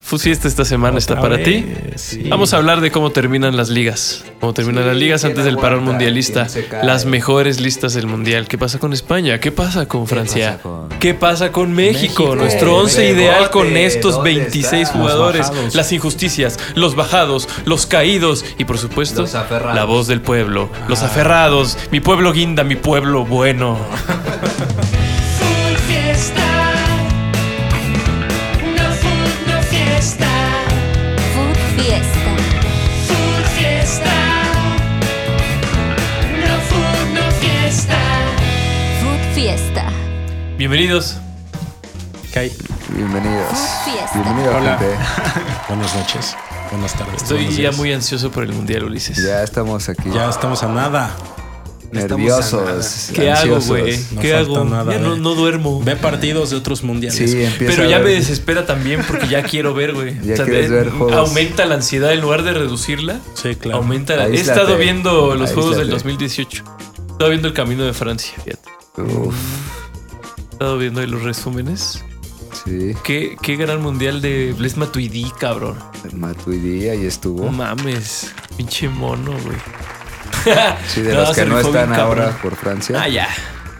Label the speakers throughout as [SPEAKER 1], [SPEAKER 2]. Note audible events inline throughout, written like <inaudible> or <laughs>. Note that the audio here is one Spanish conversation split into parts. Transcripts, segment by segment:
[SPEAKER 1] Fusiesta esta semana está para ti.
[SPEAKER 2] Sí.
[SPEAKER 1] Vamos a hablar de cómo terminan las ligas. Cómo terminan
[SPEAKER 2] Sí,
[SPEAKER 1] las ligas
[SPEAKER 2] ¿quién
[SPEAKER 1] antes del
[SPEAKER 2] aguanta?
[SPEAKER 1] parón mundialista.
[SPEAKER 2] ¿Quién se cae?
[SPEAKER 1] Las mejores listas del mundial. ¿Qué pasa con España? ¿Qué pasa con Francia?
[SPEAKER 3] pasa con-
[SPEAKER 1] ¿Qué pasa con México?
[SPEAKER 3] México,
[SPEAKER 1] Nuestro
[SPEAKER 3] el
[SPEAKER 1] once ideal
[SPEAKER 2] rebote,
[SPEAKER 1] con estos
[SPEAKER 2] ¿dónde
[SPEAKER 1] 26
[SPEAKER 2] está?
[SPEAKER 1] jugadores.
[SPEAKER 3] Los bajados.
[SPEAKER 1] Las injusticias, los bajados, los caídos y por supuesto
[SPEAKER 2] Los aferrados.
[SPEAKER 1] la voz del pueblo. Los aferrados. Mi pueblo guinda, mi pueblo bueno.
[SPEAKER 4] Full fiesta, no full no fiesta,
[SPEAKER 5] Food Fiesta.
[SPEAKER 4] full fiesta, no full no fiesta,
[SPEAKER 5] Food Fiesta.
[SPEAKER 1] Bienvenidos.
[SPEAKER 6] Kai,
[SPEAKER 3] Bienvenidos.
[SPEAKER 5] Fiesta.
[SPEAKER 3] Bienvenido,
[SPEAKER 6] Hola.
[SPEAKER 3] gente.
[SPEAKER 6] buenas noches, buenas tardes.
[SPEAKER 1] Estoy
[SPEAKER 6] buenos
[SPEAKER 1] ya
[SPEAKER 6] días.
[SPEAKER 1] muy ansioso por el mundial, Ulises.
[SPEAKER 3] Ya estamos aquí.
[SPEAKER 6] Ya estamos a nada.
[SPEAKER 3] nerviosos.
[SPEAKER 1] ¿Qué hago,
[SPEAKER 3] ansiosos.
[SPEAKER 1] güey?
[SPEAKER 6] No
[SPEAKER 1] ¿Qué
[SPEAKER 6] falta
[SPEAKER 1] hago?
[SPEAKER 6] nada,
[SPEAKER 1] Ya no,
[SPEAKER 6] eh.
[SPEAKER 1] no duermo.
[SPEAKER 6] Ve partidos de otros mundiales.
[SPEAKER 3] Sí, empieza
[SPEAKER 1] Pero
[SPEAKER 3] a
[SPEAKER 1] ya
[SPEAKER 3] ver.
[SPEAKER 1] me desespera también porque ya quiero ver, güey.
[SPEAKER 3] Ya quieres ver juegos.
[SPEAKER 1] Aumenta la ansiedad en lugar de reducirla.
[SPEAKER 6] Sí, claro.
[SPEAKER 1] Aumenta la- He
[SPEAKER 3] Aíslate.
[SPEAKER 1] estado viendo los juegos del
[SPEAKER 3] Aíslate.
[SPEAKER 1] 2018. He estado viendo el camino de Francia, fíjate.
[SPEAKER 3] Uf,
[SPEAKER 1] He estado viendo ahí los resúmenes.
[SPEAKER 3] sí.
[SPEAKER 1] Qué, qué gran mundial de Blaise Matuidi, cabrón.
[SPEAKER 3] Matuidi ahí estuvo.
[SPEAKER 1] No mames. Pinche mono, güey.
[SPEAKER 3] Sí,
[SPEAKER 1] <laughs>
[SPEAKER 3] de
[SPEAKER 1] No,
[SPEAKER 3] los
[SPEAKER 1] se
[SPEAKER 3] que no
[SPEAKER 1] rifó bien,
[SPEAKER 3] están
[SPEAKER 1] cabrón.
[SPEAKER 3] ahora por Francia.
[SPEAKER 1] Ah, ya.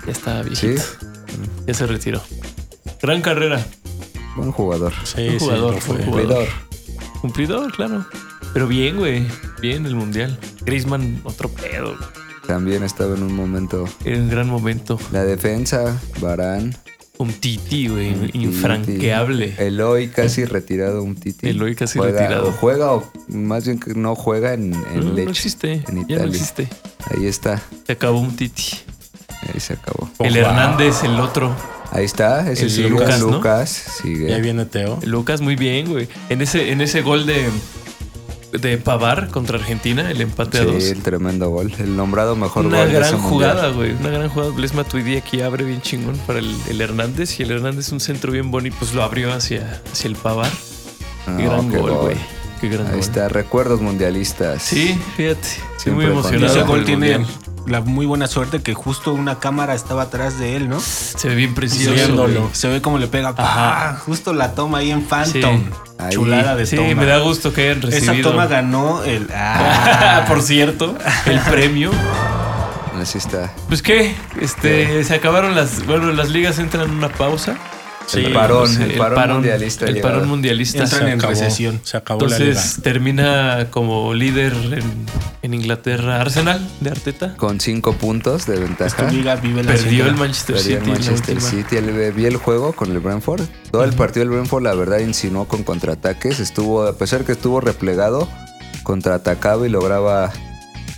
[SPEAKER 1] Ya estaba
[SPEAKER 3] sí,
[SPEAKER 1] viejito. Ya se retiró. Gran carrera.
[SPEAKER 3] buen jugador.
[SPEAKER 6] Sí,
[SPEAKER 1] Buen
[SPEAKER 6] sí,
[SPEAKER 1] jugador,
[SPEAKER 6] lo fue.
[SPEAKER 1] buen jugador.
[SPEAKER 3] Cumplidor.
[SPEAKER 1] Cumplidor, claro. Pero bien, güey. Bien el mundial. Griezmann, otro pedo.
[SPEAKER 3] También estaba en un momento.
[SPEAKER 1] Era un gran momento.
[SPEAKER 3] La defensa, Barán.
[SPEAKER 1] Un Titi, güey.
[SPEAKER 3] Umtiti.
[SPEAKER 1] Infranqueable.
[SPEAKER 3] Eloy casi retirado, un Titi.
[SPEAKER 1] Eloy casi
[SPEAKER 3] Juega-
[SPEAKER 1] retirado.
[SPEAKER 3] O juega, o más bien que no juega en, en
[SPEAKER 1] No, no
[SPEAKER 3] Lecce,
[SPEAKER 1] existe.
[SPEAKER 3] En
[SPEAKER 1] Ya no
[SPEAKER 3] Italia.
[SPEAKER 1] existe.
[SPEAKER 3] Ahí está.
[SPEAKER 1] Se acabó un Titi.
[SPEAKER 3] Ahí se acabó.
[SPEAKER 1] El
[SPEAKER 6] Ojo.
[SPEAKER 1] Hernández, el otro.
[SPEAKER 3] Ahí está. Ese
[SPEAKER 1] El
[SPEAKER 3] es Lucas.
[SPEAKER 1] Lucas, ¿no?
[SPEAKER 3] Lucas
[SPEAKER 6] Ya
[SPEAKER 3] sigue.
[SPEAKER 6] viene Teo.
[SPEAKER 1] Lucas, muy bien, güey. En ese, en ese gol de, de Pavar contra Argentina, el empate a dos.
[SPEAKER 3] Sí, el tremendo gol. El nombrado mejor
[SPEAKER 1] Una
[SPEAKER 3] gol de ese
[SPEAKER 1] gran
[SPEAKER 3] mundial.
[SPEAKER 1] jugada, güey. Una gran jugada. Bless Matuidi aquí abre bien chingón para el, el Hernández. Y el Hernández un centro bien bonito. Pues lo abrió hacia, hacia el Pavar.
[SPEAKER 3] No,
[SPEAKER 1] Qué gran
[SPEAKER 3] qué
[SPEAKER 1] gol,
[SPEAKER 3] gol.
[SPEAKER 1] güey. Qué gran
[SPEAKER 3] Ah, Ahí
[SPEAKER 1] gol.
[SPEAKER 3] está, recuerdos mundialistas.
[SPEAKER 1] Sí, fíjate. Estoy muy
[SPEAKER 3] Siempre cuando-
[SPEAKER 1] emocionado.
[SPEAKER 3] Ese
[SPEAKER 7] Ese
[SPEAKER 1] por
[SPEAKER 7] gol
[SPEAKER 1] el
[SPEAKER 7] tiene
[SPEAKER 1] Mundial.
[SPEAKER 7] la muy buena suerte que justo una cámara estaba atrás de él, ¿no?
[SPEAKER 1] Se ve bien precioso.
[SPEAKER 6] Viéndolo.
[SPEAKER 1] güey.
[SPEAKER 7] Se ve como le pega.
[SPEAKER 1] Ajá.
[SPEAKER 7] ¡pah! Justo la toma ahí en Phantom.
[SPEAKER 3] Ahí.
[SPEAKER 7] Chulada de
[SPEAKER 1] Sí,
[SPEAKER 7] toma.
[SPEAKER 1] me da gusto que hayan
[SPEAKER 7] Esa
[SPEAKER 1] recibido.
[SPEAKER 7] toma ganó el.
[SPEAKER 1] <laughs>
[SPEAKER 7] ¡Ah!
[SPEAKER 1] Por cierto,
[SPEAKER 3] <laughs>
[SPEAKER 1] el premio.
[SPEAKER 3] Así está.
[SPEAKER 1] Pues qué, este, se acabaron las, bueno, las ligas entran en una pausa.
[SPEAKER 3] el parón,
[SPEAKER 1] pues,
[SPEAKER 3] el parón mundialista.
[SPEAKER 1] El
[SPEAKER 3] llega.
[SPEAKER 1] parón mundialista.
[SPEAKER 7] Entran en recesión.
[SPEAKER 6] Se acabó la liga.
[SPEAKER 1] Entonces termina como líder en, en Inglaterra Arsenal de Arteta.
[SPEAKER 3] Con cinco puntos de
[SPEAKER 7] Es tu
[SPEAKER 3] ventaja.
[SPEAKER 7] liga, vive la
[SPEAKER 1] Perdió
[SPEAKER 7] vida.
[SPEAKER 1] el Manchester
[SPEAKER 3] Perdió el
[SPEAKER 1] City. la
[SPEAKER 3] Manchester
[SPEAKER 1] última.
[SPEAKER 3] City. El- eh, vi el juego con el Brentford. Todo el partido del Brentford, la verdad, insinuó con contraataques. Estuvo, a pesar que estuvo replegado, contraatacaba y lograba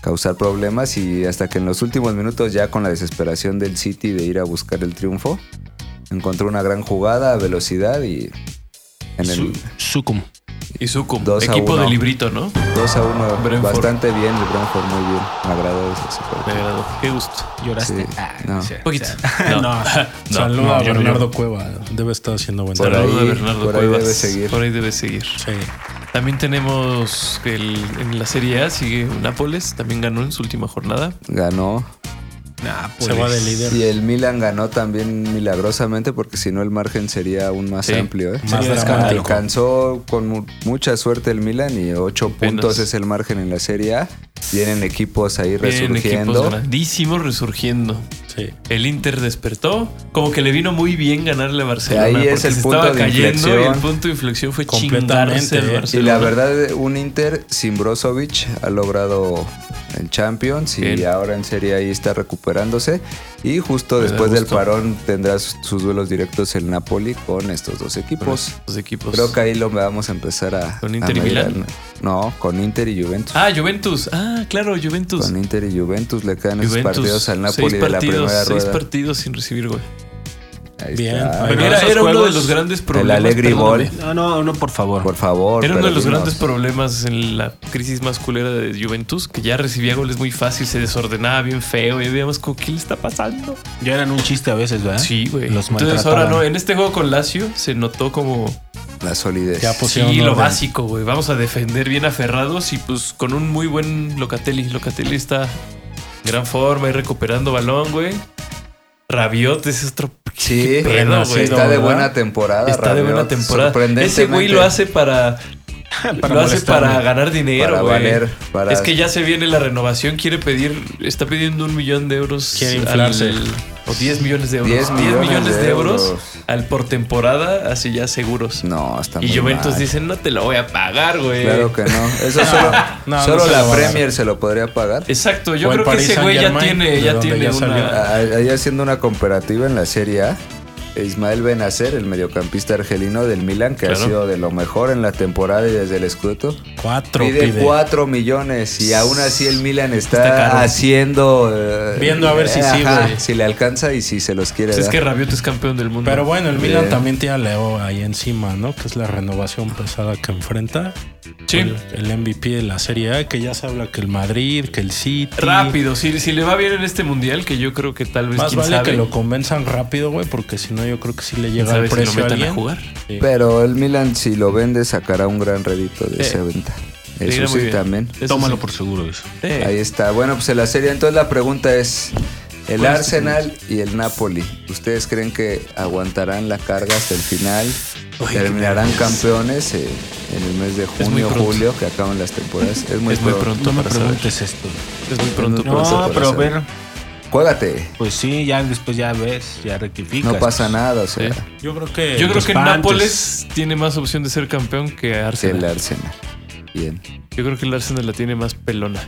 [SPEAKER 3] causar problemas. Y hasta que en los últimos minutos, ya con la desesperación del City de ir a buscar el triunfo, encontró una gran jugada a velocidad y en
[SPEAKER 6] Su-
[SPEAKER 3] el
[SPEAKER 6] Sucum.
[SPEAKER 1] Y Sucum,
[SPEAKER 3] Dos a
[SPEAKER 1] equipo de
[SPEAKER 3] uno.
[SPEAKER 1] librito, ¿no?
[SPEAKER 3] 2 a 1,
[SPEAKER 1] Brentford.
[SPEAKER 3] bastante bien. El Brentford, muy bien. Me agradó ese ese
[SPEAKER 1] Me
[SPEAKER 3] partido.
[SPEAKER 1] agradó. Qué gusto.
[SPEAKER 7] Lloraste.
[SPEAKER 3] Sí,
[SPEAKER 7] Ah,
[SPEAKER 3] no.
[SPEAKER 7] o sea,
[SPEAKER 1] Un poquito.
[SPEAKER 7] No.
[SPEAKER 1] <laughs> No,
[SPEAKER 6] Saluda
[SPEAKER 1] no,
[SPEAKER 6] a
[SPEAKER 1] yo no
[SPEAKER 6] Bernardo Cueva. Debe estar haciendo buen
[SPEAKER 3] Por
[SPEAKER 6] trabajo.
[SPEAKER 1] Saludo
[SPEAKER 3] ahí-
[SPEAKER 1] a Bernardo
[SPEAKER 3] por ahí
[SPEAKER 1] Cuevas.
[SPEAKER 3] debe seguir.
[SPEAKER 1] Por ahí debe seguir.
[SPEAKER 6] Sí.
[SPEAKER 1] También tenemos que el- en la Serie A sigue Nápoles, también ganó en su última jornada.
[SPEAKER 3] Ganó.
[SPEAKER 7] Nápoles.
[SPEAKER 6] Se va de líder.
[SPEAKER 3] Y el Milan ganó también milagrosamente porque si no el margen sería aún más
[SPEAKER 1] Sí.
[SPEAKER 3] amplio. ¿eh?
[SPEAKER 6] Más
[SPEAKER 3] Alca-
[SPEAKER 6] dramático.
[SPEAKER 3] Alcanzó con mu- mucha suerte el Milan y 8
[SPEAKER 1] Apenas.
[SPEAKER 3] puntos es el margen en la Serie A. Vienen equipos ahí
[SPEAKER 1] Vienen equipos
[SPEAKER 3] resurgiendo.
[SPEAKER 1] grandísimos resurgiendo.
[SPEAKER 6] Sí.
[SPEAKER 1] El Inter despertó, como que le vino muy bien ganarle a Barcelona.
[SPEAKER 3] Ahí es
[SPEAKER 1] porque
[SPEAKER 3] el
[SPEAKER 1] se
[SPEAKER 3] punto
[SPEAKER 1] estaba
[SPEAKER 3] de
[SPEAKER 1] cayendo y el
[SPEAKER 3] inflexión.
[SPEAKER 1] punto de inflexión fue
[SPEAKER 6] Completamente,
[SPEAKER 1] chingarse al
[SPEAKER 6] ¿eh?
[SPEAKER 3] y
[SPEAKER 1] Barcelona.
[SPEAKER 3] la verdad, un Inter sin Brozovic ha logrado en Champions y
[SPEAKER 1] Bien.
[SPEAKER 3] ahora en Serie A ahí está recuperándose. Y justo
[SPEAKER 1] Me da
[SPEAKER 3] después del
[SPEAKER 1] gusto.
[SPEAKER 3] parón tendrá sus, sus duelos directos el Napoli con estos dos equipos.
[SPEAKER 1] los equipos.
[SPEAKER 3] Creo que ahí lo vamos a empezar a.
[SPEAKER 1] Pues, ¿Con Inter y
[SPEAKER 3] a medir.
[SPEAKER 1] Milán?
[SPEAKER 3] No, con Inter y Juventus.
[SPEAKER 1] Ah, Juventus. Ah, claro, Juventus.
[SPEAKER 3] Con Inter y Juventus le quedan esos
[SPEAKER 1] Juventus.
[SPEAKER 3] partidos al Napoli
[SPEAKER 1] seis
[SPEAKER 3] de la
[SPEAKER 1] partidos,
[SPEAKER 3] primera
[SPEAKER 1] seis
[SPEAKER 3] rueda.
[SPEAKER 1] partidos sin recibir gol.
[SPEAKER 3] Ahí
[SPEAKER 6] Bien, ahí
[SPEAKER 3] está.
[SPEAKER 1] Pero
[SPEAKER 6] Pero
[SPEAKER 1] era,
[SPEAKER 6] esos
[SPEAKER 1] era uno de
[SPEAKER 6] juegos,
[SPEAKER 1] los grandes
[SPEAKER 3] El
[SPEAKER 1] problemas.
[SPEAKER 3] Alegri
[SPEAKER 1] perdóname.
[SPEAKER 3] Ball,
[SPEAKER 7] No, no, no, por favor.
[SPEAKER 3] por favor.
[SPEAKER 1] Era uno de los
[SPEAKER 3] perdimos.
[SPEAKER 1] grandes problemas en la crisis más culera de Juventus, que ya recibía goles muy fácil, se desordenaba bien feo y veíamos como, ¿qué le está pasando?
[SPEAKER 7] Ya eran un chiste a veces,
[SPEAKER 3] Ah,
[SPEAKER 7] ¿verdad?
[SPEAKER 1] Sí, güey.
[SPEAKER 7] Los
[SPEAKER 1] Entonces ahora
[SPEAKER 7] maltrataban.
[SPEAKER 1] no, en este juego con Lazio se notó como,
[SPEAKER 3] La solidez.
[SPEAKER 6] Ya pues, pusieron
[SPEAKER 1] sí, lo
[SPEAKER 6] orden.
[SPEAKER 1] básico, güey. Vamos a defender bien aferrados y pues con un muy buen Locatelli. Locatelli está en gran forma y recuperando balón, güey. Rabiot es otro
[SPEAKER 3] Sí,
[SPEAKER 1] pedo,
[SPEAKER 3] sí,
[SPEAKER 1] güey?
[SPEAKER 3] está de
[SPEAKER 6] ¿Verdad?
[SPEAKER 3] buena temporada.
[SPEAKER 1] Está de buena
[SPEAKER 3] Rabiot,
[SPEAKER 1] temporada. Ese güey
[SPEAKER 3] sorprendentemente.
[SPEAKER 1] lo hace
[SPEAKER 6] <laughs>
[SPEAKER 1] para. lo hace
[SPEAKER 6] molestarme.
[SPEAKER 1] para ganar dinero,
[SPEAKER 3] Para
[SPEAKER 1] güey.
[SPEAKER 3] valer, para-
[SPEAKER 1] Es que ya se viene la renovación, quiere pedir, está pidiendo un millón de euros.
[SPEAKER 6] Quiere inflarse.
[SPEAKER 1] o 10 millones de euros.
[SPEAKER 3] 10 millones de euros.
[SPEAKER 1] al por temporada, así ya seguros.
[SPEAKER 3] No, está
[SPEAKER 1] y
[SPEAKER 3] muy
[SPEAKER 1] Juventus
[SPEAKER 3] mal.
[SPEAKER 1] dice, no te lo voy a pagar, güey.
[SPEAKER 3] Claro que no.
[SPEAKER 1] <laughs>
[SPEAKER 3] Eso solo,
[SPEAKER 6] no, no
[SPEAKER 3] solo
[SPEAKER 6] se lo
[SPEAKER 3] la
[SPEAKER 6] va a dar.
[SPEAKER 3] Premier se lo podría pagar.
[SPEAKER 1] Exacto, yo
[SPEAKER 6] O el
[SPEAKER 1] creo que
[SPEAKER 6] Paris
[SPEAKER 1] ese güey ya
[SPEAKER 6] Saint-Germain,
[SPEAKER 1] tiene,
[SPEAKER 6] de
[SPEAKER 1] ya
[SPEAKER 6] donde
[SPEAKER 1] tiene
[SPEAKER 6] ya salió.
[SPEAKER 1] una.
[SPEAKER 3] A- Ahí haciendo una comparativa en la Serie A, Ismael Benacer, el mediocampista argelino del Milan, que
[SPEAKER 1] Claro.
[SPEAKER 3] ha sido de lo mejor en la temporada y desde el escudo,
[SPEAKER 6] Cuatro
[SPEAKER 3] pide
[SPEAKER 6] pide.
[SPEAKER 3] 4 millones y aún así el Milan está,
[SPEAKER 1] Está caro.
[SPEAKER 3] haciendo... eh,
[SPEAKER 6] Viendo a ver si sí,
[SPEAKER 3] ajá,
[SPEAKER 6] güey.
[SPEAKER 3] Si le alcanza y si se los quiere
[SPEAKER 1] Pues es
[SPEAKER 3] dar.
[SPEAKER 1] que Rabiot es campeón del mundo.
[SPEAKER 6] Pero bueno, el
[SPEAKER 3] Bien.
[SPEAKER 6] Milan también tiene a Leo ahí encima, ¿no? Que es la renovación pesada que enfrenta.
[SPEAKER 1] sí.
[SPEAKER 6] El, el MVP de la Serie A, que ya se habla que el Madrid, que el City.
[SPEAKER 1] Rápido, si, si le va bien en este mundial, que yo creo que tal vez
[SPEAKER 6] Más
[SPEAKER 1] quién
[SPEAKER 6] vale
[SPEAKER 1] sabe,
[SPEAKER 6] que lo Pues, convenzan rápido, güey, porque si no yo creo que sí le
[SPEAKER 1] quién
[SPEAKER 6] llega
[SPEAKER 1] sabe
[SPEAKER 6] el
[SPEAKER 1] si lo
[SPEAKER 6] precio a
[SPEAKER 1] metan
[SPEAKER 6] alguien.
[SPEAKER 1] a jugar.
[SPEAKER 6] Sí.
[SPEAKER 3] Pero el Milan, si lo vende, sacará un gran redito de
[SPEAKER 1] Eh,
[SPEAKER 3] esa venta.
[SPEAKER 1] le irá muy
[SPEAKER 3] Eso sí,
[SPEAKER 1] bien.
[SPEAKER 3] también.
[SPEAKER 1] Eso
[SPEAKER 7] Tómalo
[SPEAKER 1] sí.
[SPEAKER 7] por seguro eso.
[SPEAKER 1] Eh,
[SPEAKER 3] Ahí está. Bueno, pues en la serie. Entonces la pregunta es: el
[SPEAKER 1] ¿Cuál es
[SPEAKER 3] Arsenal y el Napoli, ¿ustedes creen que aguantarán la carga hasta el final? ¿Terminarán campeones eh, en el mes de
[SPEAKER 1] muy
[SPEAKER 3] junio,
[SPEAKER 1] pronto.
[SPEAKER 3] julio, que acaban las temporadas? Es muy,
[SPEAKER 1] es muy pronto
[SPEAKER 6] No me
[SPEAKER 1] para saber.
[SPEAKER 6] preguntes esto.
[SPEAKER 1] Es muy pronto
[SPEAKER 3] Por
[SPEAKER 1] para
[SPEAKER 3] eso,
[SPEAKER 7] No,
[SPEAKER 3] por
[SPEAKER 7] pero a
[SPEAKER 3] eso.
[SPEAKER 7] ver,
[SPEAKER 3] Juégate.
[SPEAKER 7] pues sí, ya después ya ves, ya rectificas.
[SPEAKER 3] No pasa nada, o sea,
[SPEAKER 1] Eh,
[SPEAKER 6] Yo creo que...
[SPEAKER 1] Yo creo que
[SPEAKER 7] Panthers.
[SPEAKER 1] Nápoles tiene más opción de ser campeón que
[SPEAKER 3] el
[SPEAKER 1] Arsenal.
[SPEAKER 3] Arsenal. Bien.
[SPEAKER 1] Yo creo que el Arsenal la tiene más pelona.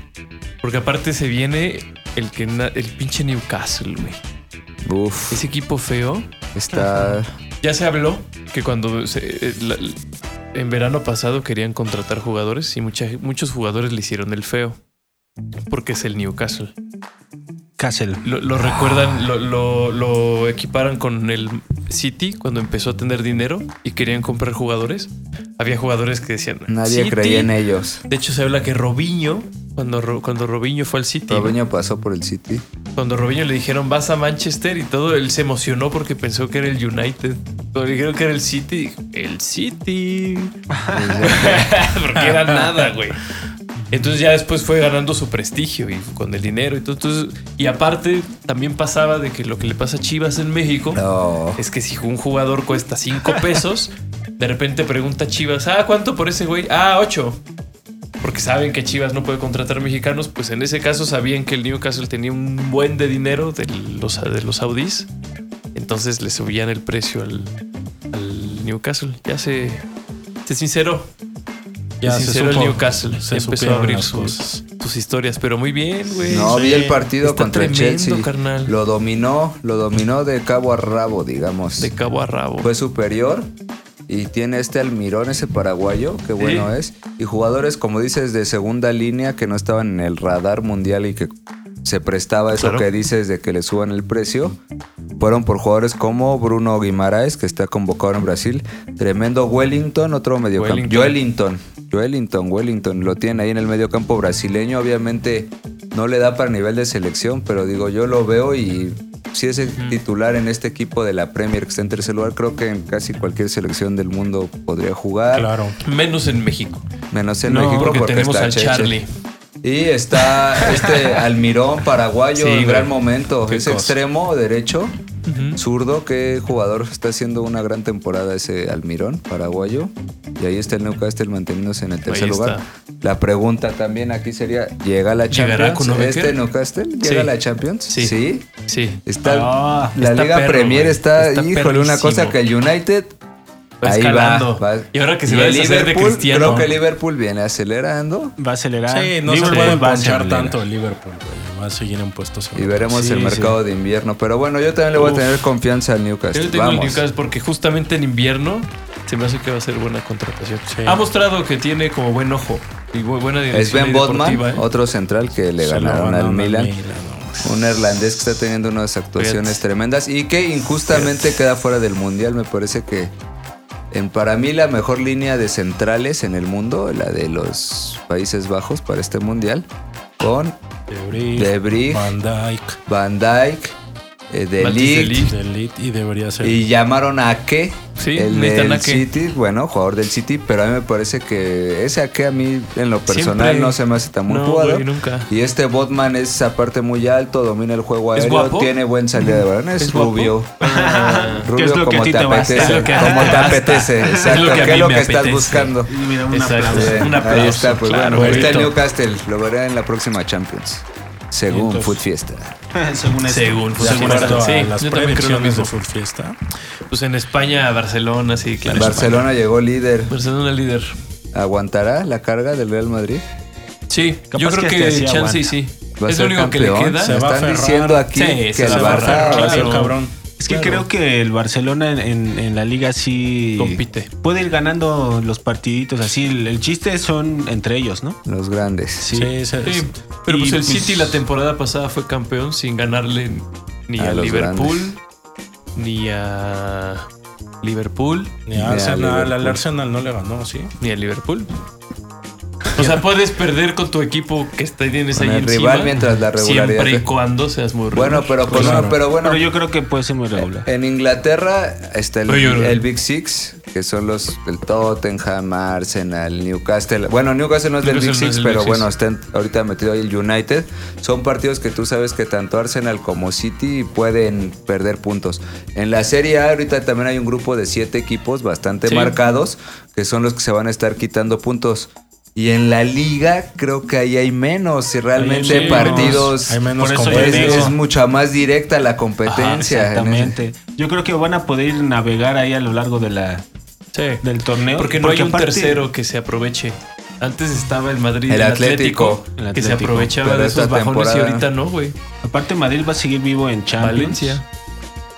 [SPEAKER 1] Porque aparte se viene el que na- el pinche Newcastle, güey.
[SPEAKER 3] Uf,
[SPEAKER 1] Ese equipo feo.
[SPEAKER 3] está.
[SPEAKER 1] Ya se habló que cuando se- eh, la- en verano pasado querían contratar jugadores y mucha- muchos jugadores le hicieron el feo. Porque es el Newcastle.
[SPEAKER 7] Castle.
[SPEAKER 1] Lo, lo recuerdan, lo, lo- lo equiparan con el City cuando empezó a tener dinero y querían comprar jugadores. Había jugadores que decían...
[SPEAKER 3] Nadie
[SPEAKER 1] "City".
[SPEAKER 3] creía en ellos.
[SPEAKER 1] De hecho, se habla que Robinho, cuando, Ro- cuando Robinho fue al City,
[SPEAKER 3] Robinho pasó por
[SPEAKER 1] <laughs>
[SPEAKER 3] el City.
[SPEAKER 1] cuando Robinho le dijeron vas a Manchester y todo, él se emocionó porque pensó que era el United. Cuando le dijeron que era el City, dijo, el City. <laughs> porque era nada, güey. Entonces ya después fue ganando su prestigio y con el dinero y todo. Entonces, y aparte también pasaba de que lo que le pasa a Chivas en México
[SPEAKER 3] No.
[SPEAKER 1] es que si un jugador cuesta 5 pesos, de repente pregunta a Chivas, ah, ¿cuánto por ese güey? Ah, 8. Porque saben que Chivas no puede contratar mexicanos, pues en ese caso sabían que el Newcastle tenía un buen de dinero de los, de los saudís. Entonces le subían el precio al, al Newcastle. Ya se, se sinceró.
[SPEAKER 6] Ya
[SPEAKER 1] se
[SPEAKER 6] se
[SPEAKER 1] sinceró
[SPEAKER 6] supo.
[SPEAKER 1] el Newcastle. empezó
[SPEAKER 6] Se
[SPEAKER 1] a
[SPEAKER 6] supieron
[SPEAKER 1] abrir
[SPEAKER 6] las
[SPEAKER 1] sus,
[SPEAKER 6] cosas.
[SPEAKER 1] sus historias. Pero muy bien, güey.
[SPEAKER 3] No,
[SPEAKER 6] Sí.
[SPEAKER 3] vi el partido
[SPEAKER 1] Está
[SPEAKER 3] contra el
[SPEAKER 1] tremendo,
[SPEAKER 3] Chelsea.
[SPEAKER 1] carnal.
[SPEAKER 3] Lo dominó, lo dominó de cabo a rabo, digamos.
[SPEAKER 1] De cabo a rabo.
[SPEAKER 3] Fue superior y tiene este Almirón, ese paraguayo, que bueno es. Y jugadores, como dices, de segunda línea que no estaban en el radar mundial y que se prestaba eso
[SPEAKER 1] Claro.
[SPEAKER 3] que dices de que le suban el precio. Fueron por jugadores como Bruno Guimaraes, que está convocado en Brasil. Tremendo Wellington, otro mediocampo.
[SPEAKER 1] Wellington.
[SPEAKER 3] Joelinton. Joelinton, Wellington. Lo tienen ahí en el mediocampo brasileño. Obviamente no le da para nivel de selección, pero digo, yo lo veo y si es el titular en este equipo de la Premier que está en tercer lugar, creo que en casi cualquier selección del mundo podría jugar.
[SPEAKER 6] Claro.
[SPEAKER 1] Menos en México.
[SPEAKER 3] Menos en
[SPEAKER 7] No,
[SPEAKER 3] México
[SPEAKER 1] Porque,
[SPEAKER 3] porque,
[SPEAKER 1] tenemos
[SPEAKER 3] está
[SPEAKER 1] al
[SPEAKER 3] Cheche.
[SPEAKER 1] Charlie.
[SPEAKER 3] Y está este
[SPEAKER 1] <laughs>
[SPEAKER 3] Almirón paraguayo
[SPEAKER 1] Sí,
[SPEAKER 3] en
[SPEAKER 1] güey.
[SPEAKER 3] gran momento.
[SPEAKER 6] Qué
[SPEAKER 3] Es
[SPEAKER 6] cosa.
[SPEAKER 3] extremo derecho.
[SPEAKER 1] Ujú.
[SPEAKER 3] Zurdo, qué jugador está haciendo una gran temporada ese Almirón, paraguayo. Y ahí está el Newcastle manteniéndose en el tercer
[SPEAKER 1] Ahí está.
[SPEAKER 3] lugar. La pregunta también aquí sería, ¿llega la
[SPEAKER 1] ¿Llegará
[SPEAKER 3] Champions?
[SPEAKER 1] con Novak?
[SPEAKER 3] ¿Este Newcastle llega a
[SPEAKER 1] Sí.
[SPEAKER 3] la Champions?
[SPEAKER 1] Sí. Sí.
[SPEAKER 3] Está,
[SPEAKER 7] Ah,
[SPEAKER 3] la
[SPEAKER 1] está
[SPEAKER 3] Liga
[SPEAKER 1] perro,
[SPEAKER 3] Premier
[SPEAKER 1] güey.
[SPEAKER 3] está,
[SPEAKER 1] Está
[SPEAKER 3] híjole, una cosa
[SPEAKER 1] perrísimo.
[SPEAKER 3] que el United...
[SPEAKER 1] Va
[SPEAKER 3] ahí
[SPEAKER 1] escalando.
[SPEAKER 3] va, va.
[SPEAKER 1] Y ahora que se
[SPEAKER 3] Y
[SPEAKER 1] va a
[SPEAKER 3] el
[SPEAKER 1] deshacer de
[SPEAKER 3] Liverpool,
[SPEAKER 1] Cristiano.
[SPEAKER 3] Creo que Liverpool viene acelerando.
[SPEAKER 7] Va a acelerar.
[SPEAKER 6] Sí, no se
[SPEAKER 7] Liverpool
[SPEAKER 6] puede
[SPEAKER 7] va a
[SPEAKER 6] ponchar
[SPEAKER 7] acelerar.
[SPEAKER 6] tanto el Liverpool, güey. Va a seguir en puestos.
[SPEAKER 3] Y veremos
[SPEAKER 7] Sí,
[SPEAKER 3] el
[SPEAKER 7] sí.
[SPEAKER 3] mercado de invierno. Pero bueno, yo también le voy
[SPEAKER 1] Uf.
[SPEAKER 3] a tener confianza al Newcastle.
[SPEAKER 1] Yo le tengo el
[SPEAKER 3] Este, Vamos.
[SPEAKER 1] Newcastle porque justamente en invierno se me hace que va a ser buena contratación.
[SPEAKER 6] Sí.
[SPEAKER 1] Ha mostrado que tiene como buen ojo y bu- buena dirección.
[SPEAKER 3] Es Ben
[SPEAKER 1] y
[SPEAKER 3] Bodman,
[SPEAKER 1] deportiva, ¿eh?
[SPEAKER 3] otro central que le
[SPEAKER 6] Se lo
[SPEAKER 3] ganaron
[SPEAKER 6] ganaron
[SPEAKER 3] al Milan.
[SPEAKER 6] no.
[SPEAKER 3] Un neerlandés que está teniendo unas actuaciones tremendas y que injustamente queda fuera del mundial. Me parece que en, para mí la mejor línea de centrales en el mundo, la de los Países Bajos para este mundial, con
[SPEAKER 6] De Bruyne,
[SPEAKER 3] De Bruyne,
[SPEAKER 6] Van Dijk,
[SPEAKER 3] Van Dijk, eh, De
[SPEAKER 1] Matis de
[SPEAKER 3] Ligt,
[SPEAKER 1] Ligt.
[SPEAKER 6] De Ligt, y debería ser.
[SPEAKER 3] y llamaron a que
[SPEAKER 1] Sí,
[SPEAKER 3] el
[SPEAKER 1] necesitan a
[SPEAKER 3] del
[SPEAKER 1] que-
[SPEAKER 3] City, bueno, jugador del City, pero a mí me parece que ese que a mí en lo personal
[SPEAKER 1] Siempre-
[SPEAKER 3] no se me hace tan muy
[SPEAKER 1] No,
[SPEAKER 3] jugado.
[SPEAKER 1] güey, nunca.
[SPEAKER 3] Y este Botman es aparte muy alto, domina el juego
[SPEAKER 1] ¿Es
[SPEAKER 3] aéreo,
[SPEAKER 1] guapo?
[SPEAKER 3] tiene buen salida de balones,
[SPEAKER 1] ¿Es guapo?
[SPEAKER 3] rubio.
[SPEAKER 1] Ah,
[SPEAKER 7] ¿Qué
[SPEAKER 3] Rubio
[SPEAKER 7] es lo que a
[SPEAKER 3] como
[SPEAKER 7] ti
[SPEAKER 3] te
[SPEAKER 7] te basta?
[SPEAKER 3] apetece,
[SPEAKER 1] Es lo que a ti
[SPEAKER 3] como
[SPEAKER 1] te
[SPEAKER 3] te
[SPEAKER 1] basta.
[SPEAKER 3] apetece,
[SPEAKER 1] Es lo
[SPEAKER 3] exacto,
[SPEAKER 1] que a
[SPEAKER 3] qué es
[SPEAKER 1] mí
[SPEAKER 3] lo
[SPEAKER 1] me
[SPEAKER 3] que estás
[SPEAKER 1] apetece.
[SPEAKER 3] buscando.
[SPEAKER 7] Y mira, un
[SPEAKER 1] Exacto.
[SPEAKER 7] aplauso. <laughs>
[SPEAKER 3] Bien,
[SPEAKER 1] Un
[SPEAKER 3] Ahí
[SPEAKER 1] aplauso,
[SPEAKER 3] está, pues
[SPEAKER 1] claro,
[SPEAKER 3] bueno, ahí está el
[SPEAKER 1] bonito.
[SPEAKER 3] Newcastle, lo verá en la próxima Champions, según
[SPEAKER 6] Entonces-
[SPEAKER 3] Food Fiesta.
[SPEAKER 7] Según esto.
[SPEAKER 1] Según,
[SPEAKER 6] De
[SPEAKER 1] según
[SPEAKER 6] acuerdo
[SPEAKER 1] esto, sí,
[SPEAKER 6] a las
[SPEAKER 1] yo también creo lo
[SPEAKER 6] predicciones
[SPEAKER 1] mismo.
[SPEAKER 6] de Full Fiesta.
[SPEAKER 1] Pues en España, Barcelona, sí, claro.
[SPEAKER 3] Barcelona llegó líder,
[SPEAKER 1] Barcelona líder.
[SPEAKER 3] ¿aguantará la carga del Real Madrid?
[SPEAKER 1] Sí,
[SPEAKER 7] Capaz
[SPEAKER 1] yo creo
[SPEAKER 7] que
[SPEAKER 1] que,
[SPEAKER 7] hasta sí
[SPEAKER 1] chance y
[SPEAKER 7] aguanta.
[SPEAKER 1] sí.
[SPEAKER 3] Va a
[SPEAKER 1] Es lo
[SPEAKER 3] ser
[SPEAKER 1] único que le
[SPEAKER 3] campeón.
[SPEAKER 1] queda.
[SPEAKER 3] Se
[SPEAKER 6] Se va a
[SPEAKER 3] están
[SPEAKER 6] aferrar.
[SPEAKER 3] diciendo aquí
[SPEAKER 1] Sí,
[SPEAKER 3] que
[SPEAKER 1] se
[SPEAKER 3] el
[SPEAKER 1] va a
[SPEAKER 3] Barça
[SPEAKER 1] aferrar,
[SPEAKER 3] va a ser
[SPEAKER 1] claro.
[SPEAKER 6] Ah, cabrón.
[SPEAKER 7] Es que
[SPEAKER 1] Claro.
[SPEAKER 7] creo que el Barcelona en, en- en la liga sí
[SPEAKER 1] Compite.
[SPEAKER 7] puede ir ganando los partiditos así. El, el chiste son entre ellos, ¿no?
[SPEAKER 3] los grandes.
[SPEAKER 6] Sí, se-
[SPEAKER 1] Sí, pero
[SPEAKER 7] Y,
[SPEAKER 1] pues el
[SPEAKER 7] pues,
[SPEAKER 1] City la temporada pasada fue campeón sin ganarle ni
[SPEAKER 3] A
[SPEAKER 1] a,
[SPEAKER 3] los
[SPEAKER 1] Liverpool,
[SPEAKER 3] grandes.
[SPEAKER 1] ni a Liverpool,
[SPEAKER 6] ni
[SPEAKER 3] Ni a
[SPEAKER 6] a Arsenal, al
[SPEAKER 3] Liverpool.
[SPEAKER 6] Arsenal no le ganó, sí.
[SPEAKER 1] ni a Liverpool. O sea, puedes perder con tu equipo que está- tienes
[SPEAKER 3] Con
[SPEAKER 1] ahí
[SPEAKER 3] el
[SPEAKER 1] encima.
[SPEAKER 3] rival mientras la regularidad.
[SPEAKER 1] Siempre y cuando seas muy
[SPEAKER 3] Bueno,
[SPEAKER 1] regular.
[SPEAKER 3] pero, con-
[SPEAKER 6] Claro.
[SPEAKER 3] pero bueno, eh,
[SPEAKER 7] Pero yo creo que puede ser muy regular.
[SPEAKER 3] en Inglaterra está el,
[SPEAKER 1] Pero yo-
[SPEAKER 3] el Big Six, que son los el Tottenham, Arsenal, Newcastle. Bueno, Newcastle no es del
[SPEAKER 1] Newcastle
[SPEAKER 3] Big
[SPEAKER 1] no es del
[SPEAKER 3] Six, pero
[SPEAKER 1] Big
[SPEAKER 3] bueno,
[SPEAKER 1] Six.
[SPEAKER 3] está en- ahorita metido ahí el United. Son partidos que tú sabes que tanto Arsenal como City pueden perder puntos. En la Serie A ahorita también hay un grupo de siete equipos bastante
[SPEAKER 1] Sí.
[SPEAKER 3] marcados, que son los que se van a estar quitando puntos. Y en la liga creo que ahí hay menos, y realmente
[SPEAKER 1] menos,
[SPEAKER 3] partidos...
[SPEAKER 6] hay menos
[SPEAKER 7] por eso yo
[SPEAKER 3] Es,
[SPEAKER 7] digo.
[SPEAKER 6] competencia.
[SPEAKER 3] es mucha más directa la competencia. en ese-
[SPEAKER 7] Exactamente. Yo creo que van a poder navegar ahí a lo largo de la,
[SPEAKER 1] Sí.
[SPEAKER 7] del torneo.
[SPEAKER 1] Porque no hay un
[SPEAKER 7] aparte-
[SPEAKER 1] tercero que se aproveche. Antes estaba el Madrid,
[SPEAKER 3] El
[SPEAKER 1] el, Atlético,
[SPEAKER 3] Atlético.
[SPEAKER 7] El
[SPEAKER 1] que se
[SPEAKER 7] Atlético.
[SPEAKER 1] aprovechaba
[SPEAKER 3] Pero
[SPEAKER 1] de
[SPEAKER 3] esta
[SPEAKER 1] esos bajones y
[SPEAKER 3] temporada-
[SPEAKER 1] ahorita no, güey.
[SPEAKER 7] Aparte, Madrid va a seguir vivo en Champions.
[SPEAKER 1] Valencia.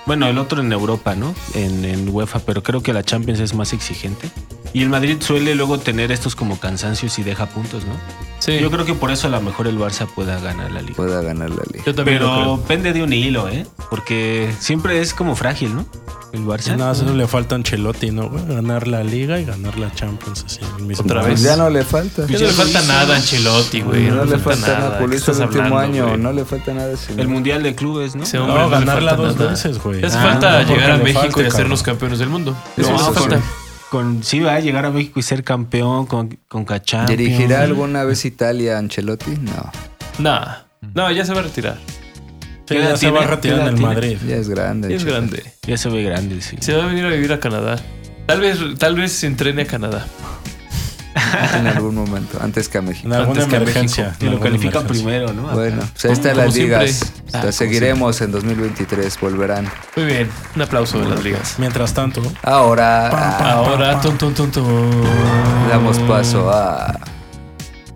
[SPEAKER 7] Bueno, el otro en Europa, ¿no? En, en UEFA, pero creo que la Champions es más exigente. Y el Madrid suele luego tener estos como cansancios y deja puntos, ¿no?
[SPEAKER 1] Sí.
[SPEAKER 7] Yo creo que por eso a lo mejor el Barça pueda ganar la liga.
[SPEAKER 3] Pueda ganar la liga.
[SPEAKER 1] Yo también lo
[SPEAKER 7] Pero
[SPEAKER 1] creo.
[SPEAKER 7] pende de un hilo, ¿eh? Porque siempre es como frágil, ¿no? El Barça.
[SPEAKER 6] Nada, solo le falta a Ancelotti, ¿no? güey? Ganar la Liga y ganar la Champions así al mismo
[SPEAKER 1] Otra
[SPEAKER 6] tiempo.
[SPEAKER 1] vez.
[SPEAKER 3] Pues ya no le falta.
[SPEAKER 1] Ya no le falta nada a Ancelotti, güey.
[SPEAKER 3] no, le falta nada.
[SPEAKER 1] ¿Qué
[SPEAKER 3] Por eso
[SPEAKER 1] estás
[SPEAKER 3] el último
[SPEAKER 1] hablando,
[SPEAKER 3] año.
[SPEAKER 1] güey?
[SPEAKER 3] No le falta nada. señor.
[SPEAKER 7] El Mundial de Clubes, ¿no?
[SPEAKER 1] Ese
[SPEAKER 6] No,
[SPEAKER 1] hombre le
[SPEAKER 6] ganarla
[SPEAKER 1] falta
[SPEAKER 6] dos
[SPEAKER 1] nada.
[SPEAKER 6] veces, güey.
[SPEAKER 1] Le Hace
[SPEAKER 7] Ah,
[SPEAKER 1] falta
[SPEAKER 6] no, porque
[SPEAKER 1] llegar a
[SPEAKER 6] le
[SPEAKER 1] México y
[SPEAKER 6] falta,
[SPEAKER 1] hacernos
[SPEAKER 6] cabrón.
[SPEAKER 1] campeones del mundo.
[SPEAKER 3] Sí,
[SPEAKER 1] Eso
[SPEAKER 7] No,
[SPEAKER 1] hace
[SPEAKER 3] sí,
[SPEAKER 1] falta.
[SPEAKER 7] con, con- sí va a llegar a México y ser campeón con, con Cachán.
[SPEAKER 3] ¿Dirigirá alguna vez Italia a Ancelotti? No.
[SPEAKER 1] Nah. No, ya se va a retirar.
[SPEAKER 6] Sí,
[SPEAKER 7] ¿Qué edad
[SPEAKER 6] ya se va a
[SPEAKER 7] tiene? ¿Qué
[SPEAKER 6] retirar en
[SPEAKER 7] edad
[SPEAKER 6] el
[SPEAKER 7] tiene?
[SPEAKER 6] Madrid.
[SPEAKER 3] Ya es grande.
[SPEAKER 1] Es
[SPEAKER 3] Ancelotti.
[SPEAKER 1] grande.
[SPEAKER 7] Ya se ve grande, sí.
[SPEAKER 1] Se va a venir a vivir a Canadá. Tal vez, tal vez se entrene a Canadá.
[SPEAKER 3] En algún momento. Antes que a México.
[SPEAKER 6] En alguna
[SPEAKER 1] Antes que a
[SPEAKER 6] emergencia.
[SPEAKER 1] México.
[SPEAKER 7] Y
[SPEAKER 6] en
[SPEAKER 7] lo
[SPEAKER 6] alguna
[SPEAKER 7] califican
[SPEAKER 6] emergencia.
[SPEAKER 7] primero, ¿no? Acá.
[SPEAKER 3] Bueno, pues ahí están
[SPEAKER 1] Como
[SPEAKER 3] las
[SPEAKER 1] siempre.
[SPEAKER 3] ligas.
[SPEAKER 1] Ah, como
[SPEAKER 3] las seguiremos en 2023. Volverán.
[SPEAKER 1] Muy bien. Un aplauso de las ligas.
[SPEAKER 6] Mientras tanto,
[SPEAKER 3] Ahora ah,
[SPEAKER 1] Ahora, ton, ton, ton, ton.
[SPEAKER 3] damos paso a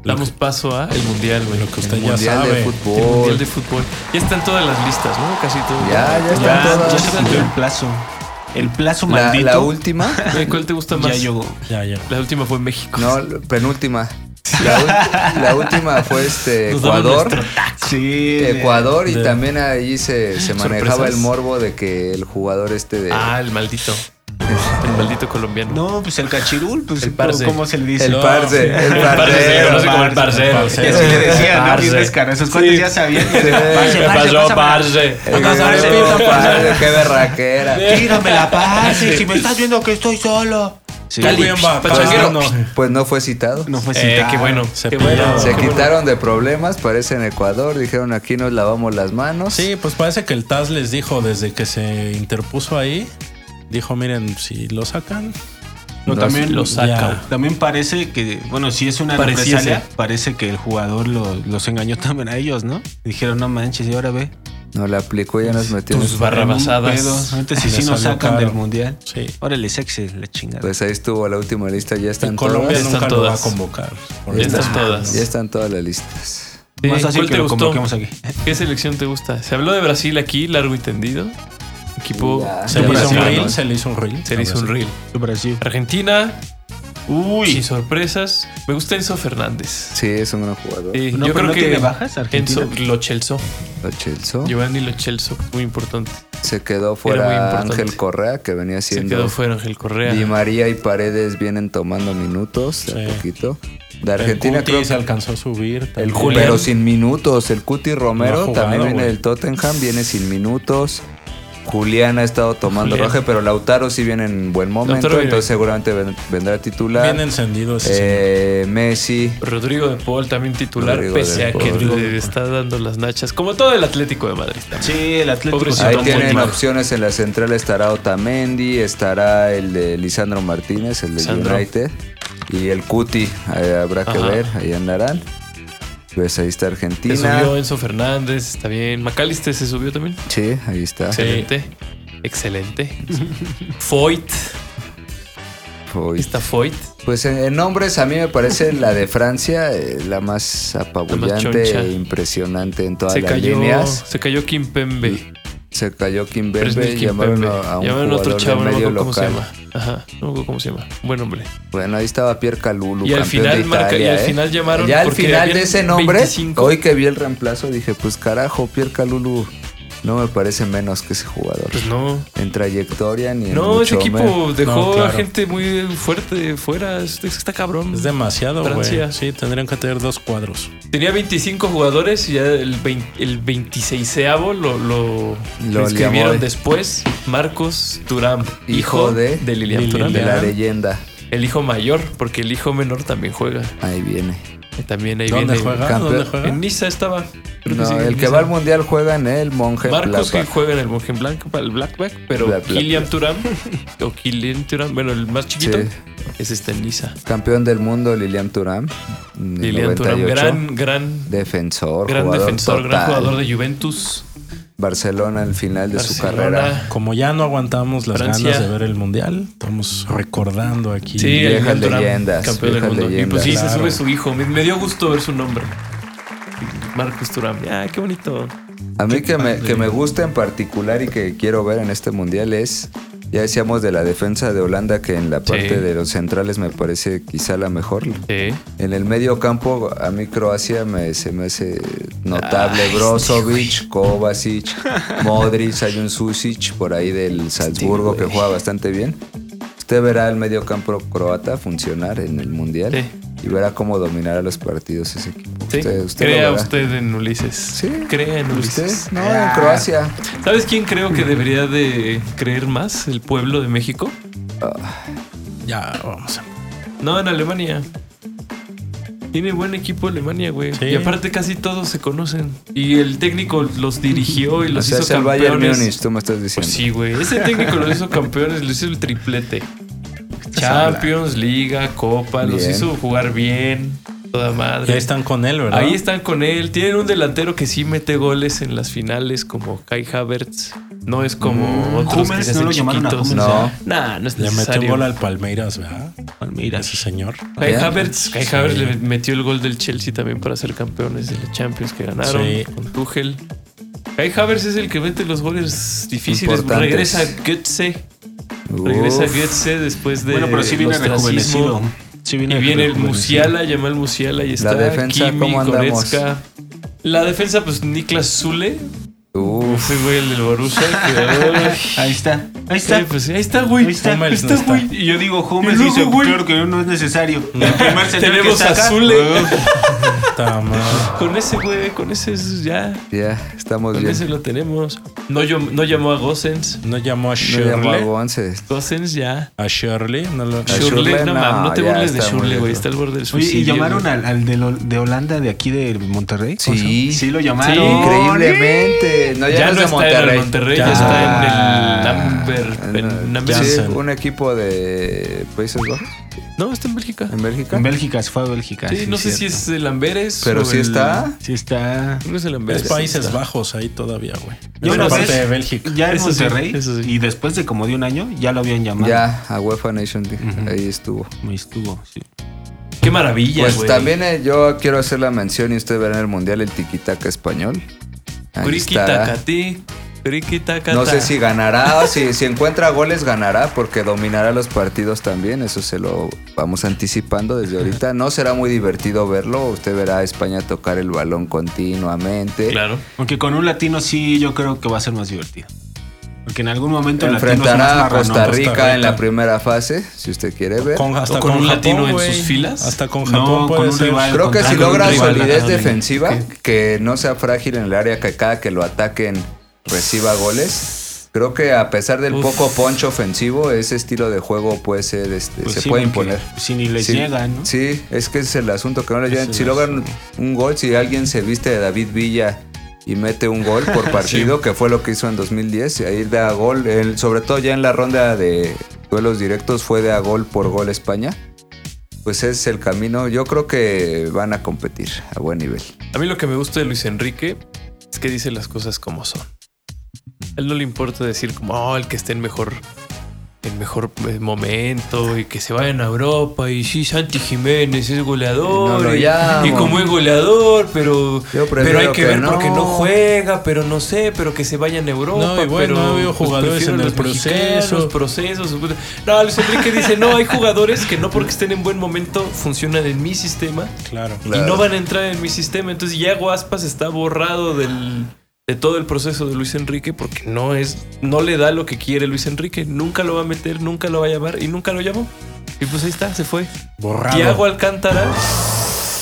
[SPEAKER 1] Damos paso a el Mundial, güey.
[SPEAKER 6] lo que usted ya
[SPEAKER 3] Mundial de
[SPEAKER 6] sabe.
[SPEAKER 1] El Mundial
[SPEAKER 3] Fútbol.
[SPEAKER 1] de Fútbol. Ya están todas las listas, ¿no? Casi todo.
[SPEAKER 3] Ya, ya están
[SPEAKER 7] Ya,
[SPEAKER 3] todas.
[SPEAKER 7] ya se cumplió el plazo. El plazo
[SPEAKER 3] La,
[SPEAKER 7] maldito.
[SPEAKER 3] la última.
[SPEAKER 1] Güey, ¿Cuál te gusta
[SPEAKER 7] ya
[SPEAKER 1] más?
[SPEAKER 7] llegó.
[SPEAKER 6] Ya, ya.
[SPEAKER 1] La última fue en México.
[SPEAKER 3] No, la penúltima. La, ul- la última fue este
[SPEAKER 1] Nos damos
[SPEAKER 3] Ecuador.
[SPEAKER 1] nuestro taco.
[SPEAKER 7] Ah, Sí.
[SPEAKER 3] Ecuador y
[SPEAKER 6] de-
[SPEAKER 3] también ahí se, se manejaba
[SPEAKER 1] Sorpresas.
[SPEAKER 3] el morbo de que el jugador este de
[SPEAKER 1] Ah, el maldito. El maldito colombiano.
[SPEAKER 7] No, pues el cachirul, pues
[SPEAKER 1] El parce.
[SPEAKER 7] ¿cómo se le dice?
[SPEAKER 3] el
[SPEAKER 7] No,
[SPEAKER 3] parce, el
[SPEAKER 1] El parce se
[SPEAKER 3] parcero.
[SPEAKER 1] conoce como el parcero.
[SPEAKER 7] Y así le decían, ¿no?
[SPEAKER 1] Parce.
[SPEAKER 7] Bien descarado. Esos cuates
[SPEAKER 1] Sí.
[SPEAKER 7] ya sabían.
[SPEAKER 1] ¿Qué pasó, parce?
[SPEAKER 3] El guerrero, padre, qué berraquera.
[SPEAKER 1] <laughs>
[SPEAKER 7] Tírame la pase, si me estás viendo que estoy solo. Sí,
[SPEAKER 1] Cali,
[SPEAKER 7] güey,
[SPEAKER 1] va,
[SPEAKER 6] Pachanguero.
[SPEAKER 1] pachangero.
[SPEAKER 3] Pues no fue citado.
[SPEAKER 7] no fue
[SPEAKER 1] Eh,
[SPEAKER 7] citado.
[SPEAKER 1] qué bueno.
[SPEAKER 6] Se
[SPEAKER 1] qué
[SPEAKER 6] peleó.
[SPEAKER 1] bueno.
[SPEAKER 3] Se
[SPEAKER 1] qué bueno.
[SPEAKER 3] quitaron de problemas, parece en Ecuador. Dijeron aquí nos lavamos las manos.
[SPEAKER 6] Sí, pues parece que el TAS les dijo desde que se interpuso ahí. Dijo, miren, si lo sacan.
[SPEAKER 7] Ah, No,
[SPEAKER 3] Los-
[SPEAKER 7] también
[SPEAKER 1] los saca.
[SPEAKER 7] También parece que, bueno, si es una
[SPEAKER 1] Pareciese.
[SPEAKER 7] represalia, parece que el jugador lo- los engañó también a ellos, ¿no? Dijeron, no manches, y ahora ve.
[SPEAKER 3] Nos la aplicó y ya nos metió.
[SPEAKER 1] Tus
[SPEAKER 7] Pedo.
[SPEAKER 1] barrabasadas.
[SPEAKER 7] Antes si sí
[SPEAKER 6] Les
[SPEAKER 7] nos
[SPEAKER 6] salió
[SPEAKER 7] sacan
[SPEAKER 6] caro.
[SPEAKER 7] del mundial.
[SPEAKER 6] Sí.
[SPEAKER 7] Órale, sexy, la chingada.
[SPEAKER 3] Pues ahí estuvo la última lista. Ya
[SPEAKER 6] Y
[SPEAKER 3] están
[SPEAKER 6] Colombia
[SPEAKER 3] todas.
[SPEAKER 1] Están
[SPEAKER 6] nunca lo va a
[SPEAKER 1] todas.
[SPEAKER 6] convocar. Por
[SPEAKER 1] Ya
[SPEAKER 6] eso.
[SPEAKER 1] están todas.
[SPEAKER 3] Ya están todas las listas.
[SPEAKER 1] Sí,
[SPEAKER 7] Más fácil
[SPEAKER 1] ¿Cuál
[SPEAKER 7] que
[SPEAKER 1] te
[SPEAKER 7] lo
[SPEAKER 1] gustó?
[SPEAKER 7] convoquemos aquí.
[SPEAKER 1] ¿Qué selección te gusta? Se habló de Brasil aquí, largo y tendido. Equipo.
[SPEAKER 3] Ya.
[SPEAKER 6] Se le hizo un
[SPEAKER 1] brasileño,
[SPEAKER 6] reel,
[SPEAKER 1] ¿no?
[SPEAKER 6] se le hizo un reel.
[SPEAKER 1] Se le hizo un reel.
[SPEAKER 7] Brasil.
[SPEAKER 1] Argentina, sin
[SPEAKER 7] Uy.
[SPEAKER 1] sorpresas. Me gusta Enzo Fernández.
[SPEAKER 3] Sí, es un gran jugador.
[SPEAKER 1] Sí,
[SPEAKER 7] No,
[SPEAKER 1] yo
[SPEAKER 7] pero
[SPEAKER 1] creo
[SPEAKER 7] no
[SPEAKER 1] que
[SPEAKER 7] tiene bajas, Argentina.
[SPEAKER 1] Enzo lo chelso.
[SPEAKER 3] Lo Chelsea.
[SPEAKER 1] Giovanni lo chelso, muy importante.
[SPEAKER 3] Se quedó
[SPEAKER 1] muy
[SPEAKER 3] fuera
[SPEAKER 1] importante.
[SPEAKER 3] Ángel Correa, que venía
[SPEAKER 1] Se
[SPEAKER 3] siendo.
[SPEAKER 1] quedó fuera Ángel Correa.
[SPEAKER 3] Di María y Paredes vienen tomando minutos, de a
[SPEAKER 6] Sí.
[SPEAKER 3] poquito. De
[SPEAKER 6] El
[SPEAKER 3] Argentina
[SPEAKER 6] Cuti
[SPEAKER 3] creo
[SPEAKER 6] se
[SPEAKER 3] que.
[SPEAKER 6] alcanzó a subir. también.
[SPEAKER 3] El
[SPEAKER 1] Julián.
[SPEAKER 3] pero sin minutos. El Cuti Romero
[SPEAKER 6] No ha jugado,
[SPEAKER 3] también viene
[SPEAKER 6] güey.
[SPEAKER 3] del Tottenham, viene sin minutos. Julián ha estado tomando
[SPEAKER 1] Julián.
[SPEAKER 3] roje, pero Lautaro sí viene en buen momento,
[SPEAKER 1] Lautaro viene-
[SPEAKER 3] entonces seguramente ven- vendrá titular.
[SPEAKER 6] Bien encendido ese señor.
[SPEAKER 3] Eh, Messi.
[SPEAKER 1] Rodrigo de Paul también titular,
[SPEAKER 3] Rodrigo
[SPEAKER 1] pese
[SPEAKER 3] de
[SPEAKER 1] a que
[SPEAKER 3] Paul.
[SPEAKER 1] le está dando las nachas, como todo el Atlético de Madrid. también.
[SPEAKER 7] Sí, el Atlético
[SPEAKER 1] Pobrecito,
[SPEAKER 7] está
[SPEAKER 3] Ahí
[SPEAKER 7] muy
[SPEAKER 3] tienen
[SPEAKER 7] mal.
[SPEAKER 3] opciones en la central. Estará Otamendi, estará el de Lisandro Martínez, el de
[SPEAKER 1] Sandro.
[SPEAKER 3] United. Y el Cuti, eh, habrá que
[SPEAKER 1] Ajá.
[SPEAKER 3] ver, ahí andarán. Pues ahí está
[SPEAKER 1] Se
[SPEAKER 3] Argentina.
[SPEAKER 1] subió Enzo Fernández, está bien. McAllister se subió también.
[SPEAKER 3] Sí, ahí está.
[SPEAKER 1] Excelente. Excelente.
[SPEAKER 3] <laughs>
[SPEAKER 1] Foyt.
[SPEAKER 3] Hoy.
[SPEAKER 1] Está Foyt.
[SPEAKER 3] Pues en, en nombres a mí me parece la de Francia eh, la más apabullante
[SPEAKER 1] choncha.
[SPEAKER 3] e impresionante en todas
[SPEAKER 1] Se
[SPEAKER 3] las
[SPEAKER 1] cayó,
[SPEAKER 3] líneas.
[SPEAKER 1] se cayó Kim Pembe.
[SPEAKER 3] Se cayó Kimbembe,
[SPEAKER 1] Presnel
[SPEAKER 3] llamaron
[SPEAKER 1] Kimpembe.
[SPEAKER 3] a, a un
[SPEAKER 1] Llamaron a
[SPEAKER 3] jugador
[SPEAKER 1] otro chavo, no
[SPEAKER 3] de
[SPEAKER 1] me
[SPEAKER 3] medio
[SPEAKER 1] acuerdo cómo se
[SPEAKER 3] local.
[SPEAKER 1] llama. Ajá, no me acuerdo cómo se llama. Buen hombre.
[SPEAKER 3] Bueno, ahí estaba Pierre Calulu,
[SPEAKER 1] Y al
[SPEAKER 3] campeón de
[SPEAKER 1] final
[SPEAKER 3] Italia,
[SPEAKER 1] marca- y al
[SPEAKER 3] ¿eh?
[SPEAKER 1] final llamaron
[SPEAKER 3] Ya al
[SPEAKER 1] porque
[SPEAKER 3] final
[SPEAKER 1] habían
[SPEAKER 3] de ese nombre,
[SPEAKER 1] 25.
[SPEAKER 3] hoy que vi el reemplazo, dije, pues carajo, Pierre Calulu no me parece menos que ese jugador.
[SPEAKER 1] Pues no.
[SPEAKER 3] En trayectoria ni en
[SPEAKER 1] No, ese
[SPEAKER 3] mucho
[SPEAKER 1] equipo
[SPEAKER 3] menos.
[SPEAKER 1] dejó
[SPEAKER 6] No, claro.
[SPEAKER 1] a gente muy fuerte fuera. Es- es- Está cabrón.
[SPEAKER 6] Es demasiado,
[SPEAKER 1] Francia.
[SPEAKER 6] güey. Sí, tendrían que tener dos cuadros.
[SPEAKER 1] Tenía 25 jugadores y ya el, 20 el 26avo lo, lo,
[SPEAKER 3] Lo
[SPEAKER 1] inscribieron
[SPEAKER 3] llamó.
[SPEAKER 1] después. Marcos Turam, hijo,
[SPEAKER 3] Hijo
[SPEAKER 1] de,
[SPEAKER 3] de-
[SPEAKER 1] Lilian
[SPEAKER 6] Lilian
[SPEAKER 1] Thuram.
[SPEAKER 3] De la leyenda.
[SPEAKER 1] El hijo mayor, porque el hijo menor también juega.
[SPEAKER 3] Ahí viene.
[SPEAKER 1] Eh, También ahí
[SPEAKER 6] ¿Dónde
[SPEAKER 1] viene.
[SPEAKER 6] juega?
[SPEAKER 3] campeón.
[SPEAKER 6] ¿Dónde juega?
[SPEAKER 1] En Niza estaba. Creo
[SPEAKER 3] No,
[SPEAKER 1] sí, en
[SPEAKER 3] el que
[SPEAKER 1] Niza.
[SPEAKER 3] va al mundial juega en el monje
[SPEAKER 1] Marcos que
[SPEAKER 3] Blackback.
[SPEAKER 1] juega en el Monje Blanco para el Blackback, pero
[SPEAKER 3] Black- Black-
[SPEAKER 1] Kilian Turam o Kilian Turam, bueno, el más chiquito
[SPEAKER 3] Sí.
[SPEAKER 1] es este en Niza.
[SPEAKER 3] Campeón del mundo Lilian Thuram. en el
[SPEAKER 1] Lilian Turam,
[SPEAKER 3] 98.
[SPEAKER 1] gran, gran,
[SPEAKER 3] defensor,
[SPEAKER 1] gran
[SPEAKER 3] jugador
[SPEAKER 1] defensor, gran
[SPEAKER 3] total.
[SPEAKER 1] jugador de Juventus.
[SPEAKER 3] Barcelona al final de su
[SPEAKER 1] Barcelona.
[SPEAKER 3] carrera.
[SPEAKER 6] Como ya no aguantamos las
[SPEAKER 1] Francia.
[SPEAKER 6] ganas de ver el mundial, estamos recordando aquí.
[SPEAKER 1] Sí,
[SPEAKER 3] viejas
[SPEAKER 1] Lilian Thuram,
[SPEAKER 3] leyendas,
[SPEAKER 1] campeón del
[SPEAKER 3] viejas
[SPEAKER 1] mundo. Y pues
[SPEAKER 3] leyendas.
[SPEAKER 1] sí, se
[SPEAKER 6] Claro.
[SPEAKER 1] sube su hijo. Me, me dio gusto ver su nombre. Marcos Turam. Ah, qué bonito.
[SPEAKER 3] A mí que me, que me gusta en particular y que quiero ver en este mundial es, ya decíamos de la defensa de Holanda, que en la parte de los centrales me parece quizá la mejor.
[SPEAKER 1] Sí.
[SPEAKER 3] En el medio campo, a mí Croacia me, se me hace notable.
[SPEAKER 1] Ay, <laughs>
[SPEAKER 3] Brozovic, Kovacic, Modric, hay un Susic por ahí del Salzburgo que juega bastante bien. Usted verá el medio campo croata funcionar en el mundial
[SPEAKER 1] Sí.
[SPEAKER 3] y verá cómo dominará los partidos ese equipo.
[SPEAKER 1] Sí.
[SPEAKER 3] Usted- usted lo
[SPEAKER 1] Crea
[SPEAKER 3] verá.
[SPEAKER 1] usted Ah. en Ulises.
[SPEAKER 3] Sí.
[SPEAKER 1] Crea en
[SPEAKER 3] ¿Usted?
[SPEAKER 1] Ulises.
[SPEAKER 3] No, en Croacia.
[SPEAKER 1] ¿Sabes quién creo que debería de creer más? ¿El pueblo de México?
[SPEAKER 6] Ya vamos. a-
[SPEAKER 1] No, en Alemania. Tiene buen equipo Alemania, güey.
[SPEAKER 6] Sí.
[SPEAKER 1] Y aparte casi todos se conocen. Y el técnico los dirigió y
[SPEAKER 3] O
[SPEAKER 1] los
[SPEAKER 3] sea,
[SPEAKER 1] hizo
[SPEAKER 3] es el Bayern
[SPEAKER 1] campeones.
[SPEAKER 3] Múnich, tú me estás
[SPEAKER 1] Pues
[SPEAKER 3] diciendo.
[SPEAKER 1] sí, güey. Ese técnico los hizo campeones, los hizo el triplete. Champions, Liga, Copa, los
[SPEAKER 3] Bien.
[SPEAKER 1] hizo jugar bien. Toda
[SPEAKER 6] Ya
[SPEAKER 1] madre.
[SPEAKER 6] están con él, ¿verdad?
[SPEAKER 1] Ahí están con él. Tienen un delantero que sí mete goles en las finales, como Kai Havertz. No es como otros que
[SPEAKER 7] Hummels,
[SPEAKER 1] se hacen
[SPEAKER 7] ¿no lo llamaron a
[SPEAKER 1] chiquitos.
[SPEAKER 7] Hummels?
[SPEAKER 3] No.
[SPEAKER 1] Nah, no es
[SPEAKER 6] Mm, Le metió un
[SPEAKER 1] necesario.
[SPEAKER 6] gol al Palmeiras, ¿verdad?
[SPEAKER 7] Mira,
[SPEAKER 6] Ese señor.
[SPEAKER 1] Kai
[SPEAKER 3] Bien.
[SPEAKER 1] Havertz, Kai
[SPEAKER 6] Sí.
[SPEAKER 1] Havertz le metió el gol del Chelsea también para ser campeones de la Champions que ganaron
[SPEAKER 6] Sí.
[SPEAKER 1] con Tuchel. Kai Havertz es el que mete los goles difíciles.
[SPEAKER 3] Importantes.
[SPEAKER 1] Regresa Götze,
[SPEAKER 3] Uf.
[SPEAKER 1] regresa Götze después de
[SPEAKER 7] bueno, pero sí viene
[SPEAKER 1] el ostracismo.
[SPEAKER 7] rejuvenecido. Sí
[SPEAKER 1] Y viene el Musiala, Yamal Musiala y está
[SPEAKER 3] defensa,
[SPEAKER 1] Kimi,
[SPEAKER 3] ¿cómo andamos?
[SPEAKER 1] Goretzka. La defensa, pues Niklas Zule,
[SPEAKER 3] Uf.
[SPEAKER 1] ese güey el del Borussia. que, ay,
[SPEAKER 7] Ahí está. Ahí está.
[SPEAKER 1] sí, pues, ahí está, güey.
[SPEAKER 7] Ahí está,
[SPEAKER 6] Hummels
[SPEAKER 1] está,
[SPEAKER 6] no está.
[SPEAKER 1] güey.
[SPEAKER 7] Y yo digo, Homer
[SPEAKER 1] Y luego,
[SPEAKER 7] dice,
[SPEAKER 1] güey.
[SPEAKER 7] claro que no
[SPEAKER 1] <laughs>
[SPEAKER 7] es necesario. El primer señor
[SPEAKER 1] Tenemos
[SPEAKER 7] que saca,
[SPEAKER 1] a Zule.
[SPEAKER 6] Puta madre.
[SPEAKER 1] Con ese, güey, con ese es ya.
[SPEAKER 3] Ya, estamos
[SPEAKER 1] Con
[SPEAKER 3] bien.
[SPEAKER 1] ese lo tenemos. No, llam- no llamó a Gossens.
[SPEAKER 6] No llamó a
[SPEAKER 3] No llamó a
[SPEAKER 6] Shirley.
[SPEAKER 3] Gonce.
[SPEAKER 1] Gossens ya.
[SPEAKER 6] a Shirley. No lo...
[SPEAKER 3] A
[SPEAKER 1] Shurley,
[SPEAKER 3] Shurley,
[SPEAKER 1] no,
[SPEAKER 3] no,
[SPEAKER 1] mames, no te
[SPEAKER 3] ya
[SPEAKER 1] burles de
[SPEAKER 3] está muy
[SPEAKER 1] Shurley, güey.
[SPEAKER 3] lejos.
[SPEAKER 1] Está al borde del
[SPEAKER 7] Oye,
[SPEAKER 1] suicidio.
[SPEAKER 7] ¿y llamaron
[SPEAKER 1] güey.
[SPEAKER 7] al, al de, lo- de Holanda, de aquí de Monterrey?
[SPEAKER 3] Sí.
[SPEAKER 7] Sí, lo llamaron.
[SPEAKER 3] Increíblemente. No, ya,
[SPEAKER 1] Ya no
[SPEAKER 3] no es
[SPEAKER 1] está
[SPEAKER 3] de
[SPEAKER 1] en
[SPEAKER 3] Monterrey. Ah,
[SPEAKER 1] el Monterrey, ya
[SPEAKER 6] Ya.
[SPEAKER 1] está en el Amber. en Amber-
[SPEAKER 3] Sí,
[SPEAKER 6] Janssen.
[SPEAKER 3] un equipo de Países Bajos,
[SPEAKER 1] No, está en Bélgica.
[SPEAKER 3] en Bélgica.
[SPEAKER 7] En Bélgica, se fue a Bélgica.
[SPEAKER 1] Sí, no sé si
[SPEAKER 7] cierto.
[SPEAKER 1] es el Amberes.
[SPEAKER 3] Pero
[SPEAKER 1] o
[SPEAKER 3] sí
[SPEAKER 1] el-
[SPEAKER 3] está.
[SPEAKER 7] Sí está...
[SPEAKER 1] Creo que es el Amberes.
[SPEAKER 6] Es Países
[SPEAKER 1] Está.
[SPEAKER 6] Bajos ahí todavía, güey.
[SPEAKER 7] Yo
[SPEAKER 6] Es
[SPEAKER 7] no sé.
[SPEAKER 6] parte de Bélgica.
[SPEAKER 7] Ya en
[SPEAKER 1] Eso sí,
[SPEAKER 7] Monterrey.
[SPEAKER 1] eso sí.
[SPEAKER 7] Y después de como de un año, ya lo habían llamado.
[SPEAKER 3] Ya, a UEFA Nation League.
[SPEAKER 7] Ujú.
[SPEAKER 3] Ahí estuvo.
[SPEAKER 7] Me estuvo, sí.
[SPEAKER 1] Qué maravilla,
[SPEAKER 3] pues
[SPEAKER 1] güey.
[SPEAKER 3] también eh, yo quiero hacer la mención y usted verá en el Mundial el tiquitaca español. Ahí
[SPEAKER 1] Friki
[SPEAKER 3] estará.
[SPEAKER 1] tacatí, friki tacata.
[SPEAKER 3] No sé si ganará o si, si encuentra goles ganará porque dominará los partidos también. Eso se lo vamos anticipando desde ahorita. No será muy divertido verlo. Usted verá a España tocar el balón continuamente.
[SPEAKER 1] Claro.
[SPEAKER 7] Aunque con un latino sí, yo creo que va a ser más divertido. Porque en algún momento el latino es más
[SPEAKER 3] Enfrentará a
[SPEAKER 7] marrano.
[SPEAKER 3] Costa Rica,
[SPEAKER 6] Rica.
[SPEAKER 3] en la primera fase, si usted quiere ver.
[SPEAKER 6] Con, hasta
[SPEAKER 1] ¿O con
[SPEAKER 6] con,
[SPEAKER 1] un
[SPEAKER 6] Japón,
[SPEAKER 1] latino en
[SPEAKER 6] güey.
[SPEAKER 1] sus filas?
[SPEAKER 6] Hasta con
[SPEAKER 7] No,
[SPEAKER 6] Japón
[SPEAKER 7] con
[SPEAKER 6] puede
[SPEAKER 7] un
[SPEAKER 6] ser.
[SPEAKER 7] rival.
[SPEAKER 3] Creo que
[SPEAKER 7] contra
[SPEAKER 3] si
[SPEAKER 7] un
[SPEAKER 3] logra
[SPEAKER 7] rival
[SPEAKER 3] solidez
[SPEAKER 1] ganador.
[SPEAKER 3] defensiva, que no sea frágil en el área, que cada que lo ataquen reciba goles, Creo que a pesar del
[SPEAKER 1] Uf.
[SPEAKER 3] poco poncho ofensivo, ese estilo de juego puede ser, este,
[SPEAKER 7] Pues
[SPEAKER 3] se
[SPEAKER 7] sí,
[SPEAKER 3] puede
[SPEAKER 7] porque
[SPEAKER 3] imponer.
[SPEAKER 7] Si ni les
[SPEAKER 3] Sí,
[SPEAKER 7] llega, ¿no?
[SPEAKER 3] Sí, es que ese es el asunto, que no le llegan.
[SPEAKER 7] el
[SPEAKER 3] Si logran un gol, si alguien se viste de David Villa y mete un gol por
[SPEAKER 1] <laughs>
[SPEAKER 3] partido, que fue lo que hizo en 2010, ahí da gol, el- sobre todo ya en la ronda de duelos directos fue de a gol por gol España. Pues ese es el camino. Yo creo que van a competir a buen nivel.
[SPEAKER 1] A mí lo que me gusta de Luis Enrique es que dice las cosas como son. A él no le importa decir como, oh, el que esté en mejor, en mejor eh, momento y que se vayan a Europa y sí, Santi Jiménez es
[SPEAKER 3] No
[SPEAKER 1] goleador.
[SPEAKER 3] lo
[SPEAKER 1] y-
[SPEAKER 3] llamo.
[SPEAKER 1] y, como es goleador, pero,
[SPEAKER 3] Yo
[SPEAKER 1] pero
[SPEAKER 3] prefiero
[SPEAKER 1] hay que,
[SPEAKER 3] que
[SPEAKER 1] ver
[SPEAKER 3] no.
[SPEAKER 1] porque no juega, pero no sé, pero que se vayan a Europa.
[SPEAKER 6] No, y bueno,
[SPEAKER 1] pero pues,
[SPEAKER 6] ha habido jugadores
[SPEAKER 1] prefiero
[SPEAKER 6] en el
[SPEAKER 1] los mexicanos,
[SPEAKER 6] proceso.
[SPEAKER 1] procesos. No, Luis Enrique dice, no, hay jugadores que no porque estén en buen momento funcionan en mi sistema.
[SPEAKER 6] Claro.
[SPEAKER 3] Claro.
[SPEAKER 1] Y no van a entrar en mi sistema. Entonces ya Guaspas está borrado del, de todo el proceso de Luis Enrique porque no es, no le da lo que quiere Luis Enrique. Nunca lo va a meter, nunca lo va a llamar y nunca lo llamó. Y pues ahí está, se fue.
[SPEAKER 6] Borrado.
[SPEAKER 1] Tiago Alcántara.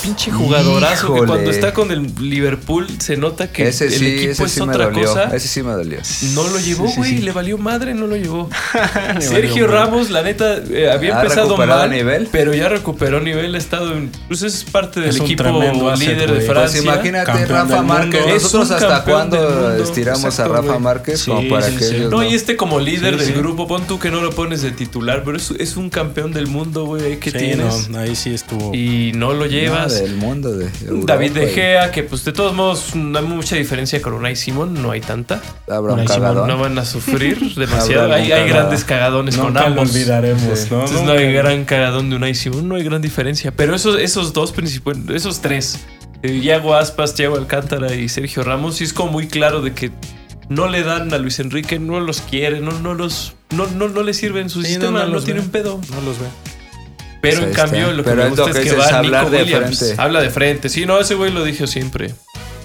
[SPEAKER 1] Pinche jugadorazo que
[SPEAKER 3] Híjole.
[SPEAKER 1] cuando está con el Liverpool se nota que
[SPEAKER 3] ese
[SPEAKER 1] el
[SPEAKER 3] sí,
[SPEAKER 1] equipo
[SPEAKER 3] ese
[SPEAKER 1] es
[SPEAKER 3] sí me
[SPEAKER 1] otra
[SPEAKER 3] dolió.
[SPEAKER 1] cosa.
[SPEAKER 3] Ese sí me dolió. Pues
[SPEAKER 1] No lo llevó,
[SPEAKER 3] Sí, sí,
[SPEAKER 1] güey.
[SPEAKER 3] sí.
[SPEAKER 1] Le valió madre, no lo llevó.
[SPEAKER 6] valió
[SPEAKER 1] Sergio
[SPEAKER 6] madre.
[SPEAKER 1] Ramos, la neta, eh, había
[SPEAKER 3] ¿Ha
[SPEAKER 1] empezado
[SPEAKER 3] recuperado
[SPEAKER 1] mal.
[SPEAKER 3] nivel?
[SPEAKER 1] Pero ya recuperó nivel. Ha estado en. Pues es parte del
[SPEAKER 6] Es un
[SPEAKER 1] equipo
[SPEAKER 6] tremendo asset,
[SPEAKER 1] líder de
[SPEAKER 6] güey.
[SPEAKER 1] Francia.
[SPEAKER 3] Pues imagínate,
[SPEAKER 6] campeón
[SPEAKER 3] Rafa
[SPEAKER 6] del
[SPEAKER 3] Márquez.
[SPEAKER 1] mundo. Es
[SPEAKER 3] Nosotros
[SPEAKER 1] un
[SPEAKER 3] hasta
[SPEAKER 1] campeón del
[SPEAKER 3] cuándo
[SPEAKER 1] mundo.
[SPEAKER 3] estiramos
[SPEAKER 1] Exacto,
[SPEAKER 3] a Rafa
[SPEAKER 1] güey.
[SPEAKER 3] Márquez
[SPEAKER 7] Sí,
[SPEAKER 3] como para
[SPEAKER 7] sí,
[SPEAKER 3] que
[SPEAKER 7] sí.
[SPEAKER 3] ellos
[SPEAKER 1] No,
[SPEAKER 3] no?
[SPEAKER 1] y este como líder
[SPEAKER 7] Sí,
[SPEAKER 1] del
[SPEAKER 7] sí.
[SPEAKER 1] grupo, pon tú que no lo pones de titular, pero es, es un campeón del mundo, güey, que
[SPEAKER 6] Sí,
[SPEAKER 1] tienes.
[SPEAKER 6] no, ahí sí estuvo.
[SPEAKER 1] Y no lo llevas.
[SPEAKER 3] Nada del mundo de Europa,
[SPEAKER 1] David De
[SPEAKER 3] güey.
[SPEAKER 1] Gea, que pues de todos modos no hay mucha diferencia con Unai Simón, no hay tanta.
[SPEAKER 3] Habrá un
[SPEAKER 7] Unai Simón,
[SPEAKER 3] cagadón.
[SPEAKER 1] No van a sufrir demasiado.
[SPEAKER 3] Habrá
[SPEAKER 1] hay, hay
[SPEAKER 3] nunca
[SPEAKER 1] grandes
[SPEAKER 3] nada.
[SPEAKER 1] cagadones con
[SPEAKER 6] Nunca lo
[SPEAKER 1] ambos.
[SPEAKER 6] olvidaremos, ¿no?
[SPEAKER 1] Entonces no hay gran cagadón de Unai Simón, no hay gran diferencia. Pero esos, esos dos principales, esos tres, eh, Iago Aspas, Thiago Alcántara y Sergio Ramos, sí es como muy claro de que no le dan a Luis Enrique, no los quiere, no, no los, no, no, no le sirven su
[SPEAKER 6] Sí,
[SPEAKER 1] sistema, no,
[SPEAKER 6] los
[SPEAKER 1] tienen
[SPEAKER 6] ve.
[SPEAKER 1] pedo.
[SPEAKER 6] No los ve.
[SPEAKER 1] Pero
[SPEAKER 3] Pues
[SPEAKER 1] en
[SPEAKER 3] ahí
[SPEAKER 1] cambio,
[SPEAKER 3] está.
[SPEAKER 1] lo que
[SPEAKER 3] Pero
[SPEAKER 1] me
[SPEAKER 3] es lo
[SPEAKER 1] gusta es
[SPEAKER 3] que
[SPEAKER 1] que,
[SPEAKER 3] dices,
[SPEAKER 1] va
[SPEAKER 3] hablar
[SPEAKER 1] Nico
[SPEAKER 3] de
[SPEAKER 1] Williams.
[SPEAKER 3] frente.
[SPEAKER 1] Habla de frente. Sí, no, ese güey lo dijo siempre.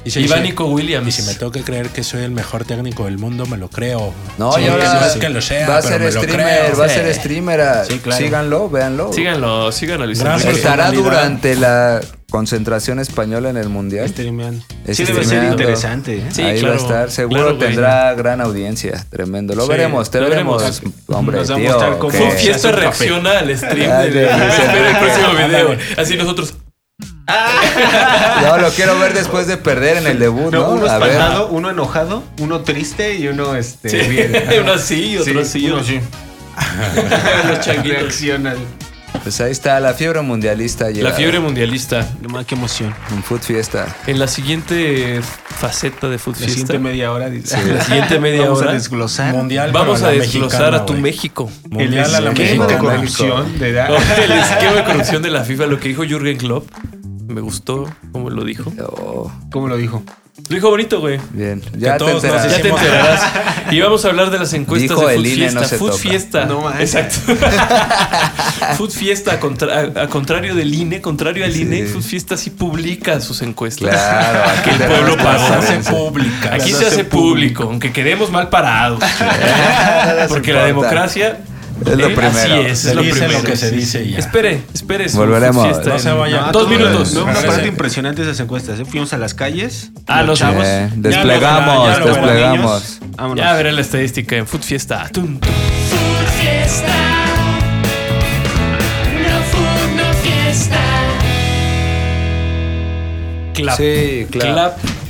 [SPEAKER 6] Y
[SPEAKER 1] y va
[SPEAKER 6] dice,
[SPEAKER 1] Nico
[SPEAKER 6] Y
[SPEAKER 1] Williams.
[SPEAKER 6] si me tengo que creer que soy el mejor técnico del mundo, me lo creo.
[SPEAKER 3] No,
[SPEAKER 6] Sí,
[SPEAKER 3] y ahora
[SPEAKER 6] no es que lo sea,
[SPEAKER 3] va a
[SPEAKER 6] pero
[SPEAKER 3] ser
[SPEAKER 6] me lo
[SPEAKER 3] streamer,
[SPEAKER 6] creo.
[SPEAKER 3] va a
[SPEAKER 1] Sí.
[SPEAKER 3] ser streamer. a-
[SPEAKER 7] Sí, claro.
[SPEAKER 3] Síganlo, véanlo.
[SPEAKER 1] Síganlo, síganlo a Luis
[SPEAKER 6] Gracias.
[SPEAKER 1] Enrique.
[SPEAKER 3] Estará
[SPEAKER 6] personalidad.
[SPEAKER 3] durante la concentración española en el mundial.
[SPEAKER 7] Streamean.
[SPEAKER 3] Es
[SPEAKER 7] Sí, debe ser
[SPEAKER 3] streameando.
[SPEAKER 7] interesante. ¿eh?
[SPEAKER 1] Sí,
[SPEAKER 3] Ahí
[SPEAKER 1] claro,
[SPEAKER 3] va a estar, seguro
[SPEAKER 1] claro, güey.
[SPEAKER 3] tendrá gran audiencia, tremendo. Lo
[SPEAKER 6] Sí,
[SPEAKER 3] veremos, te
[SPEAKER 1] lo
[SPEAKER 3] veremos,
[SPEAKER 1] veremos.
[SPEAKER 3] hombre,
[SPEAKER 7] Nos va a
[SPEAKER 3] tío,
[SPEAKER 7] mostrar cómo-
[SPEAKER 3] que-
[SPEAKER 1] Fue fiesta
[SPEAKER 7] Hace un café.
[SPEAKER 1] reacciona al stream
[SPEAKER 3] Ay,
[SPEAKER 1] de,
[SPEAKER 3] de
[SPEAKER 1] <laughs>
[SPEAKER 3] Luis
[SPEAKER 1] espera el
[SPEAKER 3] Enrique.
[SPEAKER 1] próximo video.
[SPEAKER 6] Ándale.
[SPEAKER 1] Así nosotros.
[SPEAKER 3] No, lo quiero ver después de perder en el debut,
[SPEAKER 7] No,
[SPEAKER 3] ¿no?
[SPEAKER 7] uno
[SPEAKER 3] A ver.
[SPEAKER 7] espantado, uno enojado, uno triste y uno este,
[SPEAKER 1] Sí,
[SPEAKER 7] bien.
[SPEAKER 1] <laughs> uno así y otro así.
[SPEAKER 7] uno sí.
[SPEAKER 1] Los changuitos.
[SPEAKER 7] Reaccionan.
[SPEAKER 3] Pues ahí está, la fiebre mundialista. ha
[SPEAKER 1] La
[SPEAKER 3] llegado.
[SPEAKER 1] fiebre mundialista.
[SPEAKER 7] Qué emoción.
[SPEAKER 3] Un food fiesta.
[SPEAKER 1] En la siguiente faceta de Food
[SPEAKER 7] La siguiente
[SPEAKER 1] Fiesta,
[SPEAKER 7] media hora. dice.
[SPEAKER 1] la siguiente <laughs> media
[SPEAKER 7] Vamos a
[SPEAKER 1] hora,
[SPEAKER 7] desglosar.
[SPEAKER 6] Mundial,
[SPEAKER 1] vamos
[SPEAKER 6] pero
[SPEAKER 1] a
[SPEAKER 6] la
[SPEAKER 1] desglosar
[SPEAKER 6] mexicana,
[SPEAKER 1] a tu
[SPEAKER 6] güey.
[SPEAKER 1] México. <laughs>
[SPEAKER 7] El
[SPEAKER 6] Mundial a la
[SPEAKER 7] esquema de
[SPEAKER 6] mexicana.
[SPEAKER 7] corrupción de edad.
[SPEAKER 1] El esquema de corrupción de la FIFA, lo que dijo Jürgen Klopp, me gustó como lo dijo.
[SPEAKER 3] Oh,
[SPEAKER 7] <laughs> ¿Cómo lo dijo?
[SPEAKER 1] Lo dijo bonito, güey.
[SPEAKER 3] bien, ya te
[SPEAKER 6] todos nos
[SPEAKER 3] enterarás.
[SPEAKER 1] Ya te
[SPEAKER 3] <laughs>
[SPEAKER 6] Hicimos-
[SPEAKER 1] enterarás. Y vamos a hablar de las encuestas
[SPEAKER 3] Dijo
[SPEAKER 1] de
[SPEAKER 3] el
[SPEAKER 1] Food
[SPEAKER 3] INE,
[SPEAKER 1] Fiesta.
[SPEAKER 3] no se
[SPEAKER 1] Food
[SPEAKER 3] toca.
[SPEAKER 1] Fiesta.
[SPEAKER 7] No manches.
[SPEAKER 1] Exacto. <laughs> Food Fiesta, a, contra- a- a contrario del INE, contrario al
[SPEAKER 3] Sí.
[SPEAKER 1] INE, Food Fiesta sí publica sus encuestas.
[SPEAKER 3] Claro, aquí
[SPEAKER 1] Que el
[SPEAKER 3] tenemos
[SPEAKER 1] pueblo pagó.
[SPEAKER 3] transparencia.
[SPEAKER 6] Se hace pública.
[SPEAKER 1] Aquí
[SPEAKER 6] Las
[SPEAKER 1] se hace
[SPEAKER 6] hace
[SPEAKER 1] público, aunque quedemos mal
[SPEAKER 3] <laughs>
[SPEAKER 1] parados.
[SPEAKER 3] Nada
[SPEAKER 1] Porque
[SPEAKER 3] se
[SPEAKER 1] la
[SPEAKER 3] importa.
[SPEAKER 1] democracia eh,
[SPEAKER 3] Es lo primero.
[SPEAKER 1] Así es,
[SPEAKER 6] Se
[SPEAKER 1] es lo
[SPEAKER 6] dice
[SPEAKER 1] primero.
[SPEAKER 6] lo que se dice y ya.
[SPEAKER 1] Espere, espere. su
[SPEAKER 3] Volveremos.
[SPEAKER 1] Food Fiesta
[SPEAKER 6] No se
[SPEAKER 1] en-
[SPEAKER 6] vayan.
[SPEAKER 1] Dos minutos.
[SPEAKER 7] No, una
[SPEAKER 6] Regresen.
[SPEAKER 7] parte impresionante de esas encuestas. ¿eh? Fuimos a las calles.
[SPEAKER 1] Ah, los chavos.
[SPEAKER 3] Bien,
[SPEAKER 1] Ya lo
[SPEAKER 3] desplegamos,
[SPEAKER 1] verán, ya lo verán,
[SPEAKER 3] desplegamos.
[SPEAKER 7] niños. Vámonos.
[SPEAKER 1] Ya veré la estadística en Food Fiesta. Tum, tum.
[SPEAKER 4] Food Fiesta. No Food No Fiesta.
[SPEAKER 1] Clap.
[SPEAKER 3] Sí, clap.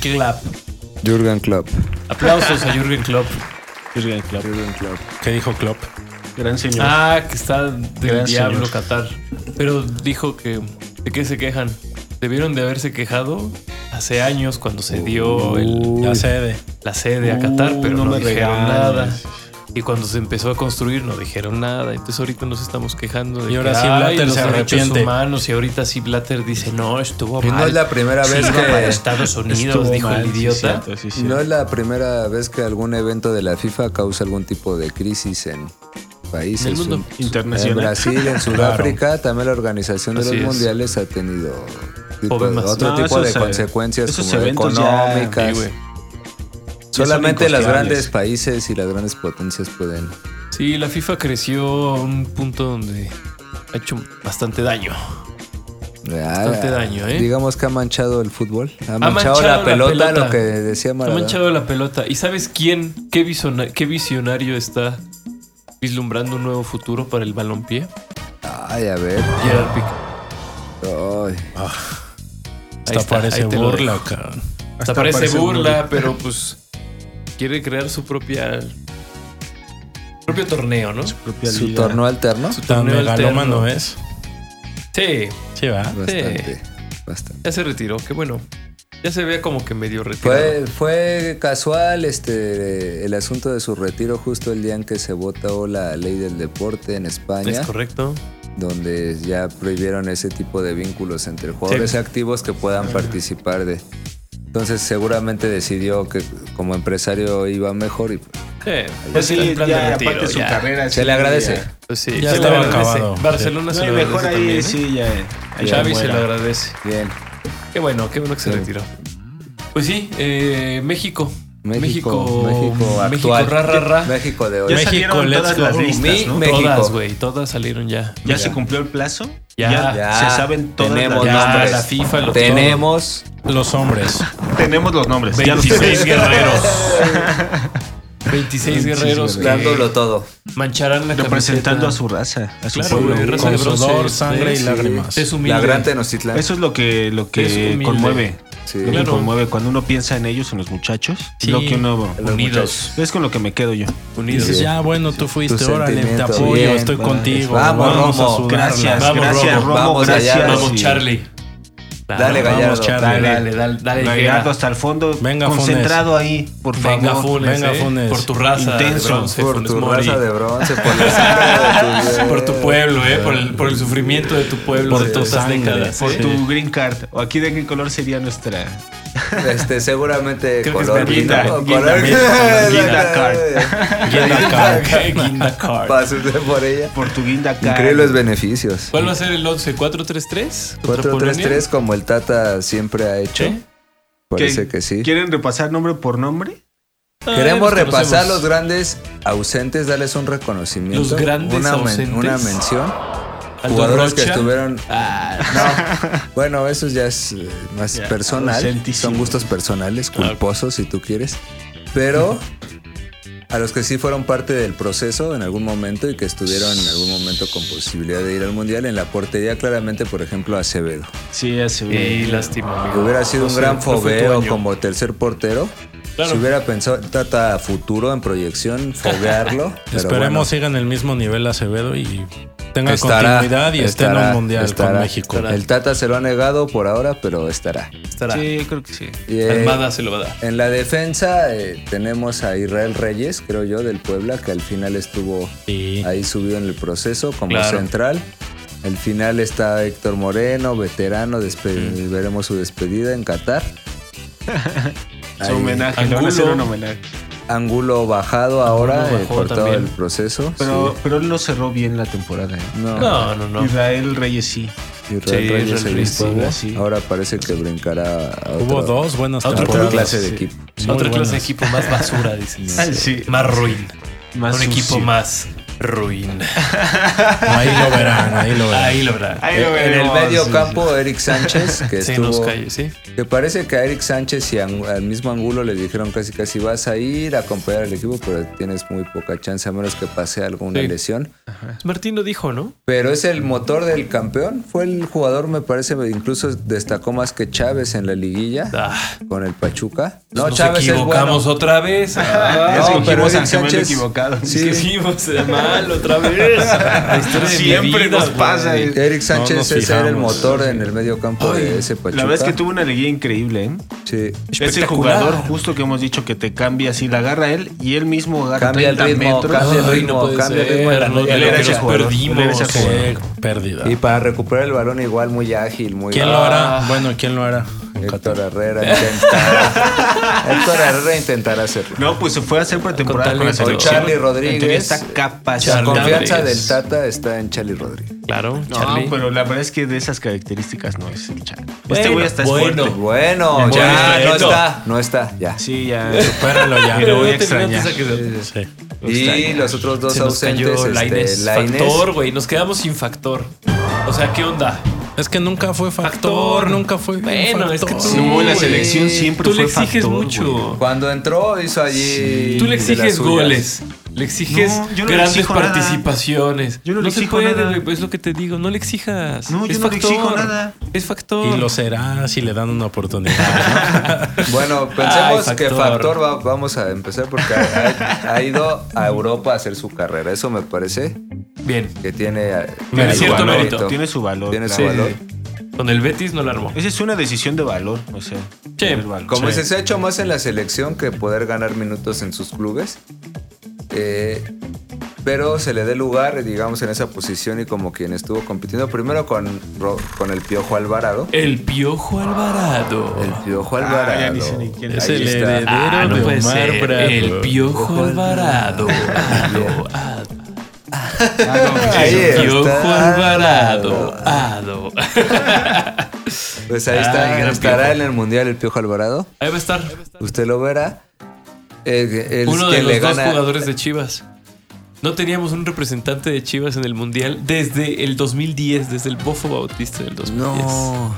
[SPEAKER 1] clap. Clap.
[SPEAKER 3] Jürgen Klopp.
[SPEAKER 1] Aplausos a Jürgen Klopp.
[SPEAKER 7] Jürgen Klopp.
[SPEAKER 3] Jürgen Klopp.
[SPEAKER 6] ¿Qué dijo Klopp?
[SPEAKER 7] Gran señor.
[SPEAKER 1] Ah, que está del
[SPEAKER 7] Gracias,
[SPEAKER 1] diablo
[SPEAKER 7] señor.
[SPEAKER 1] Qatar. Pero dijo que. ¿De qué se quejan? Debieron de haberse quejado hace años cuando se dio el-
[SPEAKER 6] La sede.
[SPEAKER 1] la sede a Qatar,
[SPEAKER 7] Uy,
[SPEAKER 1] pero no,
[SPEAKER 7] no me
[SPEAKER 1] dijeron
[SPEAKER 7] regales.
[SPEAKER 1] nada. Y cuando se empezó a construir no dijeron nada. Entonces ahorita nos estamos quejando de
[SPEAKER 6] Y ahora
[SPEAKER 1] que,
[SPEAKER 6] sí
[SPEAKER 1] ay,
[SPEAKER 6] Blatter
[SPEAKER 1] los
[SPEAKER 6] se
[SPEAKER 1] derechos
[SPEAKER 6] arrepiente.
[SPEAKER 1] humanos y ahorita sí Blatter dice no estuvo
[SPEAKER 3] Y
[SPEAKER 1] mal.
[SPEAKER 3] no es la primera
[SPEAKER 1] Sí,
[SPEAKER 3] vez
[SPEAKER 1] iba para
[SPEAKER 3] que.
[SPEAKER 1] Estados Unidos
[SPEAKER 7] Estuvo
[SPEAKER 1] dijo
[SPEAKER 7] mal,
[SPEAKER 1] el
[SPEAKER 7] sí,
[SPEAKER 1] idiota.
[SPEAKER 7] cierto, sí,
[SPEAKER 3] No
[SPEAKER 7] cierto.
[SPEAKER 3] es la primera vez que algún evento de la FIFA causa algún tipo de crisis en países.
[SPEAKER 1] En el mundo
[SPEAKER 3] en
[SPEAKER 1] <laughs>
[SPEAKER 7] Internacional.
[SPEAKER 3] Brasil, en Sudáfrica, también la organización de
[SPEAKER 1] Así
[SPEAKER 3] los
[SPEAKER 1] es.
[SPEAKER 3] mundiales ha tenido tipo-
[SPEAKER 1] Problemas.
[SPEAKER 3] otro
[SPEAKER 7] No,
[SPEAKER 3] tipo
[SPEAKER 7] esos,
[SPEAKER 3] de
[SPEAKER 7] eh,
[SPEAKER 3] consecuencias
[SPEAKER 7] esos
[SPEAKER 3] como
[SPEAKER 7] eventos ya,
[SPEAKER 1] Sí,
[SPEAKER 3] económicas.
[SPEAKER 1] güey.
[SPEAKER 3] Solamente los
[SPEAKER 7] incosteables.
[SPEAKER 3] grandes países y las grandes potencias pueden.
[SPEAKER 1] Sí, la FIFA creció a un punto donde ha hecho bastante daño. Bastante daño, ¿eh?
[SPEAKER 3] Ah, Digamos que ha manchado el fútbol. Ha manchado,
[SPEAKER 1] manchado
[SPEAKER 3] la,
[SPEAKER 1] la
[SPEAKER 3] pelota,
[SPEAKER 1] pelota.
[SPEAKER 3] lo que decía
[SPEAKER 1] Ha
[SPEAKER 3] Maradona.
[SPEAKER 1] manchado la pelota. ¿Y sabes quién? ¿Qué, visiona- qué visionario está vislumbrando un nuevo futuro para el balompié?
[SPEAKER 3] Ay, a ver.
[SPEAKER 1] Gerard Piqué.
[SPEAKER 3] Ay.
[SPEAKER 1] Ahí
[SPEAKER 6] Hasta
[SPEAKER 1] está,
[SPEAKER 6] parece
[SPEAKER 1] ahí te lo
[SPEAKER 6] burla,
[SPEAKER 1] dejo.
[SPEAKER 6] cabrón.
[SPEAKER 1] Hasta parece, burla, pero pues quiere crear su propia propio torneo, ¿no? Su
[SPEAKER 7] Propia
[SPEAKER 3] Su
[SPEAKER 7] liga.
[SPEAKER 3] torneo alterno.
[SPEAKER 6] Tan
[SPEAKER 1] alterno.
[SPEAKER 6] megalómano es.
[SPEAKER 1] Sí,
[SPEAKER 6] Sí, va.
[SPEAKER 3] Bastante. Bastante.
[SPEAKER 1] ya se retiró, qué bueno. Ya se vea como que medio retirado.
[SPEAKER 3] Fue, fue casual este el asunto de su retiro justo el día en que se votó la ley del deporte en España,
[SPEAKER 1] es correcto.
[SPEAKER 3] donde ya prohibieron ese tipo de vínculos entre jugadores
[SPEAKER 1] Sí.
[SPEAKER 3] activos que puedan participar de. Entonces seguramente decidió que como empresario iba mejor y
[SPEAKER 1] Sí,
[SPEAKER 2] Pues
[SPEAKER 1] está en
[SPEAKER 2] sí,
[SPEAKER 1] plan
[SPEAKER 2] ya,
[SPEAKER 1] de retiro,
[SPEAKER 2] aparte su
[SPEAKER 1] ya.
[SPEAKER 2] carrera.
[SPEAKER 3] se
[SPEAKER 2] sí,
[SPEAKER 3] le agradece.
[SPEAKER 2] ya.
[SPEAKER 1] Pues sí,
[SPEAKER 6] Ya
[SPEAKER 1] se
[SPEAKER 6] estaba
[SPEAKER 1] le agradece.
[SPEAKER 6] acabado.
[SPEAKER 1] Barcelona
[SPEAKER 2] No,
[SPEAKER 1] se
[SPEAKER 2] y
[SPEAKER 1] lo
[SPEAKER 2] mejor
[SPEAKER 1] agradece
[SPEAKER 2] ahí,
[SPEAKER 1] también. ¿eh?
[SPEAKER 2] sí, ya. ahí
[SPEAKER 1] Xavi se
[SPEAKER 2] fuera.
[SPEAKER 1] lo agradece.
[SPEAKER 3] Bien.
[SPEAKER 1] Qué bueno, qué bueno que se
[SPEAKER 3] Sí.
[SPEAKER 1] retiró. Pues sí, eh, México.
[SPEAKER 3] México, México actual.
[SPEAKER 1] México, ra, ra, ra.
[SPEAKER 3] México de hoy.
[SPEAKER 2] Ya
[SPEAKER 6] México,
[SPEAKER 2] salieron todas
[SPEAKER 6] let's
[SPEAKER 2] las
[SPEAKER 6] go.
[SPEAKER 2] listas,
[SPEAKER 3] Mi-
[SPEAKER 2] ¿no?
[SPEAKER 3] me- México.
[SPEAKER 1] Todas, güey, todas salieron ya.
[SPEAKER 7] Ya se cumplió el plazo.
[SPEAKER 1] Ya,
[SPEAKER 3] Ya.
[SPEAKER 7] se saben todas
[SPEAKER 3] Tenemos
[SPEAKER 7] las
[SPEAKER 1] Ya,
[SPEAKER 3] nombres.
[SPEAKER 1] la FIFA, lo-
[SPEAKER 3] Tenemos
[SPEAKER 1] <laughs>
[SPEAKER 6] Los hombres.
[SPEAKER 2] Tenemos los nombres. Ya los
[SPEAKER 1] 26
[SPEAKER 2] tenemos.
[SPEAKER 3] <laughs>
[SPEAKER 1] guerreros. 26 guerreros que
[SPEAKER 3] dándolo todo.
[SPEAKER 1] mancharán la
[SPEAKER 7] representando
[SPEAKER 1] camiseta.
[SPEAKER 7] a su raza, a su
[SPEAKER 1] Claro,
[SPEAKER 7] pueblo.
[SPEAKER 1] güey, raza
[SPEAKER 6] Con
[SPEAKER 1] de bronce,
[SPEAKER 6] sudor, sangre y
[SPEAKER 1] sí.
[SPEAKER 6] lágrimas.
[SPEAKER 1] Es humilde.
[SPEAKER 3] La gran Tenochtitlán.
[SPEAKER 7] Eso es lo que lo
[SPEAKER 1] Es
[SPEAKER 7] que
[SPEAKER 1] humilde.
[SPEAKER 7] conmueve.
[SPEAKER 3] Sí.
[SPEAKER 7] Lo que
[SPEAKER 1] Claro.
[SPEAKER 7] conmueve cuando uno piensa en ellos, en los muchachos,
[SPEAKER 1] Sí.
[SPEAKER 7] lo que uno
[SPEAKER 1] Unidos.
[SPEAKER 7] Es con lo que me quedo yo.
[SPEAKER 1] Unidos.
[SPEAKER 6] Dices, ya, bueno, tú fuiste,
[SPEAKER 3] Tus
[SPEAKER 6] órale, te
[SPEAKER 3] sentimientos,
[SPEAKER 6] apoyo,
[SPEAKER 3] bien,
[SPEAKER 6] estoy
[SPEAKER 7] vale.
[SPEAKER 6] contigo.
[SPEAKER 3] Vamos,
[SPEAKER 6] a
[SPEAKER 3] Romo,
[SPEAKER 6] sudarla.
[SPEAKER 7] Gracias,
[SPEAKER 1] Vamos,
[SPEAKER 7] gracias,
[SPEAKER 1] Romo.
[SPEAKER 7] Romo,
[SPEAKER 3] Vamos
[SPEAKER 7] gracias.
[SPEAKER 3] allá.
[SPEAKER 1] Vamos,
[SPEAKER 7] Sí.
[SPEAKER 1] Charlie.
[SPEAKER 3] Dale,
[SPEAKER 1] Claro.
[SPEAKER 3] Gallardo.
[SPEAKER 6] Charlie.
[SPEAKER 1] Dale, dale, dale, dale,
[SPEAKER 7] Gallardo hasta el fondo,
[SPEAKER 6] Venga,
[SPEAKER 7] concentrado ahí, por favor.
[SPEAKER 1] Venga, Funes.
[SPEAKER 6] Venga,
[SPEAKER 1] eh,
[SPEAKER 6] Funes.
[SPEAKER 1] Por tu raza.
[SPEAKER 7] Intenso.
[SPEAKER 1] De bronce,
[SPEAKER 3] por
[SPEAKER 1] Funes
[SPEAKER 3] tu
[SPEAKER 1] Mori.
[SPEAKER 3] raza de bronce, por la sangre de
[SPEAKER 1] <laughs> Por tu pueblo, eh, por, el, por el sufrimiento de tu pueblo,
[SPEAKER 6] Por
[SPEAKER 1] de
[SPEAKER 6] tu
[SPEAKER 1] todas las
[SPEAKER 6] sangre,
[SPEAKER 1] décadas.
[SPEAKER 6] <laughs>
[SPEAKER 7] Por
[SPEAKER 1] eh.
[SPEAKER 7] tu green card. O aquí de qué color sería nuestra.
[SPEAKER 3] <laughs> Este, seguramente
[SPEAKER 1] Creo que es
[SPEAKER 3] color
[SPEAKER 1] Berlinda,
[SPEAKER 3] vino,
[SPEAKER 7] Guinda,
[SPEAKER 3] color- <laughs>
[SPEAKER 7] Guinda, Guinda Card.
[SPEAKER 6] Guinda Card.
[SPEAKER 1] <laughs> Guinda Card.
[SPEAKER 3] Pasaste por ella.
[SPEAKER 7] Por tu guinda card.
[SPEAKER 3] Increíble los beneficios.
[SPEAKER 1] ¿Cuál va a ser el 11? ¿4-3-3? ¿Contra
[SPEAKER 3] 4-3-3
[SPEAKER 1] Polonia?
[SPEAKER 3] como el Tata siempre ha hecho.
[SPEAKER 1] ¿Sí?
[SPEAKER 3] Parece que sí.
[SPEAKER 7] ¿Quieren repasar nombre por nombre?
[SPEAKER 1] Ah,
[SPEAKER 3] Queremos
[SPEAKER 1] ya los
[SPEAKER 3] repasar
[SPEAKER 1] conocemos.
[SPEAKER 3] los grandes ausentes, darles un reconocimiento.
[SPEAKER 1] Los grandes
[SPEAKER 3] una, men-
[SPEAKER 1] ausentes.
[SPEAKER 3] una mención.
[SPEAKER 1] Aldo
[SPEAKER 3] jugadores que
[SPEAKER 1] Rocha.
[SPEAKER 3] estuvieron.
[SPEAKER 1] Ah,
[SPEAKER 3] Bueno, eso ya es eh, más personal.
[SPEAKER 7] ausentísimo.
[SPEAKER 3] Son gustos personales, culposos si tú quieres. Pero a los que sí fueron parte del proceso en algún momento y que estuvieron en algún momento con posibilidad de ir al mundial. En la portería, claramente, por ejemplo, Acevedo.
[SPEAKER 7] Sí, hace
[SPEAKER 1] y lástima,
[SPEAKER 3] Mm. Que
[SPEAKER 6] Ah,
[SPEAKER 1] amigo.
[SPEAKER 3] hubiera sido
[SPEAKER 1] No
[SPEAKER 3] un
[SPEAKER 1] sé,
[SPEAKER 3] gran
[SPEAKER 1] no fue tu
[SPEAKER 3] fogueo
[SPEAKER 1] año.
[SPEAKER 3] como tercer portero.
[SPEAKER 1] Claro.
[SPEAKER 3] Si hubiera pensado Tata a futuro en
[SPEAKER 6] <laughs>
[SPEAKER 3] proyección, foguearlo. pero
[SPEAKER 6] Esperemos
[SPEAKER 3] bueno,
[SPEAKER 6] sigan el mismo nivel Acevedo y tenga
[SPEAKER 3] estará,
[SPEAKER 6] continuidad y esté en
[SPEAKER 3] estará,
[SPEAKER 6] un mundial
[SPEAKER 3] estará.
[SPEAKER 6] con México.
[SPEAKER 3] El Tata se lo ha negado por ahora, pero estará.
[SPEAKER 1] Estará.
[SPEAKER 7] Sí, creo que sí.
[SPEAKER 3] Y, eh,
[SPEAKER 1] Almada se lo va a dar.
[SPEAKER 3] en la defensa eh, tenemos a Israel Reyes, creo yo, del Puebla, que al final estuvo
[SPEAKER 6] Sí.
[SPEAKER 3] ahí subido en el proceso como
[SPEAKER 1] Claro.
[SPEAKER 3] central. Al final está Héctor Moreno, veterano, despe- veremos su despedida en Qatar.
[SPEAKER 7] Su homenaje. le van a
[SPEAKER 1] Angulo.
[SPEAKER 7] hacer un homenaje.
[SPEAKER 3] Ángulo bajado ahora
[SPEAKER 1] Angulo
[SPEAKER 3] eh,
[SPEAKER 1] bajó
[SPEAKER 3] por todo
[SPEAKER 1] también.
[SPEAKER 3] el proceso.
[SPEAKER 7] Pero, pero él no cerró bien la temporada. ¿eh?
[SPEAKER 3] sí. No,
[SPEAKER 1] No, no, no.
[SPEAKER 7] Israel Reyes
[SPEAKER 3] Eh,
[SPEAKER 7] sí.
[SPEAKER 3] Israel
[SPEAKER 1] Sí,
[SPEAKER 3] Reyes
[SPEAKER 1] Israel
[SPEAKER 3] se
[SPEAKER 1] Reyes,
[SPEAKER 3] disparó.
[SPEAKER 7] sí.
[SPEAKER 3] Ahora parece que brincará a otro-
[SPEAKER 6] Hubo dos buenas
[SPEAKER 1] Otro
[SPEAKER 3] a otra
[SPEAKER 1] temporadas.
[SPEAKER 3] clase de
[SPEAKER 1] Sí.
[SPEAKER 3] equipo.
[SPEAKER 6] Muy
[SPEAKER 1] Otra clase de
[SPEAKER 6] buenas.
[SPEAKER 1] equipo más basura, dices.
[SPEAKER 7] Ah, sí.
[SPEAKER 1] Más ruin.
[SPEAKER 7] Más
[SPEAKER 1] un equipo
[SPEAKER 7] sucio.
[SPEAKER 1] más ruin.
[SPEAKER 6] Ahí lo verán, ahí lo verán.
[SPEAKER 1] Ahí lo verán.
[SPEAKER 7] Ahí lo
[SPEAKER 3] Eh, En el
[SPEAKER 7] veremos. <laughs>
[SPEAKER 3] medio campo, Eric Sánchez, que
[SPEAKER 1] <laughs> Sí,
[SPEAKER 3] estuvo-
[SPEAKER 1] nos cae, sí.
[SPEAKER 3] que parece que a Eric Sánchez y a- al mismo Angulo le dijeron casi casi vas a ir a acompañar al equipo, pero tienes muy poca chance a menos que pase alguna
[SPEAKER 1] Sí.
[SPEAKER 3] lesión.
[SPEAKER 1] Martín lo dijo, ¿no?
[SPEAKER 3] Pero es el motor del campeón. Fue el jugador, me parece, incluso destacó más que Chávez en la liguilla
[SPEAKER 1] Ah,
[SPEAKER 3] con el Pachuca.
[SPEAKER 1] nos equivocamos otra vez. Ah,
[SPEAKER 7] Ya escogimos
[SPEAKER 3] pero Eric
[SPEAKER 7] al gemelo
[SPEAKER 3] Sánchez-
[SPEAKER 7] equivocado.
[SPEAKER 3] Sí.
[SPEAKER 1] Escogimos mal otra vez. La historia de mi
[SPEAKER 7] Siempre
[SPEAKER 1] vida,
[SPEAKER 7] nos
[SPEAKER 1] güey.
[SPEAKER 7] pasa. eh.
[SPEAKER 3] Eric Sánchez
[SPEAKER 6] nos
[SPEAKER 3] es era el
[SPEAKER 6] fijamos.
[SPEAKER 3] motor en el medio campo de ese Pachuca.
[SPEAKER 7] La verdad es que tuvo una alegría increíble. ¿eh?
[SPEAKER 3] Sí.
[SPEAKER 7] Ese
[SPEAKER 1] Espectacular.
[SPEAKER 7] jugador justo que hemos dicho que te cambia así, la agarra él y él mismo agarra
[SPEAKER 3] Cambia el
[SPEAKER 7] 30
[SPEAKER 3] ritmo,
[SPEAKER 7] metros.
[SPEAKER 3] cambia el
[SPEAKER 1] Ay,
[SPEAKER 3] ritmo,
[SPEAKER 1] no puede
[SPEAKER 3] cambia el
[SPEAKER 1] ser,
[SPEAKER 3] ritmo. de la
[SPEAKER 1] no,
[SPEAKER 3] media
[SPEAKER 1] ya le
[SPEAKER 3] cancha.
[SPEAKER 7] ese
[SPEAKER 1] nos
[SPEAKER 7] jugador,
[SPEAKER 1] perdimos.
[SPEAKER 7] él era ese jugador.
[SPEAKER 6] Qué pérdida.
[SPEAKER 3] Y para recuperar el balón igual muy ágil, muy...
[SPEAKER 6] ¿Quién lo
[SPEAKER 1] Ah.
[SPEAKER 6] hará? Bueno, ¿quién lo hará? En
[SPEAKER 3] Héctor
[SPEAKER 6] Qatar.
[SPEAKER 3] Herrera intentará. Héctor Herrera intentará hacerlo.
[SPEAKER 7] No, pues se fue a hacer pretemporada
[SPEAKER 1] Con
[SPEAKER 7] con la
[SPEAKER 1] talento.
[SPEAKER 7] selección.
[SPEAKER 3] Charlie
[SPEAKER 7] En teoría
[SPEAKER 3] Rodríguez.
[SPEAKER 7] está
[SPEAKER 3] La
[SPEAKER 1] Charlie
[SPEAKER 7] capacitado.
[SPEAKER 3] confianza
[SPEAKER 1] Rodríguez.
[SPEAKER 3] del Tata está en Charlie Rodríguez.
[SPEAKER 1] Claro,
[SPEAKER 7] No, pues,
[SPEAKER 1] Charlie.
[SPEAKER 7] pero la verdad es que de esas características no es el Charlie. este
[SPEAKER 1] Bueno,
[SPEAKER 7] güey está
[SPEAKER 1] bueno.
[SPEAKER 7] fuerte.
[SPEAKER 3] Bueno, ya
[SPEAKER 1] Bueno.
[SPEAKER 3] no está, no está, ya. <laughs>
[SPEAKER 7] Sí, ya.
[SPEAKER 6] Supéralo ya.
[SPEAKER 7] Pero voy a
[SPEAKER 1] No te metas
[SPEAKER 7] extrañar.
[SPEAKER 1] a que-
[SPEAKER 6] Sí.
[SPEAKER 3] Y los otros dos
[SPEAKER 1] Se nos
[SPEAKER 3] ausentes,
[SPEAKER 1] cayó
[SPEAKER 3] este,
[SPEAKER 1] Lainez.
[SPEAKER 3] Lainez.
[SPEAKER 1] Factor, güey. Nos quedamos sin factor. O sea, ¿qué onda?
[SPEAKER 6] Es que nunca fue factor,
[SPEAKER 1] Factor.
[SPEAKER 6] nunca fue.
[SPEAKER 1] Bueno, es que tú-
[SPEAKER 7] No, en la
[SPEAKER 1] güey.
[SPEAKER 7] selección siempre
[SPEAKER 1] Tú le
[SPEAKER 7] fue
[SPEAKER 1] exiges
[SPEAKER 7] factor,
[SPEAKER 1] mucho.
[SPEAKER 7] güey.
[SPEAKER 3] Cuando entró hizo allí.
[SPEAKER 1] Tú le
[SPEAKER 3] de las
[SPEAKER 1] exiges
[SPEAKER 3] suyas.
[SPEAKER 1] goles. Le exiges
[SPEAKER 2] No, yo no le
[SPEAKER 1] grandes
[SPEAKER 2] exijo nada.
[SPEAKER 1] participaciones.
[SPEAKER 2] Yo no le
[SPEAKER 1] se
[SPEAKER 2] exijo
[SPEAKER 1] puede,
[SPEAKER 2] nada.
[SPEAKER 1] güey, pues, Es lo que te digo. No le exijas.
[SPEAKER 2] No, yo
[SPEAKER 1] es
[SPEAKER 2] no le exijo nada.
[SPEAKER 1] Es factor.
[SPEAKER 6] Y lo será si le dan una oportunidad.
[SPEAKER 1] <laughs>
[SPEAKER 3] Bueno, pensemos
[SPEAKER 1] Ay,
[SPEAKER 3] que
[SPEAKER 1] Factor.
[SPEAKER 3] Factor va- vamos a empezar porque ha, ha- ha ido a Europa a hacer su carrera. Eso me parece
[SPEAKER 1] Bien.
[SPEAKER 3] que tiene. eh,
[SPEAKER 1] Tiene
[SPEAKER 3] algo,
[SPEAKER 1] cierto
[SPEAKER 3] ¿no?
[SPEAKER 1] mérito.
[SPEAKER 7] Tiene su valor.
[SPEAKER 3] Tiene su
[SPEAKER 7] claro.
[SPEAKER 3] valor.
[SPEAKER 1] Con el Betis no la armó.
[SPEAKER 7] Esa es una decisión de valor, o sea. tener valor.
[SPEAKER 3] Como
[SPEAKER 7] Sí.
[SPEAKER 3] se ha hecho más en la selección que poder ganar minutos en sus clubes. eh, pero se le dé lugar, digamos, en esa posición y como quien estuvo compitiendo primero con, Ro- con el Piojo Alvarado.
[SPEAKER 1] El Piojo Alvarado.
[SPEAKER 3] El Piojo Alvarado.
[SPEAKER 7] ya ni sé ni quién
[SPEAKER 6] es
[SPEAKER 3] Ahí
[SPEAKER 6] el
[SPEAKER 3] <laughs> está.
[SPEAKER 6] heredero
[SPEAKER 1] Ah, no
[SPEAKER 6] de
[SPEAKER 1] puede
[SPEAKER 6] Omar
[SPEAKER 1] ser.
[SPEAKER 6] Bravo.
[SPEAKER 1] El Piojo Alvarado. Ado, ado.
[SPEAKER 3] Ahí está.
[SPEAKER 1] Piojo Alvarado. Ado.
[SPEAKER 3] Pues ahí
[SPEAKER 1] Ay,
[SPEAKER 3] está.
[SPEAKER 1] gran
[SPEAKER 3] estará
[SPEAKER 1] Piojo.
[SPEAKER 3] en el Mundial el Piojo Alvarado.
[SPEAKER 1] Ahí va a estar.
[SPEAKER 3] Usted lo verá. El- el
[SPEAKER 1] Uno
[SPEAKER 3] que
[SPEAKER 1] de
[SPEAKER 3] le
[SPEAKER 1] los dos
[SPEAKER 3] gana-
[SPEAKER 1] jugadores de Chivas. No teníamos un representante de Chivas en el Mundial desde el 2010, desde el Bofo Bautista del 2010.
[SPEAKER 3] No.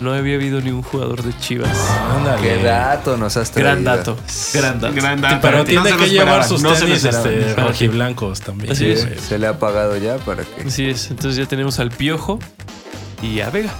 [SPEAKER 1] No había habido ni un jugador de Chivas.
[SPEAKER 3] <laughs>
[SPEAKER 6] Ándale.
[SPEAKER 3] Qué dato nos has traído.
[SPEAKER 1] Gran dato, gran dato.
[SPEAKER 2] Gran dato.
[SPEAKER 6] Pero
[SPEAKER 2] No
[SPEAKER 6] tiene
[SPEAKER 2] se lo
[SPEAKER 6] que
[SPEAKER 2] esperaban,
[SPEAKER 6] llevar sus
[SPEAKER 2] no se lo
[SPEAKER 6] tenis
[SPEAKER 2] esperaban.
[SPEAKER 6] este, rojiblancos también.
[SPEAKER 1] Así
[SPEAKER 3] Sí,
[SPEAKER 1] es.
[SPEAKER 6] güey.
[SPEAKER 3] Se le ha pagado ya para que.
[SPEAKER 1] Así es, entonces ya tenemos al Piojo y a Vega.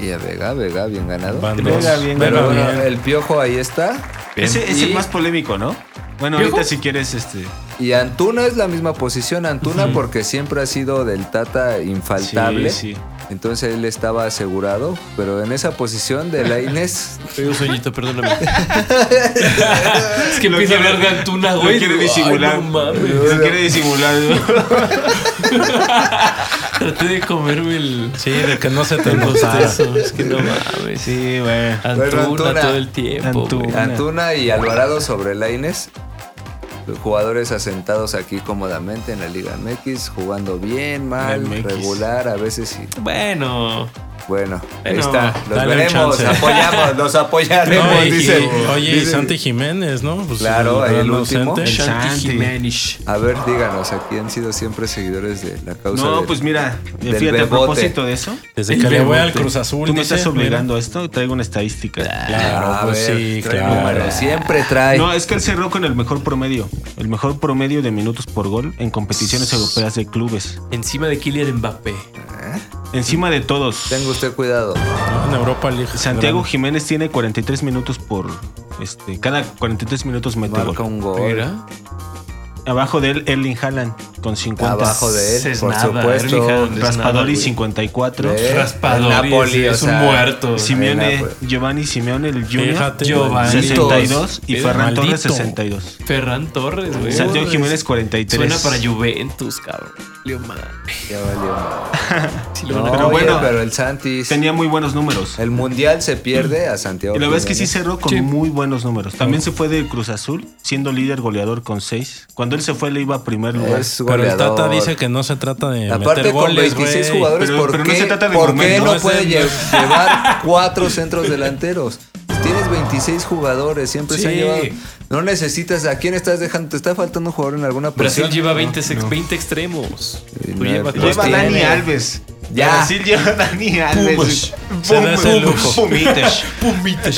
[SPEAKER 3] Y a Vega, Vega, bien ganado.
[SPEAKER 6] Van
[SPEAKER 7] Vega
[SPEAKER 6] dos.
[SPEAKER 7] bien,
[SPEAKER 3] Pero
[SPEAKER 6] Vega
[SPEAKER 3] bueno,
[SPEAKER 6] bien.
[SPEAKER 3] el piojo ahí está.
[SPEAKER 7] Ese es
[SPEAKER 3] Y-
[SPEAKER 7] el más polémico, ¿no? Bueno,
[SPEAKER 1] ¿Piojo?
[SPEAKER 7] ahorita si quieres, este.
[SPEAKER 3] Y Antuna es la misma posición, Antuna, porque siempre ha sido del Tata infaltable.
[SPEAKER 7] Sí, sí.
[SPEAKER 3] Entonces él estaba asegurado, pero en esa posición
[SPEAKER 6] <laughs>
[SPEAKER 3] de la Inés.
[SPEAKER 1] Tengo un sueñito, perdóname. es que empieza a hablar de Antuna, Ah, güey.
[SPEAKER 7] Lo quiere
[SPEAKER 1] Digo,
[SPEAKER 7] disimular.
[SPEAKER 1] "Ay, no mames".
[SPEAKER 7] Lo quiere
[SPEAKER 1] <laughs>
[SPEAKER 7] disimular.
[SPEAKER 1] Traté de comerme el,
[SPEAKER 6] Sí, de que no se te
[SPEAKER 3] <laughs>
[SPEAKER 1] el
[SPEAKER 6] notara.
[SPEAKER 1] bostezo. Es que no mames.
[SPEAKER 7] Sí, güey.
[SPEAKER 1] Antuna,
[SPEAKER 3] Antuna.
[SPEAKER 1] todo el tiempo.
[SPEAKER 7] Antuna.
[SPEAKER 1] güey.
[SPEAKER 3] Antuna y Alvarado sobre la Inés. Los Jugadores asentados aquí cómodamente en la Liga MX, jugando bien, mal,
[SPEAKER 7] La MX.
[SPEAKER 3] regular, a veces sí.
[SPEAKER 1] Bueno,
[SPEAKER 3] Bueno, ahí
[SPEAKER 1] Bueno,
[SPEAKER 3] está. Los
[SPEAKER 6] dale un
[SPEAKER 3] veremos,
[SPEAKER 6] chance.
[SPEAKER 3] apoyamos, los apoyaremos,
[SPEAKER 6] <laughs> No, y-
[SPEAKER 3] dice.
[SPEAKER 6] y- oye, y
[SPEAKER 3] dice-
[SPEAKER 6] Santi Jiménez, ¿no? Pues,
[SPEAKER 3] Claro, el
[SPEAKER 6] no
[SPEAKER 3] último.
[SPEAKER 6] ausente.
[SPEAKER 7] El
[SPEAKER 1] Shanti
[SPEAKER 7] Santi.
[SPEAKER 1] Jiménez.
[SPEAKER 3] A ver, díganos, aquí han sido siempre seguidores de la causa.
[SPEAKER 7] No,
[SPEAKER 3] del-
[SPEAKER 7] pues mira,
[SPEAKER 3] del
[SPEAKER 7] fíjate,
[SPEAKER 3] bebote.
[SPEAKER 7] a propósito de eso,
[SPEAKER 6] Desde
[SPEAKER 1] El
[SPEAKER 6] que le voy al
[SPEAKER 1] rebote.
[SPEAKER 6] Cruz Azul.
[SPEAKER 7] tú me
[SPEAKER 6] dice,
[SPEAKER 7] estás
[SPEAKER 6] mira.
[SPEAKER 7] obligando a esto, traigo una estadística.
[SPEAKER 6] Claro,
[SPEAKER 3] A
[SPEAKER 6] pues
[SPEAKER 3] ver,
[SPEAKER 6] sí,
[SPEAKER 3] trae
[SPEAKER 6] claro.
[SPEAKER 3] números, siempre trae.
[SPEAKER 7] No, es que él cerró con el mejor promedio, el mejor promedio de minutos por gol en competiciones europeas de clubes,
[SPEAKER 1] encima de Kylian Mbappé.
[SPEAKER 7] encima de todos.
[SPEAKER 3] Tenga usted cuidado.
[SPEAKER 6] No, En Europa League.
[SPEAKER 7] Santiago Jiménez tiene 43 minutos por este, cada 43 minutos mete
[SPEAKER 3] Marca
[SPEAKER 7] gol.
[SPEAKER 3] un gol.
[SPEAKER 1] Mira.
[SPEAKER 7] Abajo de él Erling Haaland con 50.
[SPEAKER 3] Abajo de él,
[SPEAKER 1] Es
[SPEAKER 3] por
[SPEAKER 1] nada, Erling
[SPEAKER 3] supuesto.
[SPEAKER 1] Haaland.
[SPEAKER 7] Raspadori
[SPEAKER 1] Nada, güey.
[SPEAKER 7] 54.
[SPEAKER 3] Eh,
[SPEAKER 1] Raspadori
[SPEAKER 3] Napoli,
[SPEAKER 1] es,
[SPEAKER 3] o
[SPEAKER 1] es un
[SPEAKER 3] sea,
[SPEAKER 1] muerto.
[SPEAKER 7] Simeone,
[SPEAKER 3] Ahí va, pues.
[SPEAKER 7] Giovanni Simeone el Junior
[SPEAKER 6] Fíjate,
[SPEAKER 1] Giovanni.
[SPEAKER 7] 62 y
[SPEAKER 1] Malditos.
[SPEAKER 7] Ferran Torres
[SPEAKER 6] Maldito.
[SPEAKER 7] 62.
[SPEAKER 1] Ferran Torres, güey.
[SPEAKER 7] Santiago Jiménez 43.
[SPEAKER 1] Suena para Juventus, cabrón. Leo madre.
[SPEAKER 3] Ya valió.
[SPEAKER 1] Sí lo
[SPEAKER 3] No,
[SPEAKER 1] van a-
[SPEAKER 7] pero
[SPEAKER 3] pero bueno,
[SPEAKER 7] bueno,
[SPEAKER 3] pero el Santis.
[SPEAKER 7] Tenía muy buenos números.
[SPEAKER 3] El mundial se pierde a Santiago.
[SPEAKER 7] Y la verdad es que sí
[SPEAKER 3] Jiménez.
[SPEAKER 7] cerró con
[SPEAKER 1] Sí.
[SPEAKER 7] muy buenos números. También se fue del Cruz Azul, siendo líder goleador con 6. Cuando él se fue, le iba a primer lugar.
[SPEAKER 3] Es
[SPEAKER 6] Pero el Tata
[SPEAKER 3] goleador.
[SPEAKER 6] dice que no se trata de
[SPEAKER 3] Aparte,
[SPEAKER 6] meter
[SPEAKER 3] con
[SPEAKER 6] goles,
[SPEAKER 3] 26
[SPEAKER 6] güey.
[SPEAKER 3] jugadores,
[SPEAKER 7] Pero-
[SPEAKER 3] ¿por
[SPEAKER 7] pero no
[SPEAKER 3] qué,
[SPEAKER 7] se trata de
[SPEAKER 3] ¿por qué
[SPEAKER 7] momento,
[SPEAKER 3] no
[SPEAKER 6] es
[SPEAKER 3] puede
[SPEAKER 6] el-
[SPEAKER 3] lle- llevar cuatro centros delanteros? Tienes 26 jugadores, siempre se han
[SPEAKER 1] Sí.
[SPEAKER 3] llevado. No necesitas. ¿A quién estás dejando? ¿Te está faltando un jugador en alguna
[SPEAKER 1] Brasil
[SPEAKER 3] posición?
[SPEAKER 1] lleva 20, ex- 20 extremos.
[SPEAKER 3] Sí,
[SPEAKER 1] Tú
[SPEAKER 3] no,
[SPEAKER 1] llevas
[SPEAKER 3] pues
[SPEAKER 1] cuatro.
[SPEAKER 7] Lleva a Dani
[SPEAKER 3] tiene.
[SPEAKER 1] <laughs>
[SPEAKER 7] Alves.
[SPEAKER 3] Ya.
[SPEAKER 7] Brasil lleva a Dani Alves.
[SPEAKER 6] Se da ese lujo.
[SPEAKER 7] pumitas.
[SPEAKER 1] Pumitas.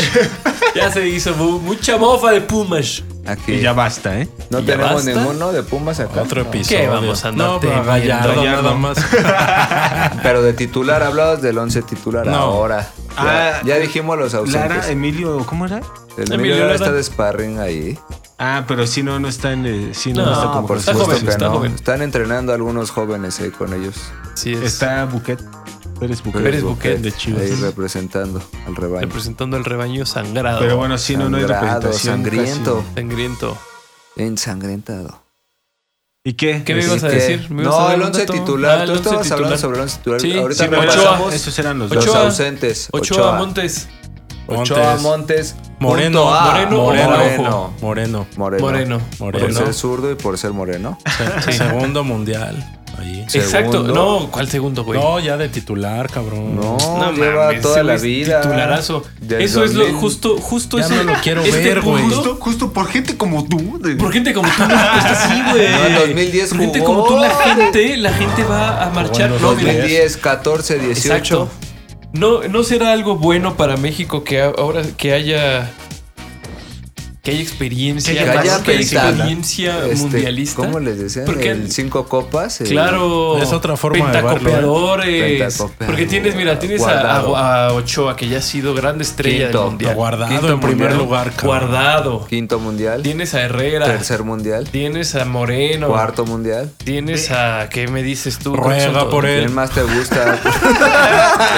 [SPEAKER 1] ya se hizo mu- mucha mofa de Pumas.
[SPEAKER 3] Ah, Aquí.
[SPEAKER 7] Y ya basta, ¿eh?
[SPEAKER 3] No
[SPEAKER 1] ¿Ya
[SPEAKER 3] tenemos
[SPEAKER 1] basta?
[SPEAKER 3] ninguno de Pumas acá.
[SPEAKER 6] Otro
[SPEAKER 3] No.
[SPEAKER 6] episodio.
[SPEAKER 1] vamos a andar
[SPEAKER 6] No, pero
[SPEAKER 1] temiendo?
[SPEAKER 6] Gallardo,
[SPEAKER 7] Gallardo.
[SPEAKER 6] nada más.
[SPEAKER 3] Pero de titular, hablabas del 11 titular
[SPEAKER 6] No.
[SPEAKER 3] ahora. Ya,
[SPEAKER 7] Ah,
[SPEAKER 3] ya dijimos los ausentes.
[SPEAKER 7] Lara, em- Emilio, ¿cómo era?
[SPEAKER 3] el
[SPEAKER 1] Emilio
[SPEAKER 3] Emilio Lara
[SPEAKER 1] Lara.
[SPEAKER 3] está de sparring ahí.
[SPEAKER 7] Ah, pero si no, no está en. eh, si
[SPEAKER 1] No, pues,
[SPEAKER 7] no, no está como
[SPEAKER 3] por
[SPEAKER 1] está
[SPEAKER 3] supuesto
[SPEAKER 1] joven,
[SPEAKER 3] que
[SPEAKER 1] está
[SPEAKER 3] no.
[SPEAKER 1] joven.
[SPEAKER 3] Están entrenando a algunos jóvenes ahí con ellos.
[SPEAKER 1] Sí, es.
[SPEAKER 7] Está Buquet. Pérez Buquet.
[SPEAKER 1] Pérez Buquet de
[SPEAKER 7] Chivas.
[SPEAKER 3] Ahí representando al rebaño.
[SPEAKER 1] representando al rebaño sangrado.
[SPEAKER 7] Pero bueno, si no, no hay
[SPEAKER 3] Sangrado,
[SPEAKER 7] representación.
[SPEAKER 3] sangriento,
[SPEAKER 7] casi.
[SPEAKER 1] Sangriento.
[SPEAKER 3] ensangrentado.
[SPEAKER 7] ¿Y qué?
[SPEAKER 1] ¿Qué me
[SPEAKER 3] Así
[SPEAKER 1] ibas a
[SPEAKER 3] que-
[SPEAKER 1] decir? ¿Me ibas a
[SPEAKER 3] No,
[SPEAKER 1] dar
[SPEAKER 3] el
[SPEAKER 1] un
[SPEAKER 3] 11
[SPEAKER 1] dato?
[SPEAKER 3] titular.
[SPEAKER 1] Ah, el
[SPEAKER 3] Tú
[SPEAKER 1] once
[SPEAKER 3] estabas hablando
[SPEAKER 1] titular.
[SPEAKER 3] sobre el 11 titular.
[SPEAKER 1] Sí,
[SPEAKER 3] Ahorita
[SPEAKER 1] sí,
[SPEAKER 7] me
[SPEAKER 1] Ochoa.
[SPEAKER 3] pasamos
[SPEAKER 7] Esos eran los
[SPEAKER 3] los
[SPEAKER 1] Ochoa.
[SPEAKER 3] ausentes.
[SPEAKER 1] Ochoa, Montes.
[SPEAKER 3] Ochoa
[SPEAKER 6] Montes.
[SPEAKER 3] Montes.
[SPEAKER 6] Moreno,
[SPEAKER 3] Punto A.
[SPEAKER 1] Moreno,
[SPEAKER 6] Moreno,
[SPEAKER 3] Moreno.
[SPEAKER 6] ojo, Moreno.
[SPEAKER 3] Moreno.
[SPEAKER 1] Moreno. Mm.
[SPEAKER 3] Por
[SPEAKER 6] Moreno.
[SPEAKER 3] ser zurdo y por ser moreno.
[SPEAKER 6] Se-
[SPEAKER 3] <laughs>
[SPEAKER 6] Segundo mundial. Ahí.
[SPEAKER 1] Exacto.
[SPEAKER 3] Segundo.
[SPEAKER 1] No, ¿cuál segundo, güey?
[SPEAKER 6] No, ya de titular, cabrón.
[SPEAKER 3] No,
[SPEAKER 1] No
[SPEAKER 3] lleva
[SPEAKER 1] mames,
[SPEAKER 3] toda
[SPEAKER 1] ese
[SPEAKER 3] la
[SPEAKER 1] güey es
[SPEAKER 3] vida.
[SPEAKER 1] Titularazo.
[SPEAKER 3] Del
[SPEAKER 1] Eso es lo
[SPEAKER 3] 2000.
[SPEAKER 1] justo, justo
[SPEAKER 6] Ya
[SPEAKER 1] ese-
[SPEAKER 6] no lo quiero
[SPEAKER 1] este
[SPEAKER 6] ver, güey.
[SPEAKER 1] punto-
[SPEAKER 6] Justo,
[SPEAKER 7] justo por gente como tú.
[SPEAKER 1] Por gente como tú, está
[SPEAKER 3] <laughs>
[SPEAKER 1] así, güey.
[SPEAKER 3] No, en 2010
[SPEAKER 1] Por gente
[SPEAKER 3] jugó.
[SPEAKER 1] como tú, la gente, la gente va a marchar.
[SPEAKER 6] Bueno,
[SPEAKER 1] No, mira,
[SPEAKER 3] 2010, 14, 18.
[SPEAKER 1] Exacto. ¿No, ¿No será algo bueno para México que a- ahora que haya que haya experiencia,
[SPEAKER 3] Que
[SPEAKER 1] más
[SPEAKER 3] haya
[SPEAKER 1] que
[SPEAKER 3] experiencia.
[SPEAKER 1] experiencia
[SPEAKER 3] Este,
[SPEAKER 1] mundialista?
[SPEAKER 3] ¿Cómo les decían?
[SPEAKER 1] Porque-
[SPEAKER 3] el cinco copas. el-
[SPEAKER 1] Claro,
[SPEAKER 6] Es otra forma de verlo, ¿eh?
[SPEAKER 1] pentacopeadores.
[SPEAKER 3] Pentacopeadores.
[SPEAKER 1] Porque tienes, mira, tienes a,
[SPEAKER 3] Guardado.
[SPEAKER 1] a- a Ochoa, que ya ha sido gran estrella
[SPEAKER 3] Quinto,
[SPEAKER 1] del mundial.
[SPEAKER 6] guardado
[SPEAKER 1] Quinto
[SPEAKER 6] en primer
[SPEAKER 1] mundial.
[SPEAKER 6] lugar, cabrón.
[SPEAKER 1] Guardado.
[SPEAKER 3] Quinto mundial.
[SPEAKER 1] Tienes a Herrera.
[SPEAKER 3] Tercer mundial.
[SPEAKER 1] Tienes a Moreno.
[SPEAKER 3] Cuarto mundial.
[SPEAKER 1] Tienes a. ¿Qué me dices tú? ¿Cuántos son
[SPEAKER 6] Ruega
[SPEAKER 1] todos?
[SPEAKER 6] por
[SPEAKER 3] ¿Quién
[SPEAKER 6] él.
[SPEAKER 3] más te gusta?
[SPEAKER 1] <laughs>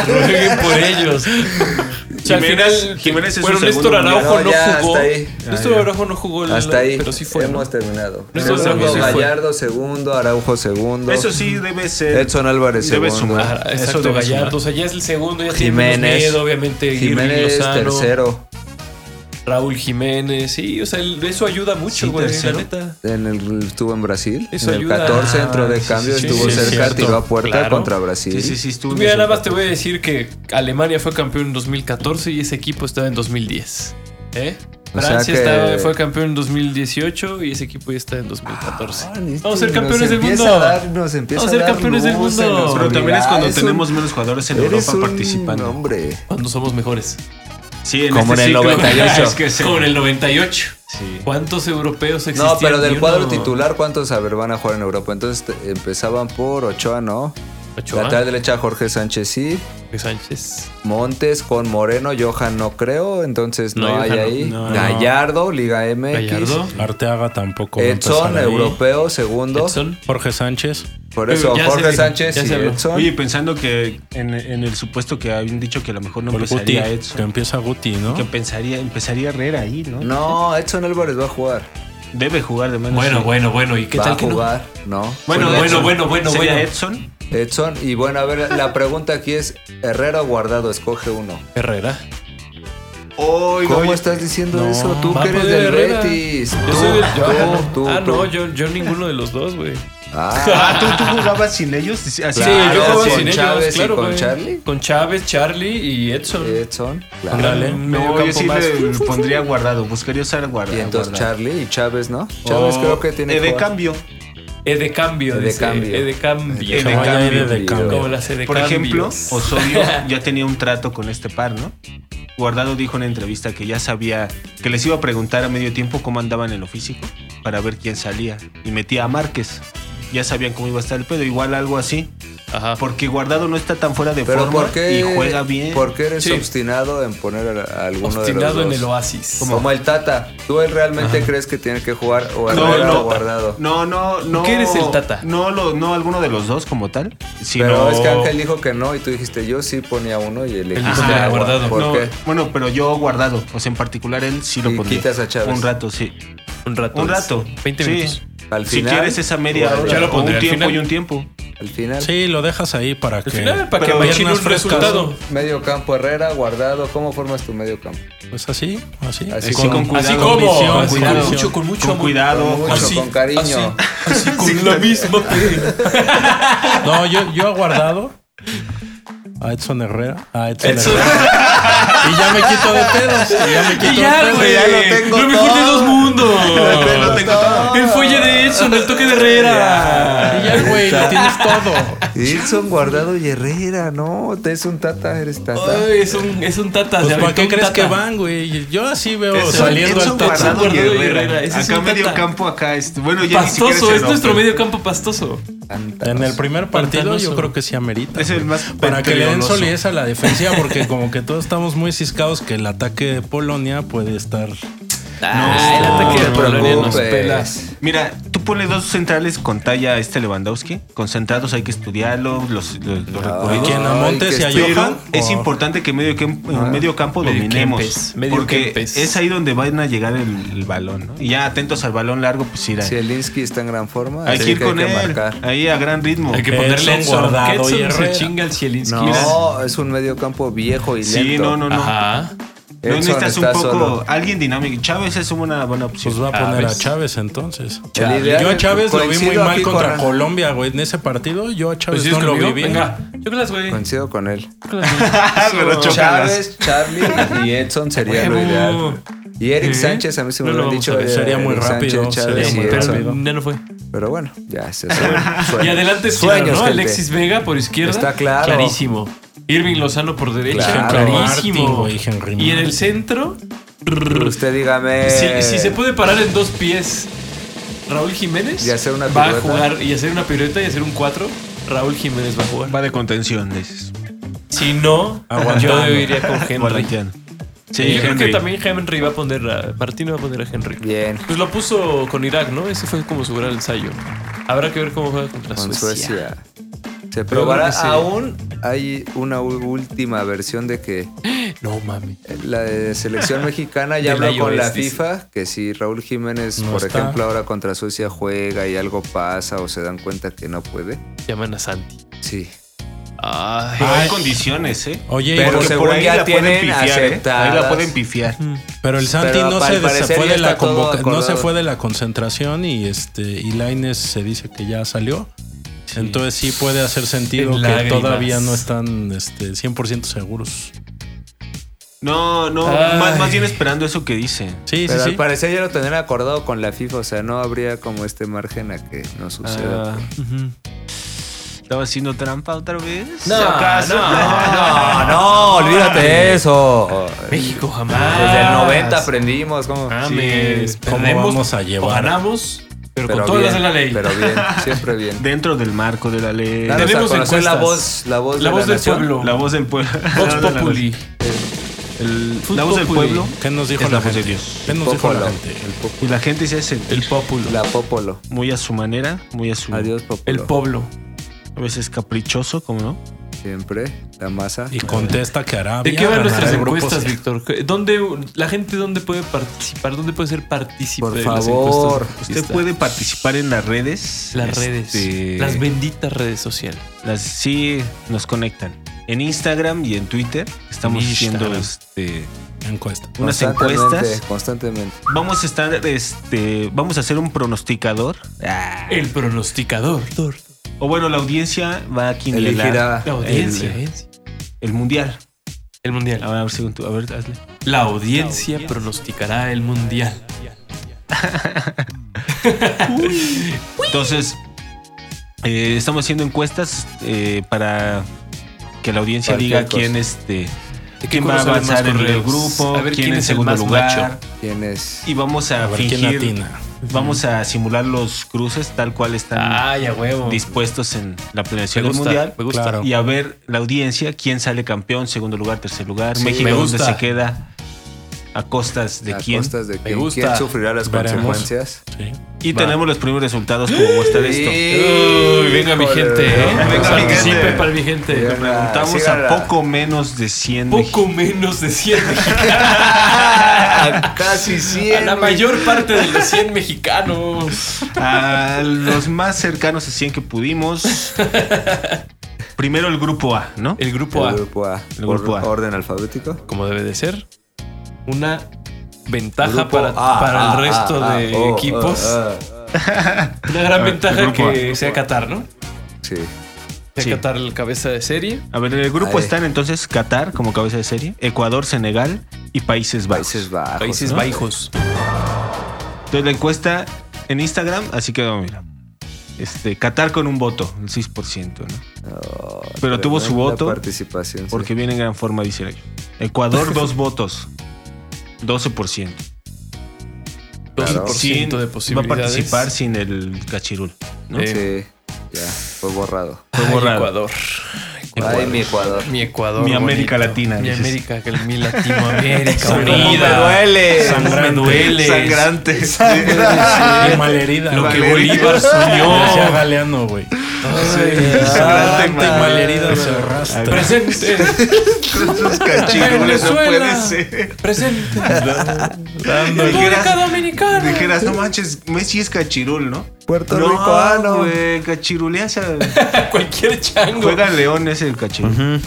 [SPEAKER 1] Rueguen por ellos. O sea, al
[SPEAKER 2] Jiménez-
[SPEAKER 1] final,
[SPEAKER 2] Jiménez es su
[SPEAKER 1] bueno,
[SPEAKER 2] segundo
[SPEAKER 1] Néstor Araujo no,
[SPEAKER 3] mundial. No, ya,
[SPEAKER 1] jugó.
[SPEAKER 3] hasta ahí.
[SPEAKER 1] Néstor Araujo no jugó el-
[SPEAKER 3] Hasta ahí.
[SPEAKER 1] pero sí fue. ¿no?
[SPEAKER 3] Hemos terminado.
[SPEAKER 1] No, eso
[SPEAKER 3] Segundo,
[SPEAKER 1] sí fue.
[SPEAKER 3] Gallardo, segundo. Araujo, segundo.
[SPEAKER 2] Eso sí debe ser.
[SPEAKER 3] Edson Álvarez,
[SPEAKER 2] Debe
[SPEAKER 3] segundo.
[SPEAKER 2] sumar.
[SPEAKER 1] Ah,
[SPEAKER 2] Eso
[SPEAKER 1] exacto,
[SPEAKER 2] debe sumar.
[SPEAKER 1] Gallardo. O sea, ya es el segundo, ya tiene menos
[SPEAKER 3] Jiménez.
[SPEAKER 1] miedo, obviamente. Irving
[SPEAKER 3] Jiménez,
[SPEAKER 1] Lozano,
[SPEAKER 3] tercero.
[SPEAKER 1] Raúl Jiménez. Sí, o sea, el- eso ayuda mucho,
[SPEAKER 2] Sí,
[SPEAKER 1] güey, la
[SPEAKER 2] tercero.
[SPEAKER 1] neta.
[SPEAKER 3] En el, estuvo en Brasil.
[SPEAKER 1] Eso
[SPEAKER 3] en el
[SPEAKER 1] ayuda.
[SPEAKER 3] 14 entró de
[SPEAKER 1] Ah, sí,
[SPEAKER 3] cambio,
[SPEAKER 1] sí,
[SPEAKER 3] estuvo
[SPEAKER 1] sí, es
[SPEAKER 3] cerca,
[SPEAKER 1] cierto.
[SPEAKER 3] tiró a puerta
[SPEAKER 1] Claro.
[SPEAKER 3] contra Brasil.
[SPEAKER 7] Sí, sí, sí, estuvo
[SPEAKER 1] Mira,
[SPEAKER 7] en
[SPEAKER 1] nada
[SPEAKER 7] ese
[SPEAKER 1] más te voy a decir que Alemania fue campeón en 2014 y ese equipo estaba en 2010. ¿Eh?
[SPEAKER 3] O sea
[SPEAKER 1] Francia
[SPEAKER 3] que-
[SPEAKER 1] estaba- fue campeón en 2018 y este equipo ya está en 2014. Vamos a ser
[SPEAKER 3] Ah, Nos
[SPEAKER 1] campeones del
[SPEAKER 3] empieza
[SPEAKER 1] mundo.
[SPEAKER 3] a dar- nos empieza
[SPEAKER 1] Vamos a ser
[SPEAKER 3] dar
[SPEAKER 1] campeones del
[SPEAKER 3] luz
[SPEAKER 1] mundo.
[SPEAKER 3] en la
[SPEAKER 7] Pero también es
[SPEAKER 3] oscuridad.
[SPEAKER 7] cuando
[SPEAKER 3] Ah, Es un-
[SPEAKER 7] tenemos menos jugadores en
[SPEAKER 3] eres
[SPEAKER 7] Europa
[SPEAKER 3] un
[SPEAKER 7] participando.
[SPEAKER 3] hombre.
[SPEAKER 1] Cuando somos <laughs> mejores.
[SPEAKER 7] Sí, en
[SPEAKER 3] Como
[SPEAKER 7] este
[SPEAKER 3] en el
[SPEAKER 7] ciclo.
[SPEAKER 1] <laughs>
[SPEAKER 3] 98.
[SPEAKER 7] Es que se-
[SPEAKER 1] Como en el 98.
[SPEAKER 7] Sí.
[SPEAKER 1] ¿Cuántos europeos existían?
[SPEAKER 3] No, pero
[SPEAKER 1] Ni
[SPEAKER 3] del
[SPEAKER 1] uno.
[SPEAKER 3] cuadro titular, ¿cuántos a ver van a jugar en Europa? Entonces te- empezaban por Ochoa, ¿no?
[SPEAKER 1] Ochoa,
[SPEAKER 3] La tarde derecha Jorge Sánchez, sí.
[SPEAKER 1] Jorge Sánchez.
[SPEAKER 3] Montes con Moreno, Johan no creo, entonces no,
[SPEAKER 1] No,
[SPEAKER 3] hay
[SPEAKER 1] Johan no.
[SPEAKER 3] ahí.
[SPEAKER 6] No.
[SPEAKER 3] Gallardo, Liga MX.
[SPEAKER 1] Gallardo.
[SPEAKER 6] Arteaga tampoco. va a
[SPEAKER 3] Edson,
[SPEAKER 6] empezar ahí.
[SPEAKER 3] europeo, segundo.
[SPEAKER 1] Edson.
[SPEAKER 6] Jorge Sánchez.
[SPEAKER 3] Por eso,
[SPEAKER 1] Ya se
[SPEAKER 3] Jorge
[SPEAKER 1] dijo,
[SPEAKER 3] Sánchez
[SPEAKER 1] ya
[SPEAKER 3] y
[SPEAKER 1] se habló.
[SPEAKER 3] Edson.
[SPEAKER 7] <laughs> Oye, pensando que en, en el supuesto que habían dicho que a lo mejor no
[SPEAKER 6] Por Guti.
[SPEAKER 7] empezaría
[SPEAKER 6] Que
[SPEAKER 7] Edson.
[SPEAKER 6] empieza Guti, ¿no?
[SPEAKER 7] Que pensaría, empezaría Herrera ahí, ¿no?
[SPEAKER 3] no, Edson Álvarez va a jugar.
[SPEAKER 7] Debe jugar de menos.
[SPEAKER 1] Bueno, bueno, bueno. ¿Y qué
[SPEAKER 3] va
[SPEAKER 1] tal
[SPEAKER 3] a
[SPEAKER 1] que no?
[SPEAKER 3] jugar, no.
[SPEAKER 1] Bueno, bueno,
[SPEAKER 7] Edson.
[SPEAKER 1] bueno, bueno,
[SPEAKER 7] ¿Sería
[SPEAKER 1] bueno.
[SPEAKER 7] Edson?
[SPEAKER 3] Edson, y bueno, a ver, la pregunta aquí es: ¿Herrera o Guardado? Escoge uno.
[SPEAKER 1] Herrera.
[SPEAKER 2] Hoy
[SPEAKER 3] ¿Cómo
[SPEAKER 2] voy-
[SPEAKER 3] estás diciendo
[SPEAKER 6] No,
[SPEAKER 3] eso? Tú
[SPEAKER 1] va
[SPEAKER 3] que
[SPEAKER 1] a
[SPEAKER 3] eres
[SPEAKER 1] poder
[SPEAKER 3] del
[SPEAKER 1] Herrera.
[SPEAKER 3] Betis.
[SPEAKER 1] Yo
[SPEAKER 3] Tú,
[SPEAKER 1] soy del-
[SPEAKER 3] tú,
[SPEAKER 1] Ah,
[SPEAKER 3] tú,
[SPEAKER 1] ah,
[SPEAKER 3] tú.
[SPEAKER 1] no, yo, yo ninguno de los dos, güey.
[SPEAKER 3] Ah,
[SPEAKER 1] <laughs>
[SPEAKER 7] Ah, ¿tú, tú jugabas sin ellos. Así-
[SPEAKER 1] Sí,
[SPEAKER 3] Claro,
[SPEAKER 1] yo jugaba
[SPEAKER 3] con
[SPEAKER 1] sin ellos,
[SPEAKER 3] Chávez y
[SPEAKER 1] claro,
[SPEAKER 3] con
[SPEAKER 1] güey.
[SPEAKER 3] Charlie.
[SPEAKER 1] Con Chávez, Charlie y Edson.
[SPEAKER 3] Edson, claro.
[SPEAKER 6] Ándale.
[SPEAKER 1] Un medio
[SPEAKER 7] No,
[SPEAKER 1] campo
[SPEAKER 7] yo sí
[SPEAKER 1] más.
[SPEAKER 7] le pondría guardado. Buscaría usar guardado.
[SPEAKER 3] Y entonces
[SPEAKER 7] guardado.
[SPEAKER 3] Charlie y Chávez, ¿no? Chávez
[SPEAKER 1] Oh,
[SPEAKER 7] O-
[SPEAKER 3] creo que tiene
[SPEAKER 7] eh, de
[SPEAKER 3] jugar.
[SPEAKER 7] cambio.
[SPEAKER 1] E de cambio,
[SPEAKER 3] E de
[SPEAKER 1] dice.
[SPEAKER 3] cambio.
[SPEAKER 1] E de cambio.
[SPEAKER 7] E de
[SPEAKER 6] Se vaya
[SPEAKER 7] cambio.
[SPEAKER 6] de cambio.
[SPEAKER 1] Como las E de
[SPEAKER 7] Por ejemplo,
[SPEAKER 1] <laughs> cambios.
[SPEAKER 7] Osorio ya tenía un trato con este par, ¿no? Guardado dijo en una entrevista que ya sabía que les iba a preguntar a medio tiempo cómo andaban en lo físico para ver quién salía. Y metía a Márquez. Ya sabían cómo iba a estar el pedo. Igual algo así.
[SPEAKER 1] Ajá.
[SPEAKER 7] Porque Guardado no está tan fuera de
[SPEAKER 3] Pero
[SPEAKER 7] forma
[SPEAKER 3] ¿por qué,
[SPEAKER 7] y juega bien.
[SPEAKER 3] ¿por qué eres
[SPEAKER 1] Sí.
[SPEAKER 3] obstinado en poner a, a alguno
[SPEAKER 1] Obstinado
[SPEAKER 3] de
[SPEAKER 1] en
[SPEAKER 3] los
[SPEAKER 1] el
[SPEAKER 3] dos?
[SPEAKER 1] oasis.
[SPEAKER 3] Como, el Tata. ¿Tú él realmente crees que tiene que jugar o
[SPEAKER 7] No,
[SPEAKER 3] Herrera o
[SPEAKER 7] no,
[SPEAKER 3] Guardado?
[SPEAKER 7] no, no, no.
[SPEAKER 1] qué eres el Tata?
[SPEAKER 7] No, lo- no alguno de los dos como tal. Sino...
[SPEAKER 3] Pero es que Ángel dijo que no y tú dijiste yo sí ponía uno y elegiste
[SPEAKER 1] Ajá,
[SPEAKER 3] a
[SPEAKER 1] Guardado.
[SPEAKER 3] ¿Por
[SPEAKER 7] No,
[SPEAKER 3] qué?
[SPEAKER 7] Bueno, pero yo guardado. O sea, en particular él sí lo
[SPEAKER 3] Y
[SPEAKER 7] pondría.
[SPEAKER 3] quitas a Chávez.
[SPEAKER 7] Un rato, sí.
[SPEAKER 1] Un rato.
[SPEAKER 7] Un rato.
[SPEAKER 1] 20
[SPEAKER 7] Sí.
[SPEAKER 1] minutos.
[SPEAKER 3] Al
[SPEAKER 7] Si
[SPEAKER 3] final,
[SPEAKER 7] quieres esa media
[SPEAKER 3] Guardado.
[SPEAKER 7] hora.
[SPEAKER 1] Yo lo
[SPEAKER 7] o
[SPEAKER 1] pondría
[SPEAKER 7] un
[SPEAKER 1] al
[SPEAKER 7] tiempo
[SPEAKER 1] final.
[SPEAKER 7] y un tiempo.
[SPEAKER 3] Al final.
[SPEAKER 6] Sí, lo dejas ahí para que.
[SPEAKER 1] Al final, para que
[SPEAKER 7] Pero
[SPEAKER 1] me
[SPEAKER 7] piernas
[SPEAKER 1] chine un
[SPEAKER 7] frescas.
[SPEAKER 1] resultado.
[SPEAKER 6] <laughs>
[SPEAKER 3] Medio campo Herrera, Guardado. ¿Cómo formas tu medio campo?
[SPEAKER 6] Pues así, así.
[SPEAKER 3] Así
[SPEAKER 6] Eh,
[SPEAKER 3] con-
[SPEAKER 1] Así
[SPEAKER 7] cuidado,
[SPEAKER 1] como,
[SPEAKER 6] visión,
[SPEAKER 1] así
[SPEAKER 6] con
[SPEAKER 1] con
[SPEAKER 6] visión.
[SPEAKER 1] mucho, con mucho
[SPEAKER 7] Con
[SPEAKER 1] amor.
[SPEAKER 7] cuidado.
[SPEAKER 3] Con mucho,
[SPEAKER 1] Así,
[SPEAKER 3] con cariño.
[SPEAKER 1] Así, así con la misma pe-
[SPEAKER 6] No, yo, yo he guardado a Edson Herrera. A Edson,
[SPEAKER 1] Edson.
[SPEAKER 3] <laughs>
[SPEAKER 6] Herrera. Y ya me quito de pedos. Y ya me quito
[SPEAKER 1] Y
[SPEAKER 6] de
[SPEAKER 1] ya,
[SPEAKER 6] pedos.
[SPEAKER 1] güey.
[SPEAKER 3] ya lo tengo
[SPEAKER 1] Lo mejor de
[SPEAKER 3] todo.
[SPEAKER 1] dos mundos.
[SPEAKER 3] Lo tengo
[SPEAKER 1] <laughs>
[SPEAKER 3] todo.
[SPEAKER 1] El fuelle de Edson, el toque de Herrera.
[SPEAKER 6] Y ya, güey, lo tienes todo.
[SPEAKER 3] Edson, Guardado y Herrera. No, te es un Tata, eres Tata.
[SPEAKER 1] Ay, es un, es un tata.
[SPEAKER 6] Pues,
[SPEAKER 1] se
[SPEAKER 6] ¿Para
[SPEAKER 1] aventó
[SPEAKER 6] qué
[SPEAKER 1] un
[SPEAKER 6] crees
[SPEAKER 1] tata.
[SPEAKER 6] que van, güey? Yo así veo
[SPEAKER 7] Edson-
[SPEAKER 6] saliendo
[SPEAKER 7] Edson
[SPEAKER 6] al Tata.
[SPEAKER 1] Guardado.
[SPEAKER 7] y
[SPEAKER 1] Guardado y
[SPEAKER 7] Herrera.
[SPEAKER 1] Herrera, ese es
[SPEAKER 7] Acá
[SPEAKER 1] un
[SPEAKER 7] medio
[SPEAKER 1] Tata.
[SPEAKER 7] campo, acá este. Bueno, ya ni siquiera
[SPEAKER 1] Pastoso,
[SPEAKER 7] se
[SPEAKER 1] es
[SPEAKER 7] lo-
[SPEAKER 1] nuestro medio campo pastoso.
[SPEAKER 6] En el primer partido
[SPEAKER 1] Pantanoso.
[SPEAKER 6] yo creo que sí amerita.
[SPEAKER 7] Es el más
[SPEAKER 6] Para que le den
[SPEAKER 7] peligroso.
[SPEAKER 6] solidez a la defensa, porque como que todos estamos muy ciscados que el ataque de Polonia puede estar.
[SPEAKER 1] Ah, el ataque de
[SPEAKER 3] te
[SPEAKER 1] Polonia nos
[SPEAKER 3] preocupes.
[SPEAKER 1] pela.
[SPEAKER 7] Mira, tú pones dos centrales con talla a este Lewandowski. Concentrados, hay que estudiarlos, los, los, los
[SPEAKER 6] ¿Y
[SPEAKER 7] recorridos.
[SPEAKER 6] quién? ¿A
[SPEAKER 3] Ay,
[SPEAKER 6] Montes
[SPEAKER 3] que
[SPEAKER 6] y a
[SPEAKER 3] estoy-
[SPEAKER 7] Pero
[SPEAKER 6] Johan?
[SPEAKER 7] es
[SPEAKER 6] ¿O-
[SPEAKER 7] importante que medio, camp- en medio campo
[SPEAKER 1] Medio
[SPEAKER 7] dominemos.
[SPEAKER 1] quempes, medio
[SPEAKER 7] porque
[SPEAKER 1] quempes.
[SPEAKER 7] es ahí donde van a llegar el, el balón, ¿no? Y ya atentos al balón largo, pues ir ahí.
[SPEAKER 3] Si el Linsky está en gran forma,
[SPEAKER 7] hay
[SPEAKER 3] así
[SPEAKER 7] que ir con
[SPEAKER 3] hay que
[SPEAKER 7] él.
[SPEAKER 3] marcar.
[SPEAKER 7] Ahí a gran ritmo.
[SPEAKER 1] Hay que
[SPEAKER 6] Edson,
[SPEAKER 1] ponerle Edson,
[SPEAKER 6] Guardado
[SPEAKER 1] que Edson
[SPEAKER 6] y
[SPEAKER 1] se
[SPEAKER 6] Herrera.
[SPEAKER 1] chinga el Zielinski.
[SPEAKER 3] No, es un medio campo viejo y lento.
[SPEAKER 7] Eh, Sí, no, no, no.
[SPEAKER 1] Ajá.
[SPEAKER 7] No
[SPEAKER 3] Edson
[SPEAKER 7] necesitas un
[SPEAKER 3] está
[SPEAKER 7] poco.
[SPEAKER 3] solo.
[SPEAKER 7] Alguien dinámico. Chávez es una buena opción.
[SPEAKER 6] Pues va a poner a
[SPEAKER 1] Chávez.
[SPEAKER 6] Chávez entonces.
[SPEAKER 3] El ideal-
[SPEAKER 6] Yo a Chávez lo vi muy
[SPEAKER 3] coincido
[SPEAKER 6] mal
[SPEAKER 3] aquí
[SPEAKER 6] contra
[SPEAKER 3] con-
[SPEAKER 6] Colombia, güey. En ese partido yo a
[SPEAKER 1] Pues
[SPEAKER 6] Chávez
[SPEAKER 1] sí,
[SPEAKER 6] no
[SPEAKER 1] es
[SPEAKER 6] lo vi
[SPEAKER 1] conmigo.
[SPEAKER 6] bien.
[SPEAKER 1] Venga, yo que las güey.
[SPEAKER 3] Coincido con él.
[SPEAKER 7] <laughs> Pero chócalas.
[SPEAKER 3] Chávez, Charlie y Edson sería lo
[SPEAKER 1] Huevo.
[SPEAKER 3] ideal. Y Eric
[SPEAKER 1] ¿Eh?
[SPEAKER 3] Sánchez, a mí se me
[SPEAKER 1] No lo
[SPEAKER 3] lo han
[SPEAKER 1] vamos a
[SPEAKER 3] dicho.
[SPEAKER 1] ver,
[SPEAKER 3] eh,
[SPEAKER 6] sería muy
[SPEAKER 3] Eric
[SPEAKER 6] rápido,
[SPEAKER 3] Sánchez,
[SPEAKER 6] sería
[SPEAKER 3] Chávez
[SPEAKER 6] muy
[SPEAKER 3] y Edson.
[SPEAKER 6] rápido.
[SPEAKER 1] Ya no fue.
[SPEAKER 3] Pero bueno, ya se sueña.
[SPEAKER 1] <laughs> Y adelante es
[SPEAKER 3] Sueños,
[SPEAKER 1] ¿no?
[SPEAKER 3] gente.
[SPEAKER 1] Alexis Vega por izquierda.
[SPEAKER 3] Está claro.
[SPEAKER 1] Clarísimo. Irving Lozano por derecha,
[SPEAKER 3] Claro.
[SPEAKER 6] Martin,
[SPEAKER 1] clarísimo.
[SPEAKER 6] güey, Henry
[SPEAKER 1] y en el
[SPEAKER 6] Martin.
[SPEAKER 1] centro,
[SPEAKER 3] Usted dígame.
[SPEAKER 1] si, si se puede parar en dos pies, Raúl Jiménez
[SPEAKER 3] Y hacer una
[SPEAKER 1] va a
[SPEAKER 3] pirueta.
[SPEAKER 1] jugar y hacer una pirueta y hacer un 4. Raúl Jiménez va a jugar.
[SPEAKER 7] Va de contención, dices.
[SPEAKER 1] Si no,
[SPEAKER 6] Aguantando.
[SPEAKER 1] yo iría
[SPEAKER 3] <laughs>
[SPEAKER 1] con Henry.
[SPEAKER 7] Volantean.
[SPEAKER 1] Sí, yo creo que también Henry va a poner a. Martín va a poner a Henry.
[SPEAKER 3] Bien.
[SPEAKER 1] Pues lo puso con Irak, ¿no? Ese fue como su gran ensayo. Habrá que ver cómo juega contra
[SPEAKER 3] Con
[SPEAKER 1] Suecia.
[SPEAKER 3] Suecia. Se
[SPEAKER 1] creo
[SPEAKER 3] probará
[SPEAKER 1] que sí.
[SPEAKER 3] aún. Hay una u- última versión de que
[SPEAKER 1] No mami.
[SPEAKER 3] la de selección mexicana ya
[SPEAKER 1] Del
[SPEAKER 3] habló con la
[SPEAKER 1] iOS, dice.
[SPEAKER 3] FIFA, que si Raúl Jiménez,
[SPEAKER 6] No
[SPEAKER 3] por
[SPEAKER 6] está.
[SPEAKER 3] ejemplo, ahora contra Suecia juega y algo pasa o se dan cuenta que no puede.
[SPEAKER 1] Llaman a Santi.
[SPEAKER 3] Sí.
[SPEAKER 1] Ay.
[SPEAKER 7] Pero hay
[SPEAKER 6] Ay.
[SPEAKER 7] condiciones, ¿eh?
[SPEAKER 6] Oye, y
[SPEAKER 3] Pero
[SPEAKER 6] por-
[SPEAKER 7] Porque
[SPEAKER 3] según ya tienen
[SPEAKER 7] ¿eh? Ahí la
[SPEAKER 3] aceptadas.
[SPEAKER 7] pueden pifiar.
[SPEAKER 6] Pero el Santi
[SPEAKER 3] Pero
[SPEAKER 6] no,
[SPEAKER 3] pa-
[SPEAKER 6] se,
[SPEAKER 3] al parecer
[SPEAKER 6] se fue
[SPEAKER 3] ya
[SPEAKER 6] de la
[SPEAKER 3] está todo
[SPEAKER 6] convoca- no se
[SPEAKER 3] acordado.
[SPEAKER 6] fue de la concentración y este y Lainez se dice que ya salió. Entonces sí puede hacer sentido
[SPEAKER 1] En
[SPEAKER 6] que
[SPEAKER 1] lágrimas.
[SPEAKER 6] todavía no están este, 100% seguros.
[SPEAKER 7] No, no,
[SPEAKER 1] Ay.
[SPEAKER 7] más, más bien esperando eso que dice.
[SPEAKER 6] Sí,
[SPEAKER 3] Pero
[SPEAKER 6] sí,
[SPEAKER 3] al
[SPEAKER 6] sí.
[SPEAKER 3] parecer ya lo tendrían acordado con la FIFA, o sea, no habría como este margen a que no suceda.
[SPEAKER 7] Ah,
[SPEAKER 1] Ujú.
[SPEAKER 7] ¿Estaba haciendo trampa otra vez?
[SPEAKER 1] No,
[SPEAKER 7] ¿Acaso?
[SPEAKER 1] Ah, no,
[SPEAKER 3] No, no, olvídate de eso.
[SPEAKER 1] México jamás.
[SPEAKER 3] Desde el 90 aprendimos cómo.
[SPEAKER 1] Mames,
[SPEAKER 6] Sí, ¿cómo
[SPEAKER 1] perdemos
[SPEAKER 6] vamos a llevar?
[SPEAKER 1] o ganamos, pero,
[SPEAKER 3] Pero
[SPEAKER 1] Ah, con todas las de
[SPEAKER 3] bien,
[SPEAKER 1] la ley.
[SPEAKER 3] Pero bien, siempre bien.
[SPEAKER 7] <laughs> Dentro del marco de la ley.
[SPEAKER 3] Danos a
[SPEAKER 1] tenemos
[SPEAKER 3] conocer la
[SPEAKER 1] encuestas.
[SPEAKER 3] voz, la voz,
[SPEAKER 1] la
[SPEAKER 3] de
[SPEAKER 1] voz
[SPEAKER 3] la
[SPEAKER 1] del
[SPEAKER 3] nación.
[SPEAKER 1] pueblo.
[SPEAKER 7] <laughs> La voz del pueblo.
[SPEAKER 1] Voz
[SPEAKER 7] No, no, no.
[SPEAKER 1] populi.
[SPEAKER 7] El-
[SPEAKER 1] Voz
[SPEAKER 7] la voz del
[SPEAKER 1] populi.
[SPEAKER 7] pueblo.
[SPEAKER 6] ¿Qué nos dijo
[SPEAKER 7] Es
[SPEAKER 6] la
[SPEAKER 7] la voz de
[SPEAKER 6] gente?
[SPEAKER 7] Dios.
[SPEAKER 6] ¿Qué nos dijo la
[SPEAKER 3] Popolo.
[SPEAKER 6] gente?
[SPEAKER 3] El po-
[SPEAKER 7] Y la gente se hace
[SPEAKER 1] El populo.
[SPEAKER 3] La popolo.
[SPEAKER 7] muy a su manera, muy a su.
[SPEAKER 3] Adiós, popolo.
[SPEAKER 1] el pueblo.
[SPEAKER 7] A veces caprichoso, como no.
[SPEAKER 3] Siempre, la masa.
[SPEAKER 6] Y contesta que Arabia.
[SPEAKER 1] ¿De qué van
[SPEAKER 6] ganará
[SPEAKER 1] nuestras
[SPEAKER 6] el grupo
[SPEAKER 1] encuestas,
[SPEAKER 6] C.
[SPEAKER 1] Víctor? ¿Dónde la gente dónde puede participar? ¿Dónde puede ser partícipe
[SPEAKER 3] Por
[SPEAKER 1] de las
[SPEAKER 3] favor.
[SPEAKER 1] encuestas?
[SPEAKER 7] Usted
[SPEAKER 1] Está.
[SPEAKER 7] puede participar en las redes.
[SPEAKER 1] las
[SPEAKER 7] este,
[SPEAKER 1] redes, las benditas redes sociales.
[SPEAKER 7] las- sí, nos conectan. En Instagram y en Twitter estamos
[SPEAKER 1] En
[SPEAKER 7] haciendo
[SPEAKER 1] Instagram.
[SPEAKER 7] este,
[SPEAKER 6] Encuesta.
[SPEAKER 7] unas
[SPEAKER 3] Constantemente,
[SPEAKER 7] encuestas.
[SPEAKER 3] Constantemente.
[SPEAKER 7] Vamos a estar, este, vamos a hacer un pronosticador. Ah,
[SPEAKER 1] El pronosticador.
[SPEAKER 7] o bueno, la audiencia va a quiniela
[SPEAKER 3] Elegirá.
[SPEAKER 1] La audiencia.
[SPEAKER 7] El-
[SPEAKER 1] El,
[SPEAKER 7] el mundial.
[SPEAKER 1] mundial.
[SPEAKER 7] A ver, a ver, según tú, a ver, hazle.
[SPEAKER 1] La audiencia pronosticará el mundial.
[SPEAKER 7] Entonces, eh, estamos haciendo encuestas eh, para que la audiencia
[SPEAKER 3] Cualquier
[SPEAKER 7] diga quién este
[SPEAKER 1] ¿De
[SPEAKER 7] quién va
[SPEAKER 1] color
[SPEAKER 7] a
[SPEAKER 1] salen más
[SPEAKER 7] avanzar en el
[SPEAKER 1] correos?
[SPEAKER 7] grupo,
[SPEAKER 1] A ver quién,
[SPEAKER 7] en
[SPEAKER 1] es el
[SPEAKER 7] segundo
[SPEAKER 1] más
[SPEAKER 7] lugar
[SPEAKER 1] gacho.
[SPEAKER 3] ¿Quién es?
[SPEAKER 7] y vamos a,
[SPEAKER 6] A ver quién
[SPEAKER 7] fingir,
[SPEAKER 6] atina.
[SPEAKER 7] vamos a simular los cruces tal cual están
[SPEAKER 1] Ay, a huevo.
[SPEAKER 7] dispuestos en la
[SPEAKER 1] Ah, Me
[SPEAKER 7] planeación del
[SPEAKER 1] gusta,
[SPEAKER 7] mundial
[SPEAKER 1] me gusta.
[SPEAKER 6] Claro.
[SPEAKER 7] y a ver la audiencia quién sale campeón, segundo lugar, tercer lugar,
[SPEAKER 1] Sí,
[SPEAKER 7] México
[SPEAKER 1] me
[SPEAKER 7] dónde
[SPEAKER 1] gusta.
[SPEAKER 7] se queda a costas de
[SPEAKER 3] a
[SPEAKER 7] quién
[SPEAKER 3] costas de quién?
[SPEAKER 1] gusta.
[SPEAKER 3] ¿Quién sufrirá las
[SPEAKER 6] Veremos.
[SPEAKER 3] consecuencias?
[SPEAKER 6] Sí.
[SPEAKER 7] y tenemos los primeros resultados como va a estar esto.
[SPEAKER 1] Uy, venga mi
[SPEAKER 3] Híjole,
[SPEAKER 1] gente, ¿eh?
[SPEAKER 3] ¿no?
[SPEAKER 7] Venga, mi
[SPEAKER 1] Participe
[SPEAKER 7] gente.
[SPEAKER 1] para mi gente.
[SPEAKER 3] Venga,
[SPEAKER 7] Preguntamos
[SPEAKER 3] síganla.
[SPEAKER 7] a poco menos de 100
[SPEAKER 1] Poco menos de 100 mexicanos.
[SPEAKER 3] A <laughs> Casi 100.
[SPEAKER 1] A la mayor parte de los 100 mexicanos.
[SPEAKER 7] A los más cercanos a 100 que pudimos. Primero el grupo A, ¿no?
[SPEAKER 1] El grupo
[SPEAKER 3] El
[SPEAKER 1] A,
[SPEAKER 3] grupo A.
[SPEAKER 7] El grupo
[SPEAKER 3] Por
[SPEAKER 7] A.
[SPEAKER 3] Orden alfabético.
[SPEAKER 1] como debe de ser, una ventaja
[SPEAKER 3] Grupo
[SPEAKER 1] para,
[SPEAKER 3] A, Ah,
[SPEAKER 1] para el
[SPEAKER 3] A,
[SPEAKER 1] resto
[SPEAKER 3] A, A,
[SPEAKER 1] de
[SPEAKER 3] O,
[SPEAKER 1] equipos.
[SPEAKER 3] A, A.
[SPEAKER 1] Una gran
[SPEAKER 7] A ver,
[SPEAKER 1] ventaja
[SPEAKER 7] el grupo
[SPEAKER 1] que sea Qatar, ¿no?
[SPEAKER 3] Sí.
[SPEAKER 1] Sea
[SPEAKER 7] Sí.
[SPEAKER 1] Qatar el cabeza de serie.
[SPEAKER 7] A ver, en el grupo
[SPEAKER 3] Ahí.
[SPEAKER 7] están entonces Qatar como cabeza de serie, Ecuador, Senegal y Países Bajos.
[SPEAKER 3] Países Bajos.
[SPEAKER 1] Países
[SPEAKER 3] ¿no?
[SPEAKER 1] Bajos.
[SPEAKER 7] Entonces la encuesta en Instagram, así quedó, mira. Este, Qatar con un voto, el 6%, ¿no?
[SPEAKER 3] Oh,
[SPEAKER 7] Pero tuvo su
[SPEAKER 3] tremenda
[SPEAKER 7] voto,
[SPEAKER 3] participación. sí.
[SPEAKER 7] Porque viene en gran forma, dice aquí.
[SPEAKER 3] <laughs>
[SPEAKER 7] Ecuador, dos votos, 12%.
[SPEAKER 1] 2%
[SPEAKER 7] Sin-
[SPEAKER 1] de
[SPEAKER 7] Va a
[SPEAKER 1] posibilidades.
[SPEAKER 7] participar sin el cachirul, ¿no?
[SPEAKER 1] Eh,
[SPEAKER 3] Sí. Ya. Fue borrado.
[SPEAKER 1] Ay,
[SPEAKER 7] borrado.
[SPEAKER 1] Ecuador.
[SPEAKER 3] Ay, mi Ecuador.
[SPEAKER 1] Mi Ecuador.
[SPEAKER 7] Mi América Latina,
[SPEAKER 1] Mi
[SPEAKER 7] dices.
[SPEAKER 1] América, que- mi <laughs> Latinoamérica.
[SPEAKER 6] Cómo me
[SPEAKER 1] unida.
[SPEAKER 3] duele.
[SPEAKER 1] Cómo me duele.
[SPEAKER 3] Sangrante.
[SPEAKER 6] Y malherida.
[SPEAKER 1] Lo que
[SPEAKER 6] güey.
[SPEAKER 1] Bolívar
[SPEAKER 6] Decía
[SPEAKER 1] soñó.
[SPEAKER 6] Galeano, güey.
[SPEAKER 3] sangrante
[SPEAKER 6] Sangrante y malherida se arrastra.
[SPEAKER 1] Presente.
[SPEAKER 2] no
[SPEAKER 1] Venezuela.
[SPEAKER 2] puede ser.
[SPEAKER 1] Presente.
[SPEAKER 7] Dando-
[SPEAKER 1] República Dominicana.
[SPEAKER 2] Dijeras, no manches, Messi es cachirul, ¿no?
[SPEAKER 3] Puerto
[SPEAKER 7] No,
[SPEAKER 3] Ricoano.
[SPEAKER 7] güey, cachiruleas <laughs>
[SPEAKER 1] <laughs>
[SPEAKER 7] a-
[SPEAKER 1] Cualquier chango.
[SPEAKER 7] Juega León es el cachirul.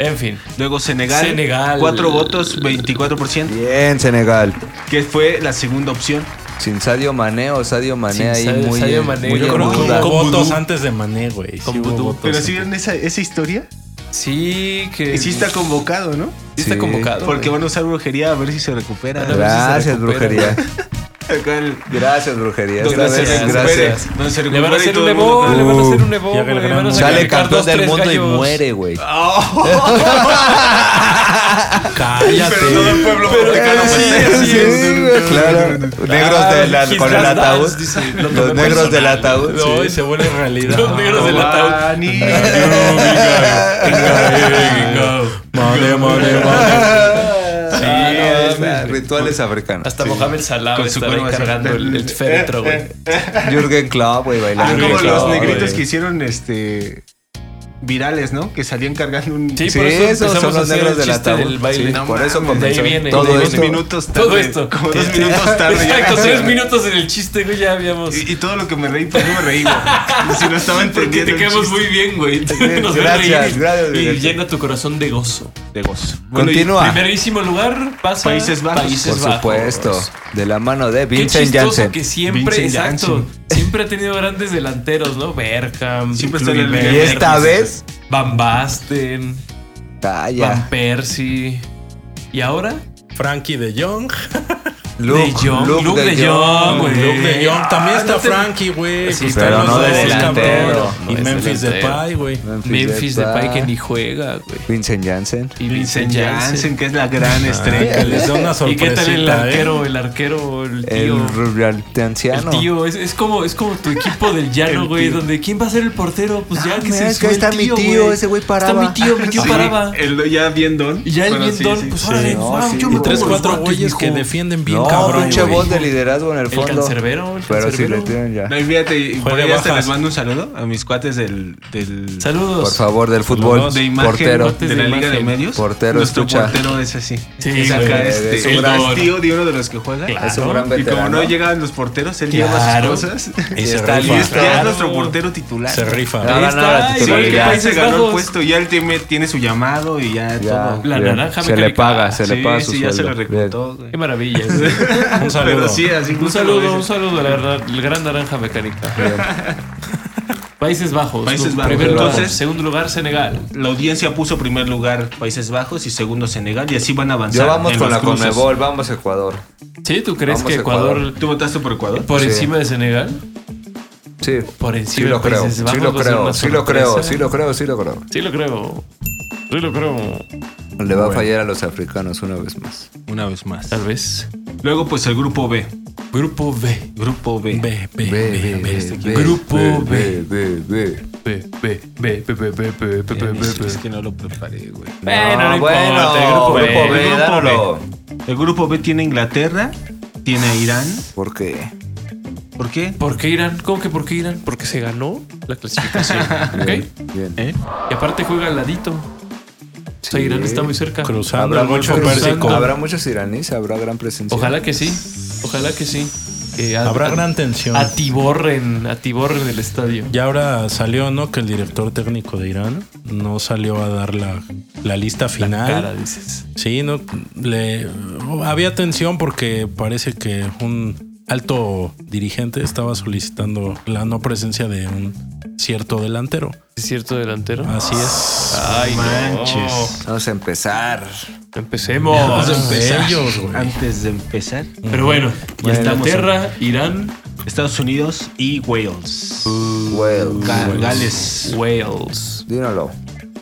[SPEAKER 1] En fin.
[SPEAKER 7] Luego Senegal.
[SPEAKER 1] Senegal.
[SPEAKER 7] Cuatro votos, 24%,
[SPEAKER 3] Bien, Senegal.
[SPEAKER 7] que fue la segunda opción.
[SPEAKER 3] Sin Sadio Mané o Sadio Mané
[SPEAKER 1] Sin
[SPEAKER 3] ahí
[SPEAKER 1] Sadio-
[SPEAKER 3] muy,
[SPEAKER 1] Sadio
[SPEAKER 3] en-
[SPEAKER 1] Mané.
[SPEAKER 3] muy
[SPEAKER 1] Yo
[SPEAKER 3] en
[SPEAKER 1] creo que
[SPEAKER 3] duda.
[SPEAKER 1] con-
[SPEAKER 6] Hubo
[SPEAKER 1] Vudú.
[SPEAKER 6] votos antes de Mané, güey.
[SPEAKER 1] Con
[SPEAKER 6] Sí hubo
[SPEAKER 1] Vudú.
[SPEAKER 6] votos
[SPEAKER 7] Pero
[SPEAKER 6] antes.
[SPEAKER 7] sí vieron esa, esa historia.
[SPEAKER 1] Sí, que.
[SPEAKER 7] Y sí está convocado, ¿no?
[SPEAKER 1] sí está
[SPEAKER 3] Sí.
[SPEAKER 1] convocado.
[SPEAKER 7] Porque van a usar brujería a ver si se recupera.
[SPEAKER 3] Ah.
[SPEAKER 1] Van a ver si se
[SPEAKER 3] Gracias,
[SPEAKER 1] recupera.
[SPEAKER 3] brujería.
[SPEAKER 7] Acá el-
[SPEAKER 3] Gracias, brujería.
[SPEAKER 7] Don
[SPEAKER 3] Esta vez,
[SPEAKER 7] Sergio
[SPEAKER 3] gracias.
[SPEAKER 7] Pérez. Don Sergio
[SPEAKER 1] Le van a
[SPEAKER 7] Pérez y
[SPEAKER 1] hacer
[SPEAKER 7] todo
[SPEAKER 1] un
[SPEAKER 7] el mundo
[SPEAKER 1] Evo,
[SPEAKER 7] acá.
[SPEAKER 1] le van a hacer un
[SPEAKER 6] Uh,
[SPEAKER 1] Evo,
[SPEAKER 6] ya
[SPEAKER 1] güey, le
[SPEAKER 6] ganamos.
[SPEAKER 1] van a
[SPEAKER 3] Sale
[SPEAKER 1] sacrificar
[SPEAKER 3] campeón
[SPEAKER 1] dos,
[SPEAKER 3] del
[SPEAKER 1] tres
[SPEAKER 3] mundo y
[SPEAKER 1] gallos. <laughs>
[SPEAKER 3] muere, güey.
[SPEAKER 2] Pero todo el
[SPEAKER 6] Cállate.
[SPEAKER 2] pueblo
[SPEAKER 1] Pero eh,
[SPEAKER 2] mexicano
[SPEAKER 1] sí,
[SPEAKER 2] festeja.
[SPEAKER 1] así es.
[SPEAKER 3] güey, claro. Negros de la-
[SPEAKER 1] Ah,
[SPEAKER 3] con el
[SPEAKER 1] Hitler's
[SPEAKER 3] ataúd.
[SPEAKER 1] Dance, dice, lo tomé
[SPEAKER 3] Los negros del
[SPEAKER 1] personal.
[SPEAKER 3] ataúd.
[SPEAKER 1] No,
[SPEAKER 3] sí. <laughs>
[SPEAKER 1] y se vuelve realidad.
[SPEAKER 6] Realidad.
[SPEAKER 1] Los negros del ataúd.
[SPEAKER 2] Guani.
[SPEAKER 6] Madre, madre,
[SPEAKER 1] Ah,
[SPEAKER 6] madre.
[SPEAKER 1] Sí,
[SPEAKER 3] Ah, no,
[SPEAKER 1] es-
[SPEAKER 3] es- rituales africanos.
[SPEAKER 1] Hasta Mohamed Salah
[SPEAKER 7] Con su
[SPEAKER 1] estaba ahí
[SPEAKER 7] cuervo
[SPEAKER 1] cargando
[SPEAKER 7] así.
[SPEAKER 1] el, el féretro, güey.
[SPEAKER 3] Jürgen Klopp, güey,
[SPEAKER 7] Ah,
[SPEAKER 3] bailando.
[SPEAKER 7] como
[SPEAKER 1] Claro,
[SPEAKER 7] los
[SPEAKER 1] güey.
[SPEAKER 7] negritos que hicieron este virales, ¿no? Que salían cargando un
[SPEAKER 1] Sí,
[SPEAKER 3] Sí,
[SPEAKER 1] por eso
[SPEAKER 3] esos son
[SPEAKER 1] empezamos a
[SPEAKER 3] los
[SPEAKER 1] hacer
[SPEAKER 3] negros
[SPEAKER 1] el
[SPEAKER 3] del
[SPEAKER 1] chiste
[SPEAKER 3] ataúd.
[SPEAKER 1] del baile.
[SPEAKER 3] Sí,
[SPEAKER 1] No
[SPEAKER 3] por eso
[SPEAKER 1] mames, de ahí viene.
[SPEAKER 3] comenzó
[SPEAKER 1] Todo
[SPEAKER 3] todo
[SPEAKER 7] dos
[SPEAKER 1] esto.
[SPEAKER 7] minutos tarde.
[SPEAKER 1] Todo esto.
[SPEAKER 7] Como dos
[SPEAKER 3] Sí.
[SPEAKER 7] minutos tarde. ya.
[SPEAKER 1] Exacto,
[SPEAKER 7] <laughs>
[SPEAKER 1] tres minutos en el chiste, güey, ya habíamos.
[SPEAKER 7] Y, y todo lo que me reí, pues no me reí, güey. Si no estaba
[SPEAKER 1] Porque
[SPEAKER 7] entendiendo.
[SPEAKER 1] te
[SPEAKER 7] el
[SPEAKER 1] quedamos
[SPEAKER 7] chiste.
[SPEAKER 1] muy bien, güey. <laughs> Nos ves
[SPEAKER 3] Gracias,
[SPEAKER 1] reír
[SPEAKER 3] gracias,
[SPEAKER 1] Y
[SPEAKER 3] gracias.
[SPEAKER 1] llena tu corazón de gozo.
[SPEAKER 7] De gozo.
[SPEAKER 1] Bueno, y
[SPEAKER 3] Continúa.
[SPEAKER 1] Primerísimo lugar, pasa
[SPEAKER 7] Países Bajos.
[SPEAKER 1] Países
[SPEAKER 3] Por
[SPEAKER 1] Bajos.
[SPEAKER 3] supuesto. De la mano de
[SPEAKER 1] pues". Qué
[SPEAKER 3] Vincent
[SPEAKER 1] chistoso
[SPEAKER 3] Janssen.
[SPEAKER 1] que siempre,
[SPEAKER 7] Vincent
[SPEAKER 1] exacto,
[SPEAKER 7] Janssen.
[SPEAKER 1] siempre ha tenido grandes delanteros, ¿no? Berkham,
[SPEAKER 7] Siempre está en el-
[SPEAKER 1] Kluivert,
[SPEAKER 3] Y esta vez.
[SPEAKER 1] Van Basten, Van
[SPEAKER 3] Calla.
[SPEAKER 1] Persie. ¿Y ahora?
[SPEAKER 6] Frankie de Jong.
[SPEAKER 1] de Jong, Luke de Jong, güey.
[SPEAKER 6] Luke de Jong. También
[SPEAKER 1] Ah,
[SPEAKER 6] está
[SPEAKER 1] no te-
[SPEAKER 6] Frankie, güey.
[SPEAKER 1] Sí,
[SPEAKER 6] Pues
[SPEAKER 1] pero
[SPEAKER 6] están los
[SPEAKER 1] no de
[SPEAKER 6] dos,
[SPEAKER 1] delantero,
[SPEAKER 6] cabrón.
[SPEAKER 1] no
[SPEAKER 6] Y
[SPEAKER 1] es
[SPEAKER 6] Memphis
[SPEAKER 1] delantero.
[SPEAKER 6] Depay, güey.
[SPEAKER 1] Memphis
[SPEAKER 3] Depay.
[SPEAKER 1] Depay que ni juega, güey.
[SPEAKER 3] Vincent Janssen.
[SPEAKER 1] Y
[SPEAKER 7] Vincent Janssen, que es la gran
[SPEAKER 6] Que
[SPEAKER 7] estrella.
[SPEAKER 6] les da una
[SPEAKER 1] ¿Y qué
[SPEAKER 6] sorpresita.
[SPEAKER 1] tal el
[SPEAKER 6] ¿eh?
[SPEAKER 1] arquero? El arquero, el tío.
[SPEAKER 3] El rubiante
[SPEAKER 1] El
[SPEAKER 3] anciano.
[SPEAKER 1] tío, es, es como, es como tu equipo del
[SPEAKER 7] <laughs>
[SPEAKER 1] llano, güey, donde ¿quién va a ser el portero? Pues ya
[SPEAKER 3] Ah,
[SPEAKER 1] que
[SPEAKER 3] mira,
[SPEAKER 1] se
[SPEAKER 3] es que
[SPEAKER 1] sube
[SPEAKER 3] ahí está
[SPEAKER 1] el
[SPEAKER 3] mi tío,
[SPEAKER 1] güey.
[SPEAKER 3] ese güey
[SPEAKER 1] Está
[SPEAKER 3] paraba.
[SPEAKER 1] mi tío, mi tío
[SPEAKER 7] Sí,
[SPEAKER 1] paraba.
[SPEAKER 7] El ya bien don.
[SPEAKER 1] Y ya el
[SPEAKER 7] Bueno,
[SPEAKER 1] bien
[SPEAKER 7] sí,
[SPEAKER 1] don,
[SPEAKER 7] sí.
[SPEAKER 1] pues órale,
[SPEAKER 3] no,
[SPEAKER 1] wow,
[SPEAKER 3] sí.
[SPEAKER 1] yo me
[SPEAKER 6] Y
[SPEAKER 3] No,
[SPEAKER 6] tres,
[SPEAKER 1] pongo los
[SPEAKER 6] cuatro
[SPEAKER 1] guantes,
[SPEAKER 6] güeyes que
[SPEAKER 1] mijo.
[SPEAKER 6] defienden bien,
[SPEAKER 3] No,
[SPEAKER 6] cabrón.
[SPEAKER 3] pinche
[SPEAKER 6] güey.
[SPEAKER 3] voz de liderazgo en el
[SPEAKER 1] El
[SPEAKER 3] fondo.
[SPEAKER 1] cancerbero, el
[SPEAKER 3] Pero si
[SPEAKER 1] cancerbero.
[SPEAKER 3] le tiran ya.
[SPEAKER 7] No, y fíjate, y por
[SPEAKER 6] Juega
[SPEAKER 7] ahí hasta
[SPEAKER 6] bajas.
[SPEAKER 7] les mando un saludo a mis cuates del. del
[SPEAKER 1] Saludos.
[SPEAKER 3] Por favor, del fútbol.
[SPEAKER 7] de imagen
[SPEAKER 3] Portero.
[SPEAKER 1] cuates.
[SPEAKER 7] de la
[SPEAKER 1] de
[SPEAKER 7] Liga de
[SPEAKER 1] imagen.
[SPEAKER 7] Medios.
[SPEAKER 3] Portero,
[SPEAKER 7] Nuestro
[SPEAKER 3] escucha.
[SPEAKER 7] portero es así.
[SPEAKER 1] Sí,
[SPEAKER 7] es acá
[SPEAKER 1] güey,
[SPEAKER 7] este,
[SPEAKER 3] es
[SPEAKER 7] el
[SPEAKER 3] un gran-
[SPEAKER 7] tío de uno de los que juega.
[SPEAKER 1] Claro.
[SPEAKER 3] Es un gran
[SPEAKER 7] Y como
[SPEAKER 3] veterano.
[SPEAKER 7] no llegaban los porteros, él lleva
[SPEAKER 1] <laughs> Claro.
[SPEAKER 7] sus cosas.
[SPEAKER 6] Y se
[SPEAKER 3] Está
[SPEAKER 7] Y es
[SPEAKER 6] rifa.
[SPEAKER 1] listo.
[SPEAKER 7] ya
[SPEAKER 1] Claro.
[SPEAKER 7] es nuestro portero titular.
[SPEAKER 6] Se rifa.
[SPEAKER 3] Ah,
[SPEAKER 1] Ahí
[SPEAKER 3] no, no, la
[SPEAKER 1] está,
[SPEAKER 7] Sí,
[SPEAKER 1] igual que
[SPEAKER 3] titularidad.
[SPEAKER 7] ya se
[SPEAKER 1] Países
[SPEAKER 7] ganó el
[SPEAKER 1] Bajos.
[SPEAKER 7] puesto, ya el team tiene su llamado y
[SPEAKER 3] Ya,
[SPEAKER 7] ya, todo.
[SPEAKER 1] La
[SPEAKER 3] bien.
[SPEAKER 1] naranja
[SPEAKER 3] Se le
[SPEAKER 1] mecánica.
[SPEAKER 3] paga, se
[SPEAKER 7] Sí,
[SPEAKER 3] le paga su
[SPEAKER 7] sí, ya se
[SPEAKER 3] sueldo.
[SPEAKER 7] lo
[SPEAKER 3] Bien.
[SPEAKER 7] recortó. güey.
[SPEAKER 1] Qué maravilla. güey.
[SPEAKER 6] Un saludo.
[SPEAKER 7] Pero sí, así
[SPEAKER 1] un
[SPEAKER 7] justo lo
[SPEAKER 1] saludo,
[SPEAKER 7] dice.
[SPEAKER 1] un saludo a la, gra- la gran naranja mecánica. Países Bajos.
[SPEAKER 7] Países
[SPEAKER 1] Lu-
[SPEAKER 7] Bajos.
[SPEAKER 1] Primer lugar.
[SPEAKER 7] Entonces-
[SPEAKER 1] segundo lugar, Senegal.
[SPEAKER 7] La audiencia puso primer lugar Países Bajos y segundo Senegal y así van a avanzar.
[SPEAKER 3] Ya vamos
[SPEAKER 7] en
[SPEAKER 3] con
[SPEAKER 7] los
[SPEAKER 3] la
[SPEAKER 7] cruces.
[SPEAKER 3] Conmebol, vamos a Ecuador.
[SPEAKER 1] Sí, ¿tú crees
[SPEAKER 3] Vamos
[SPEAKER 1] que
[SPEAKER 3] a
[SPEAKER 1] Ecuador,
[SPEAKER 3] Ecuador.
[SPEAKER 7] ¿Tú votaste por Ecuador?
[SPEAKER 1] por
[SPEAKER 3] Sí.
[SPEAKER 1] encima de Senegal?
[SPEAKER 3] Sí.
[SPEAKER 1] Por
[SPEAKER 3] Sí
[SPEAKER 1] encima
[SPEAKER 3] lo
[SPEAKER 1] de
[SPEAKER 3] creo,
[SPEAKER 1] Países
[SPEAKER 3] sí
[SPEAKER 1] Bajos.
[SPEAKER 3] lo
[SPEAKER 1] va a ser
[SPEAKER 3] creo,
[SPEAKER 1] una
[SPEAKER 3] sí lo creo,
[SPEAKER 1] sorpresa.
[SPEAKER 3] sí lo creo, sí lo creo.
[SPEAKER 1] Sí lo creo. Sí lo creo.
[SPEAKER 3] Le va a fallar a los africanos una vez más.
[SPEAKER 6] Una vez más.
[SPEAKER 1] Tal vez.
[SPEAKER 7] Luego pues el grupo B.
[SPEAKER 1] Grupo B.
[SPEAKER 7] Grupo B.
[SPEAKER 6] Ve, ve,
[SPEAKER 3] Ve,
[SPEAKER 6] ve,
[SPEAKER 3] ve,
[SPEAKER 6] ve. este
[SPEAKER 3] ve, ve,
[SPEAKER 1] Grupo
[SPEAKER 3] ve, ve, ve, ve.
[SPEAKER 1] B, B, B, B, B, B, B, B, B, B.
[SPEAKER 7] Es que no lo preparé, güey.
[SPEAKER 1] Eh, Bueno, no
[SPEAKER 3] Ah, bueno,
[SPEAKER 1] importa, el grupo B,
[SPEAKER 3] grupo
[SPEAKER 1] el
[SPEAKER 3] B,
[SPEAKER 1] grupo
[SPEAKER 3] dáralo.
[SPEAKER 7] El grupo B tiene Inglaterra, tiene a Irán.
[SPEAKER 3] ¿Por qué?
[SPEAKER 7] ¿Por qué?
[SPEAKER 1] ¿Por qué Irán? ¿Cómo que por qué Irán? Porque se ganó la clasificación.
[SPEAKER 3] Bien,
[SPEAKER 1] ¿Ok?
[SPEAKER 3] bien.
[SPEAKER 7] ¿Eh?
[SPEAKER 1] Y aparte juega al ladito. O sea,
[SPEAKER 3] Sí.
[SPEAKER 1] Irán está muy cerca.
[SPEAKER 6] Cruzando
[SPEAKER 3] Habrá
[SPEAKER 6] el Golfo
[SPEAKER 3] muchos,
[SPEAKER 6] Pérsico.
[SPEAKER 3] habrá muchos iraníes, habrá gran presencia.
[SPEAKER 1] Ojalá que sí. Ojalá que sí. Eh, a-
[SPEAKER 6] Habrá
[SPEAKER 1] a-
[SPEAKER 6] gran tensión.
[SPEAKER 1] Atiborren, atiborren el estadio.
[SPEAKER 6] Y ahora salió, ¿no? Que el director técnico de Irán no salió a dar la, la lista
[SPEAKER 7] Ah.
[SPEAKER 6] final.
[SPEAKER 1] Cara, dices.
[SPEAKER 6] Sí, no le había tensión porque parece que un alto dirigente estaba solicitando la no presencia de un cierto delantero.
[SPEAKER 1] ¿Es cierto delantero?
[SPEAKER 7] Ah.
[SPEAKER 6] Así es.
[SPEAKER 1] Ay, manches.
[SPEAKER 7] manches.
[SPEAKER 3] Vamos a empezar.
[SPEAKER 1] Empecemos.
[SPEAKER 6] Bellos, güey.
[SPEAKER 7] Antes de empezar,
[SPEAKER 1] Pero bueno,
[SPEAKER 3] Bueno,
[SPEAKER 1] Inglaterra, Irán,
[SPEAKER 7] Estados Unidos y Wales.
[SPEAKER 3] Well,
[SPEAKER 7] Ga- Gales.
[SPEAKER 1] Wales.
[SPEAKER 3] dínalo.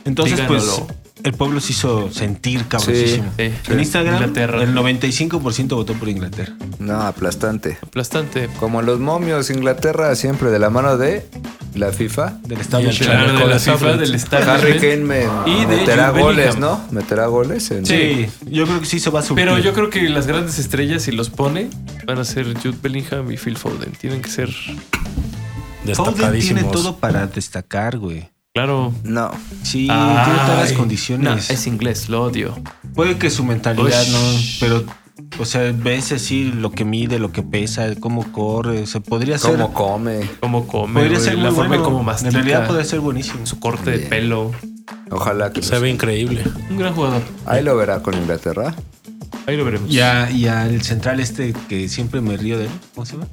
[SPEAKER 7] Entonces,
[SPEAKER 1] Díganlo.
[SPEAKER 7] pues, el pueblo se hizo sentir cabrosísimo.
[SPEAKER 1] Sí, sí.
[SPEAKER 7] en Instagram,
[SPEAKER 1] Inglaterra.
[SPEAKER 7] el 95% votó por Inglaterra.
[SPEAKER 3] No, aplastante.
[SPEAKER 1] Aplastante.
[SPEAKER 3] Como los momios, Inglaterra siempre de la mano de la FIFA.
[SPEAKER 7] Del estado
[SPEAKER 6] Y el
[SPEAKER 7] chileno.
[SPEAKER 1] Claro, de la
[SPEAKER 6] Nicolas
[SPEAKER 1] FIFA,
[SPEAKER 6] Applet.
[SPEAKER 1] del
[SPEAKER 3] Harry
[SPEAKER 1] estadio.
[SPEAKER 3] Kane me-
[SPEAKER 1] Y de
[SPEAKER 3] meterá
[SPEAKER 1] Jude
[SPEAKER 3] goles,
[SPEAKER 1] Bellingham.
[SPEAKER 3] ¿no? Meterá goles. en-
[SPEAKER 7] Sí, yo creo que sí se va a subir.
[SPEAKER 1] Pero yo creo que las grandes estrellas, si los pone, van a ser Jude Bellingham y Phil Foden. Tienen que ser,
[SPEAKER 7] Foden tiene
[SPEAKER 6] Destacadísimos.
[SPEAKER 7] todo para destacar, güey.
[SPEAKER 1] claro.
[SPEAKER 3] No.
[SPEAKER 7] Sí,
[SPEAKER 1] Ay,
[SPEAKER 7] tiene todas las condiciones.
[SPEAKER 1] no, es inglés, lo odio.
[SPEAKER 7] Puede que su mentalidad
[SPEAKER 1] Ush.
[SPEAKER 7] no, pero o sea, ves así lo que mide, lo que pesa, cómo corre, se podría ser
[SPEAKER 3] ¿Cómo come?
[SPEAKER 1] Cómo come,
[SPEAKER 7] podría
[SPEAKER 1] güey,
[SPEAKER 7] ser
[SPEAKER 1] la
[SPEAKER 7] muy
[SPEAKER 1] forma en
[SPEAKER 7] bueno.
[SPEAKER 1] cómo mastica.
[SPEAKER 7] En realidad podría ser buenísimo.
[SPEAKER 1] Su corte de pelo.
[SPEAKER 3] Ojalá que
[SPEAKER 6] Se ve increíble.
[SPEAKER 1] Un gran jugador.
[SPEAKER 3] Ahí lo verá con Inglaterra.
[SPEAKER 1] Ahí lo veremos.
[SPEAKER 7] Ya, y al central este que siempre me río de él, ¿cómo se llama?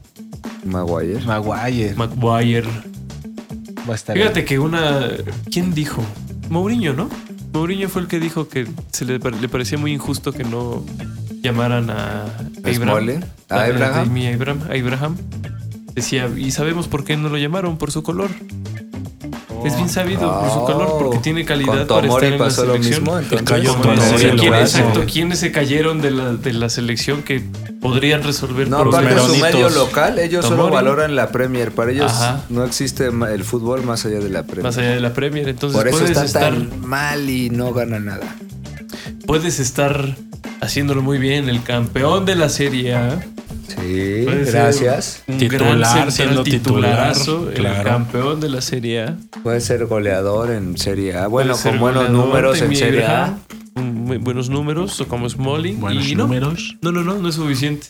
[SPEAKER 3] Maguire.
[SPEAKER 7] Maguire.
[SPEAKER 1] McGuire.
[SPEAKER 7] va a estar
[SPEAKER 1] Fíjate que una. ¿Quién dijo? Mourinho, ¿no? Mourinho fue el que dijo que se le, par- le parecía muy injusto que no llamaran a Abraham.
[SPEAKER 3] Smalling. ¿A
[SPEAKER 1] a
[SPEAKER 3] Abraham?
[SPEAKER 1] Tammy Abraham, a Abraham. Decía, y sabemos por qué no lo llamaron, por su color. Es bien sabido por su color, porque tiene calidad
[SPEAKER 3] Oh, Con Tomori
[SPEAKER 1] para estar
[SPEAKER 3] pasó
[SPEAKER 1] en la
[SPEAKER 3] lo
[SPEAKER 1] selección.
[SPEAKER 3] mismo.
[SPEAKER 6] cayó
[SPEAKER 3] Entonces,
[SPEAKER 1] Como
[SPEAKER 6] Tomori,
[SPEAKER 1] decía,
[SPEAKER 6] lo
[SPEAKER 1] ¿quién-
[SPEAKER 6] mismo.
[SPEAKER 1] exacto, ¿Quiénes se cayeron de la, de la selección que podrían resolver
[SPEAKER 3] No,
[SPEAKER 1] problemas?
[SPEAKER 3] aparte su
[SPEAKER 6] meronitos.
[SPEAKER 3] medio local, ellos solo
[SPEAKER 1] Tomori.
[SPEAKER 3] valoran la Premier. Para ellos
[SPEAKER 1] Ajá.
[SPEAKER 3] no existe ma- el fútbol más allá de la Premier.
[SPEAKER 1] más allá de la Premier. Entonces
[SPEAKER 3] Por eso
[SPEAKER 1] puedes
[SPEAKER 3] está
[SPEAKER 1] estar,
[SPEAKER 3] tan mal y no gana nada.
[SPEAKER 1] puedes estar haciéndolo muy bien, el campeón de la Serie A.
[SPEAKER 3] Sí,
[SPEAKER 1] Puede ser
[SPEAKER 3] gracias.
[SPEAKER 1] Un
[SPEAKER 6] Titular,
[SPEAKER 1] gran
[SPEAKER 6] siendo
[SPEAKER 1] central
[SPEAKER 6] titular,
[SPEAKER 1] titularazo, el
[SPEAKER 6] claro.
[SPEAKER 1] campeón de la Serie A.
[SPEAKER 3] Puede ser goleador en Serie A. Bueno,
[SPEAKER 1] Puede ser
[SPEAKER 3] con buenos
[SPEAKER 1] goleador,
[SPEAKER 3] números en
[SPEAKER 1] Tammy
[SPEAKER 3] Serie A.
[SPEAKER 1] Abraham, un- muy buenos números, o como Smalling.
[SPEAKER 6] Buenos
[SPEAKER 1] y no,
[SPEAKER 6] números.
[SPEAKER 1] no, no, no, no es suficiente.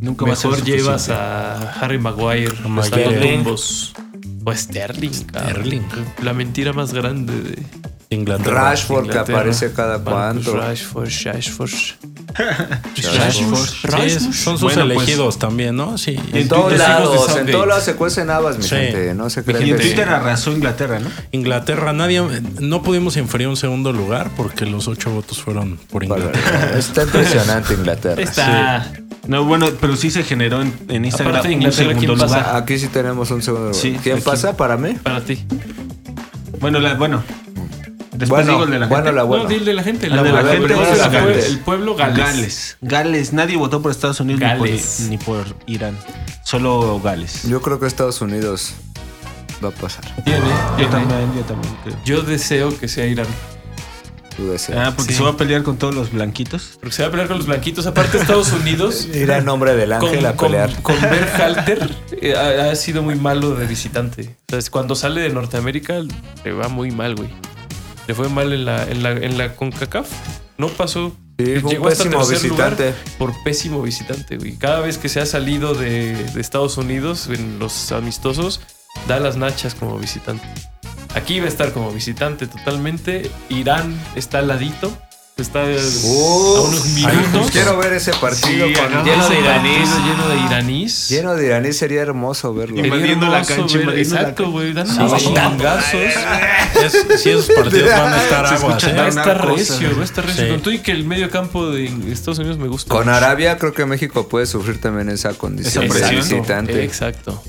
[SPEAKER 7] Nunca va a ser
[SPEAKER 1] Mejor
[SPEAKER 7] suficiente.
[SPEAKER 1] llevas a Harry Maguire,
[SPEAKER 6] A
[SPEAKER 1] los dando
[SPEAKER 6] Maguire.
[SPEAKER 1] tumbos. O a Sterling. cabrón.
[SPEAKER 6] Sterling.
[SPEAKER 1] La mentira más grande de
[SPEAKER 6] Inglaterra.
[SPEAKER 3] Rashford que
[SPEAKER 1] Inglaterra.
[SPEAKER 3] aparece cada
[SPEAKER 1] Marcus
[SPEAKER 3] cuanto.
[SPEAKER 1] Rashford,
[SPEAKER 6] <laughs>
[SPEAKER 1] Rashford.
[SPEAKER 6] Sí, es- son sus
[SPEAKER 7] Bueno, pues,
[SPEAKER 6] elegidos también, ¿no? Sí.
[SPEAKER 3] En
[SPEAKER 7] En
[SPEAKER 3] todos
[SPEAKER 7] Twitter hijos de
[SPEAKER 3] lados, en
[SPEAKER 1] Southgate.
[SPEAKER 3] todos lados se cuecen habas, mi
[SPEAKER 6] Sí.
[SPEAKER 3] gente. No se
[SPEAKER 7] Mi
[SPEAKER 3] crean
[SPEAKER 7] gente,
[SPEAKER 3] que- <laughs>
[SPEAKER 7] Twitter arrasó Inglaterra, ¿no?
[SPEAKER 6] Inglaterra, nadie, no pudimos inferir un segundo lugar porque los ocho votos fueron por Inglaterra.
[SPEAKER 3] Bárbaro. Está impresionante Inglaterra.
[SPEAKER 1] Está.
[SPEAKER 7] No, bueno, pero sí se generó en, en Instagram
[SPEAKER 1] Aparte de
[SPEAKER 7] un
[SPEAKER 1] Inglaterra,
[SPEAKER 7] segundo
[SPEAKER 1] ¿quién pasa?
[SPEAKER 7] lugar.
[SPEAKER 3] Aquí sí tenemos un segundo lugar.
[SPEAKER 7] Sí,
[SPEAKER 3] ¿Quién
[SPEAKER 7] aquí.
[SPEAKER 3] pasa para mí?
[SPEAKER 1] Para ti.
[SPEAKER 7] Bueno, la, bueno. Después digo
[SPEAKER 3] Bueno,
[SPEAKER 7] el de la
[SPEAKER 3] bueno,
[SPEAKER 7] gente.
[SPEAKER 3] la buena.
[SPEAKER 1] No, dile de la gente.
[SPEAKER 7] Ah,
[SPEAKER 1] La,
[SPEAKER 7] de la
[SPEAKER 1] la
[SPEAKER 7] gente,
[SPEAKER 1] pueblo-
[SPEAKER 7] de la
[SPEAKER 1] el pueblo-
[SPEAKER 7] gente.
[SPEAKER 1] El pueblo Gales.
[SPEAKER 7] Gales. Gales. Nadie votó por Estados Unidos ni por-
[SPEAKER 1] Gales.
[SPEAKER 7] Ni, por, Irán. Solo Gales.
[SPEAKER 3] Yo creo que Estados Unidos va a pasar.
[SPEAKER 1] Tiene,
[SPEAKER 7] Yo
[SPEAKER 1] tiene.
[SPEAKER 7] también, yo también creo.
[SPEAKER 1] Yo deseo que sea Irán.
[SPEAKER 3] Tú deseas.
[SPEAKER 7] Ah, porque
[SPEAKER 1] Sí.
[SPEAKER 7] se va a pelear con todos los blanquitos.
[SPEAKER 1] Porque se va a pelear con los blanquitos. Aparte, Estados
[SPEAKER 3] <laughs>
[SPEAKER 1] Unidos.
[SPEAKER 3] Ir a nombre del
[SPEAKER 1] con,
[SPEAKER 3] ángel a
[SPEAKER 1] con,
[SPEAKER 3] pelear.
[SPEAKER 1] con Berhalter eh, ha, ha sido muy malo de visitante. O sea, es cuando sale de Norteamérica le va muy mal, güey. Le fue mal en la, en la, en la CONCACAF. No pasó.
[SPEAKER 3] Sí, fue un
[SPEAKER 1] hasta
[SPEAKER 3] pésimo
[SPEAKER 1] tercer lugar
[SPEAKER 3] visitante.
[SPEAKER 1] por pésimo visitante, güey. Cada vez que se ha salido de, de Estados Unidos en los amistosos, da las nachas como visitante. Aquí va a estar como visitante totalmente. Irán está al ladito. Está eh, a unos
[SPEAKER 3] Uf, pues
[SPEAKER 1] minutos.
[SPEAKER 3] Quiero ver ese partido
[SPEAKER 7] Sí,
[SPEAKER 3] con-
[SPEAKER 7] ¿no?
[SPEAKER 1] Lleno de
[SPEAKER 7] Ese
[SPEAKER 1] iraníes.
[SPEAKER 7] partido
[SPEAKER 1] Lleno de iraníes.
[SPEAKER 3] lleno de iraníes. Sería hermoso verlo.
[SPEAKER 1] Sería
[SPEAKER 7] Invadiendo la
[SPEAKER 1] hermoso
[SPEAKER 7] cancha,
[SPEAKER 1] ver-
[SPEAKER 7] invadiendo la
[SPEAKER 1] Exacto, güey. Dan
[SPEAKER 6] Sí.
[SPEAKER 1] unos
[SPEAKER 6] Sí.
[SPEAKER 1] chingazos.
[SPEAKER 6] Es- sí, esos partidos van a estar
[SPEAKER 7] Se
[SPEAKER 6] aguas,
[SPEAKER 7] escucha
[SPEAKER 1] Va a
[SPEAKER 6] ¿eh?
[SPEAKER 7] Una
[SPEAKER 1] estar
[SPEAKER 7] cosa.
[SPEAKER 1] recio, va a estar recio.
[SPEAKER 6] Sí.
[SPEAKER 1] Con todo y que el medio campo de Estados Unidos me gusta.
[SPEAKER 3] Con
[SPEAKER 1] mucho.
[SPEAKER 3] Arabia creo que México puede sufrir también esa condición
[SPEAKER 7] Esa
[SPEAKER 3] de
[SPEAKER 7] presión.
[SPEAKER 3] visitante.
[SPEAKER 1] Exacto.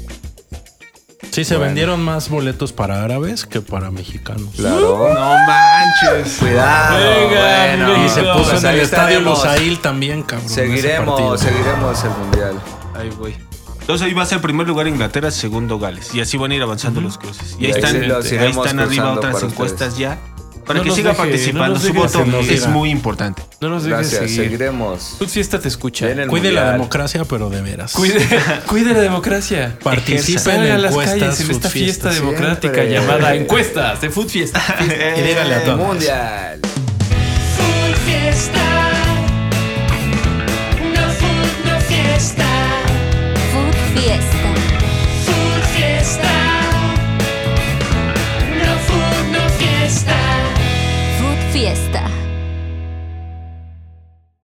[SPEAKER 6] Sí, se
[SPEAKER 3] Bueno.
[SPEAKER 6] vendieron más boletos para árabes que para mexicanos.
[SPEAKER 3] Claro.
[SPEAKER 7] No manches.
[SPEAKER 3] Cuidado.
[SPEAKER 1] Venga,
[SPEAKER 3] bueno.
[SPEAKER 1] mi
[SPEAKER 6] Y se
[SPEAKER 1] No,
[SPEAKER 6] puso
[SPEAKER 1] pues
[SPEAKER 6] en
[SPEAKER 3] ahí
[SPEAKER 6] el estadio
[SPEAKER 3] estaremos.
[SPEAKER 6] Lusail también, cabrón. ese partido.
[SPEAKER 3] Seguiremos, seguiremos el mundial.
[SPEAKER 7] Ahí voy. Entonces ahí va a ser primer lugar Inglaterra, segundo Gales. Y así van a ir avanzando los cruces. Y
[SPEAKER 3] Ahí
[SPEAKER 7] ahí están,
[SPEAKER 3] sí los
[SPEAKER 7] ahí
[SPEAKER 3] iremos
[SPEAKER 7] están arriba
[SPEAKER 3] cruzando
[SPEAKER 7] otras
[SPEAKER 3] para
[SPEAKER 7] encuestas
[SPEAKER 3] ustedes.
[SPEAKER 7] ya. Para
[SPEAKER 1] No
[SPEAKER 7] que
[SPEAKER 1] nos
[SPEAKER 7] siga
[SPEAKER 1] deje,
[SPEAKER 7] participando,
[SPEAKER 1] no nos
[SPEAKER 7] su
[SPEAKER 1] deje
[SPEAKER 7] voto
[SPEAKER 1] seguir.
[SPEAKER 7] es muy importante.
[SPEAKER 1] No nos dejes
[SPEAKER 3] Gracias,
[SPEAKER 1] seguir.
[SPEAKER 3] seguiremos.
[SPEAKER 1] Tu fiesta te escucha.
[SPEAKER 3] Viene el
[SPEAKER 6] Cuide la
[SPEAKER 3] mundial.
[SPEAKER 6] democracia, pero de veras.
[SPEAKER 1] Cuide, <laughs> cuide la democracia.
[SPEAKER 6] Participen
[SPEAKER 1] Salgan a
[SPEAKER 6] en
[SPEAKER 1] las calles
[SPEAKER 6] encuestas,
[SPEAKER 1] en esta
[SPEAKER 6] sus
[SPEAKER 1] fiesta
[SPEAKER 6] fiestas.
[SPEAKER 1] democrática
[SPEAKER 3] Siempre.
[SPEAKER 1] llamada Encuestas de Food Fiesta.
[SPEAKER 6] Y díganle a
[SPEAKER 3] El
[SPEAKER 6] todos.
[SPEAKER 3] mundial.
[SPEAKER 4] Food fiesta. No food, no fiesta.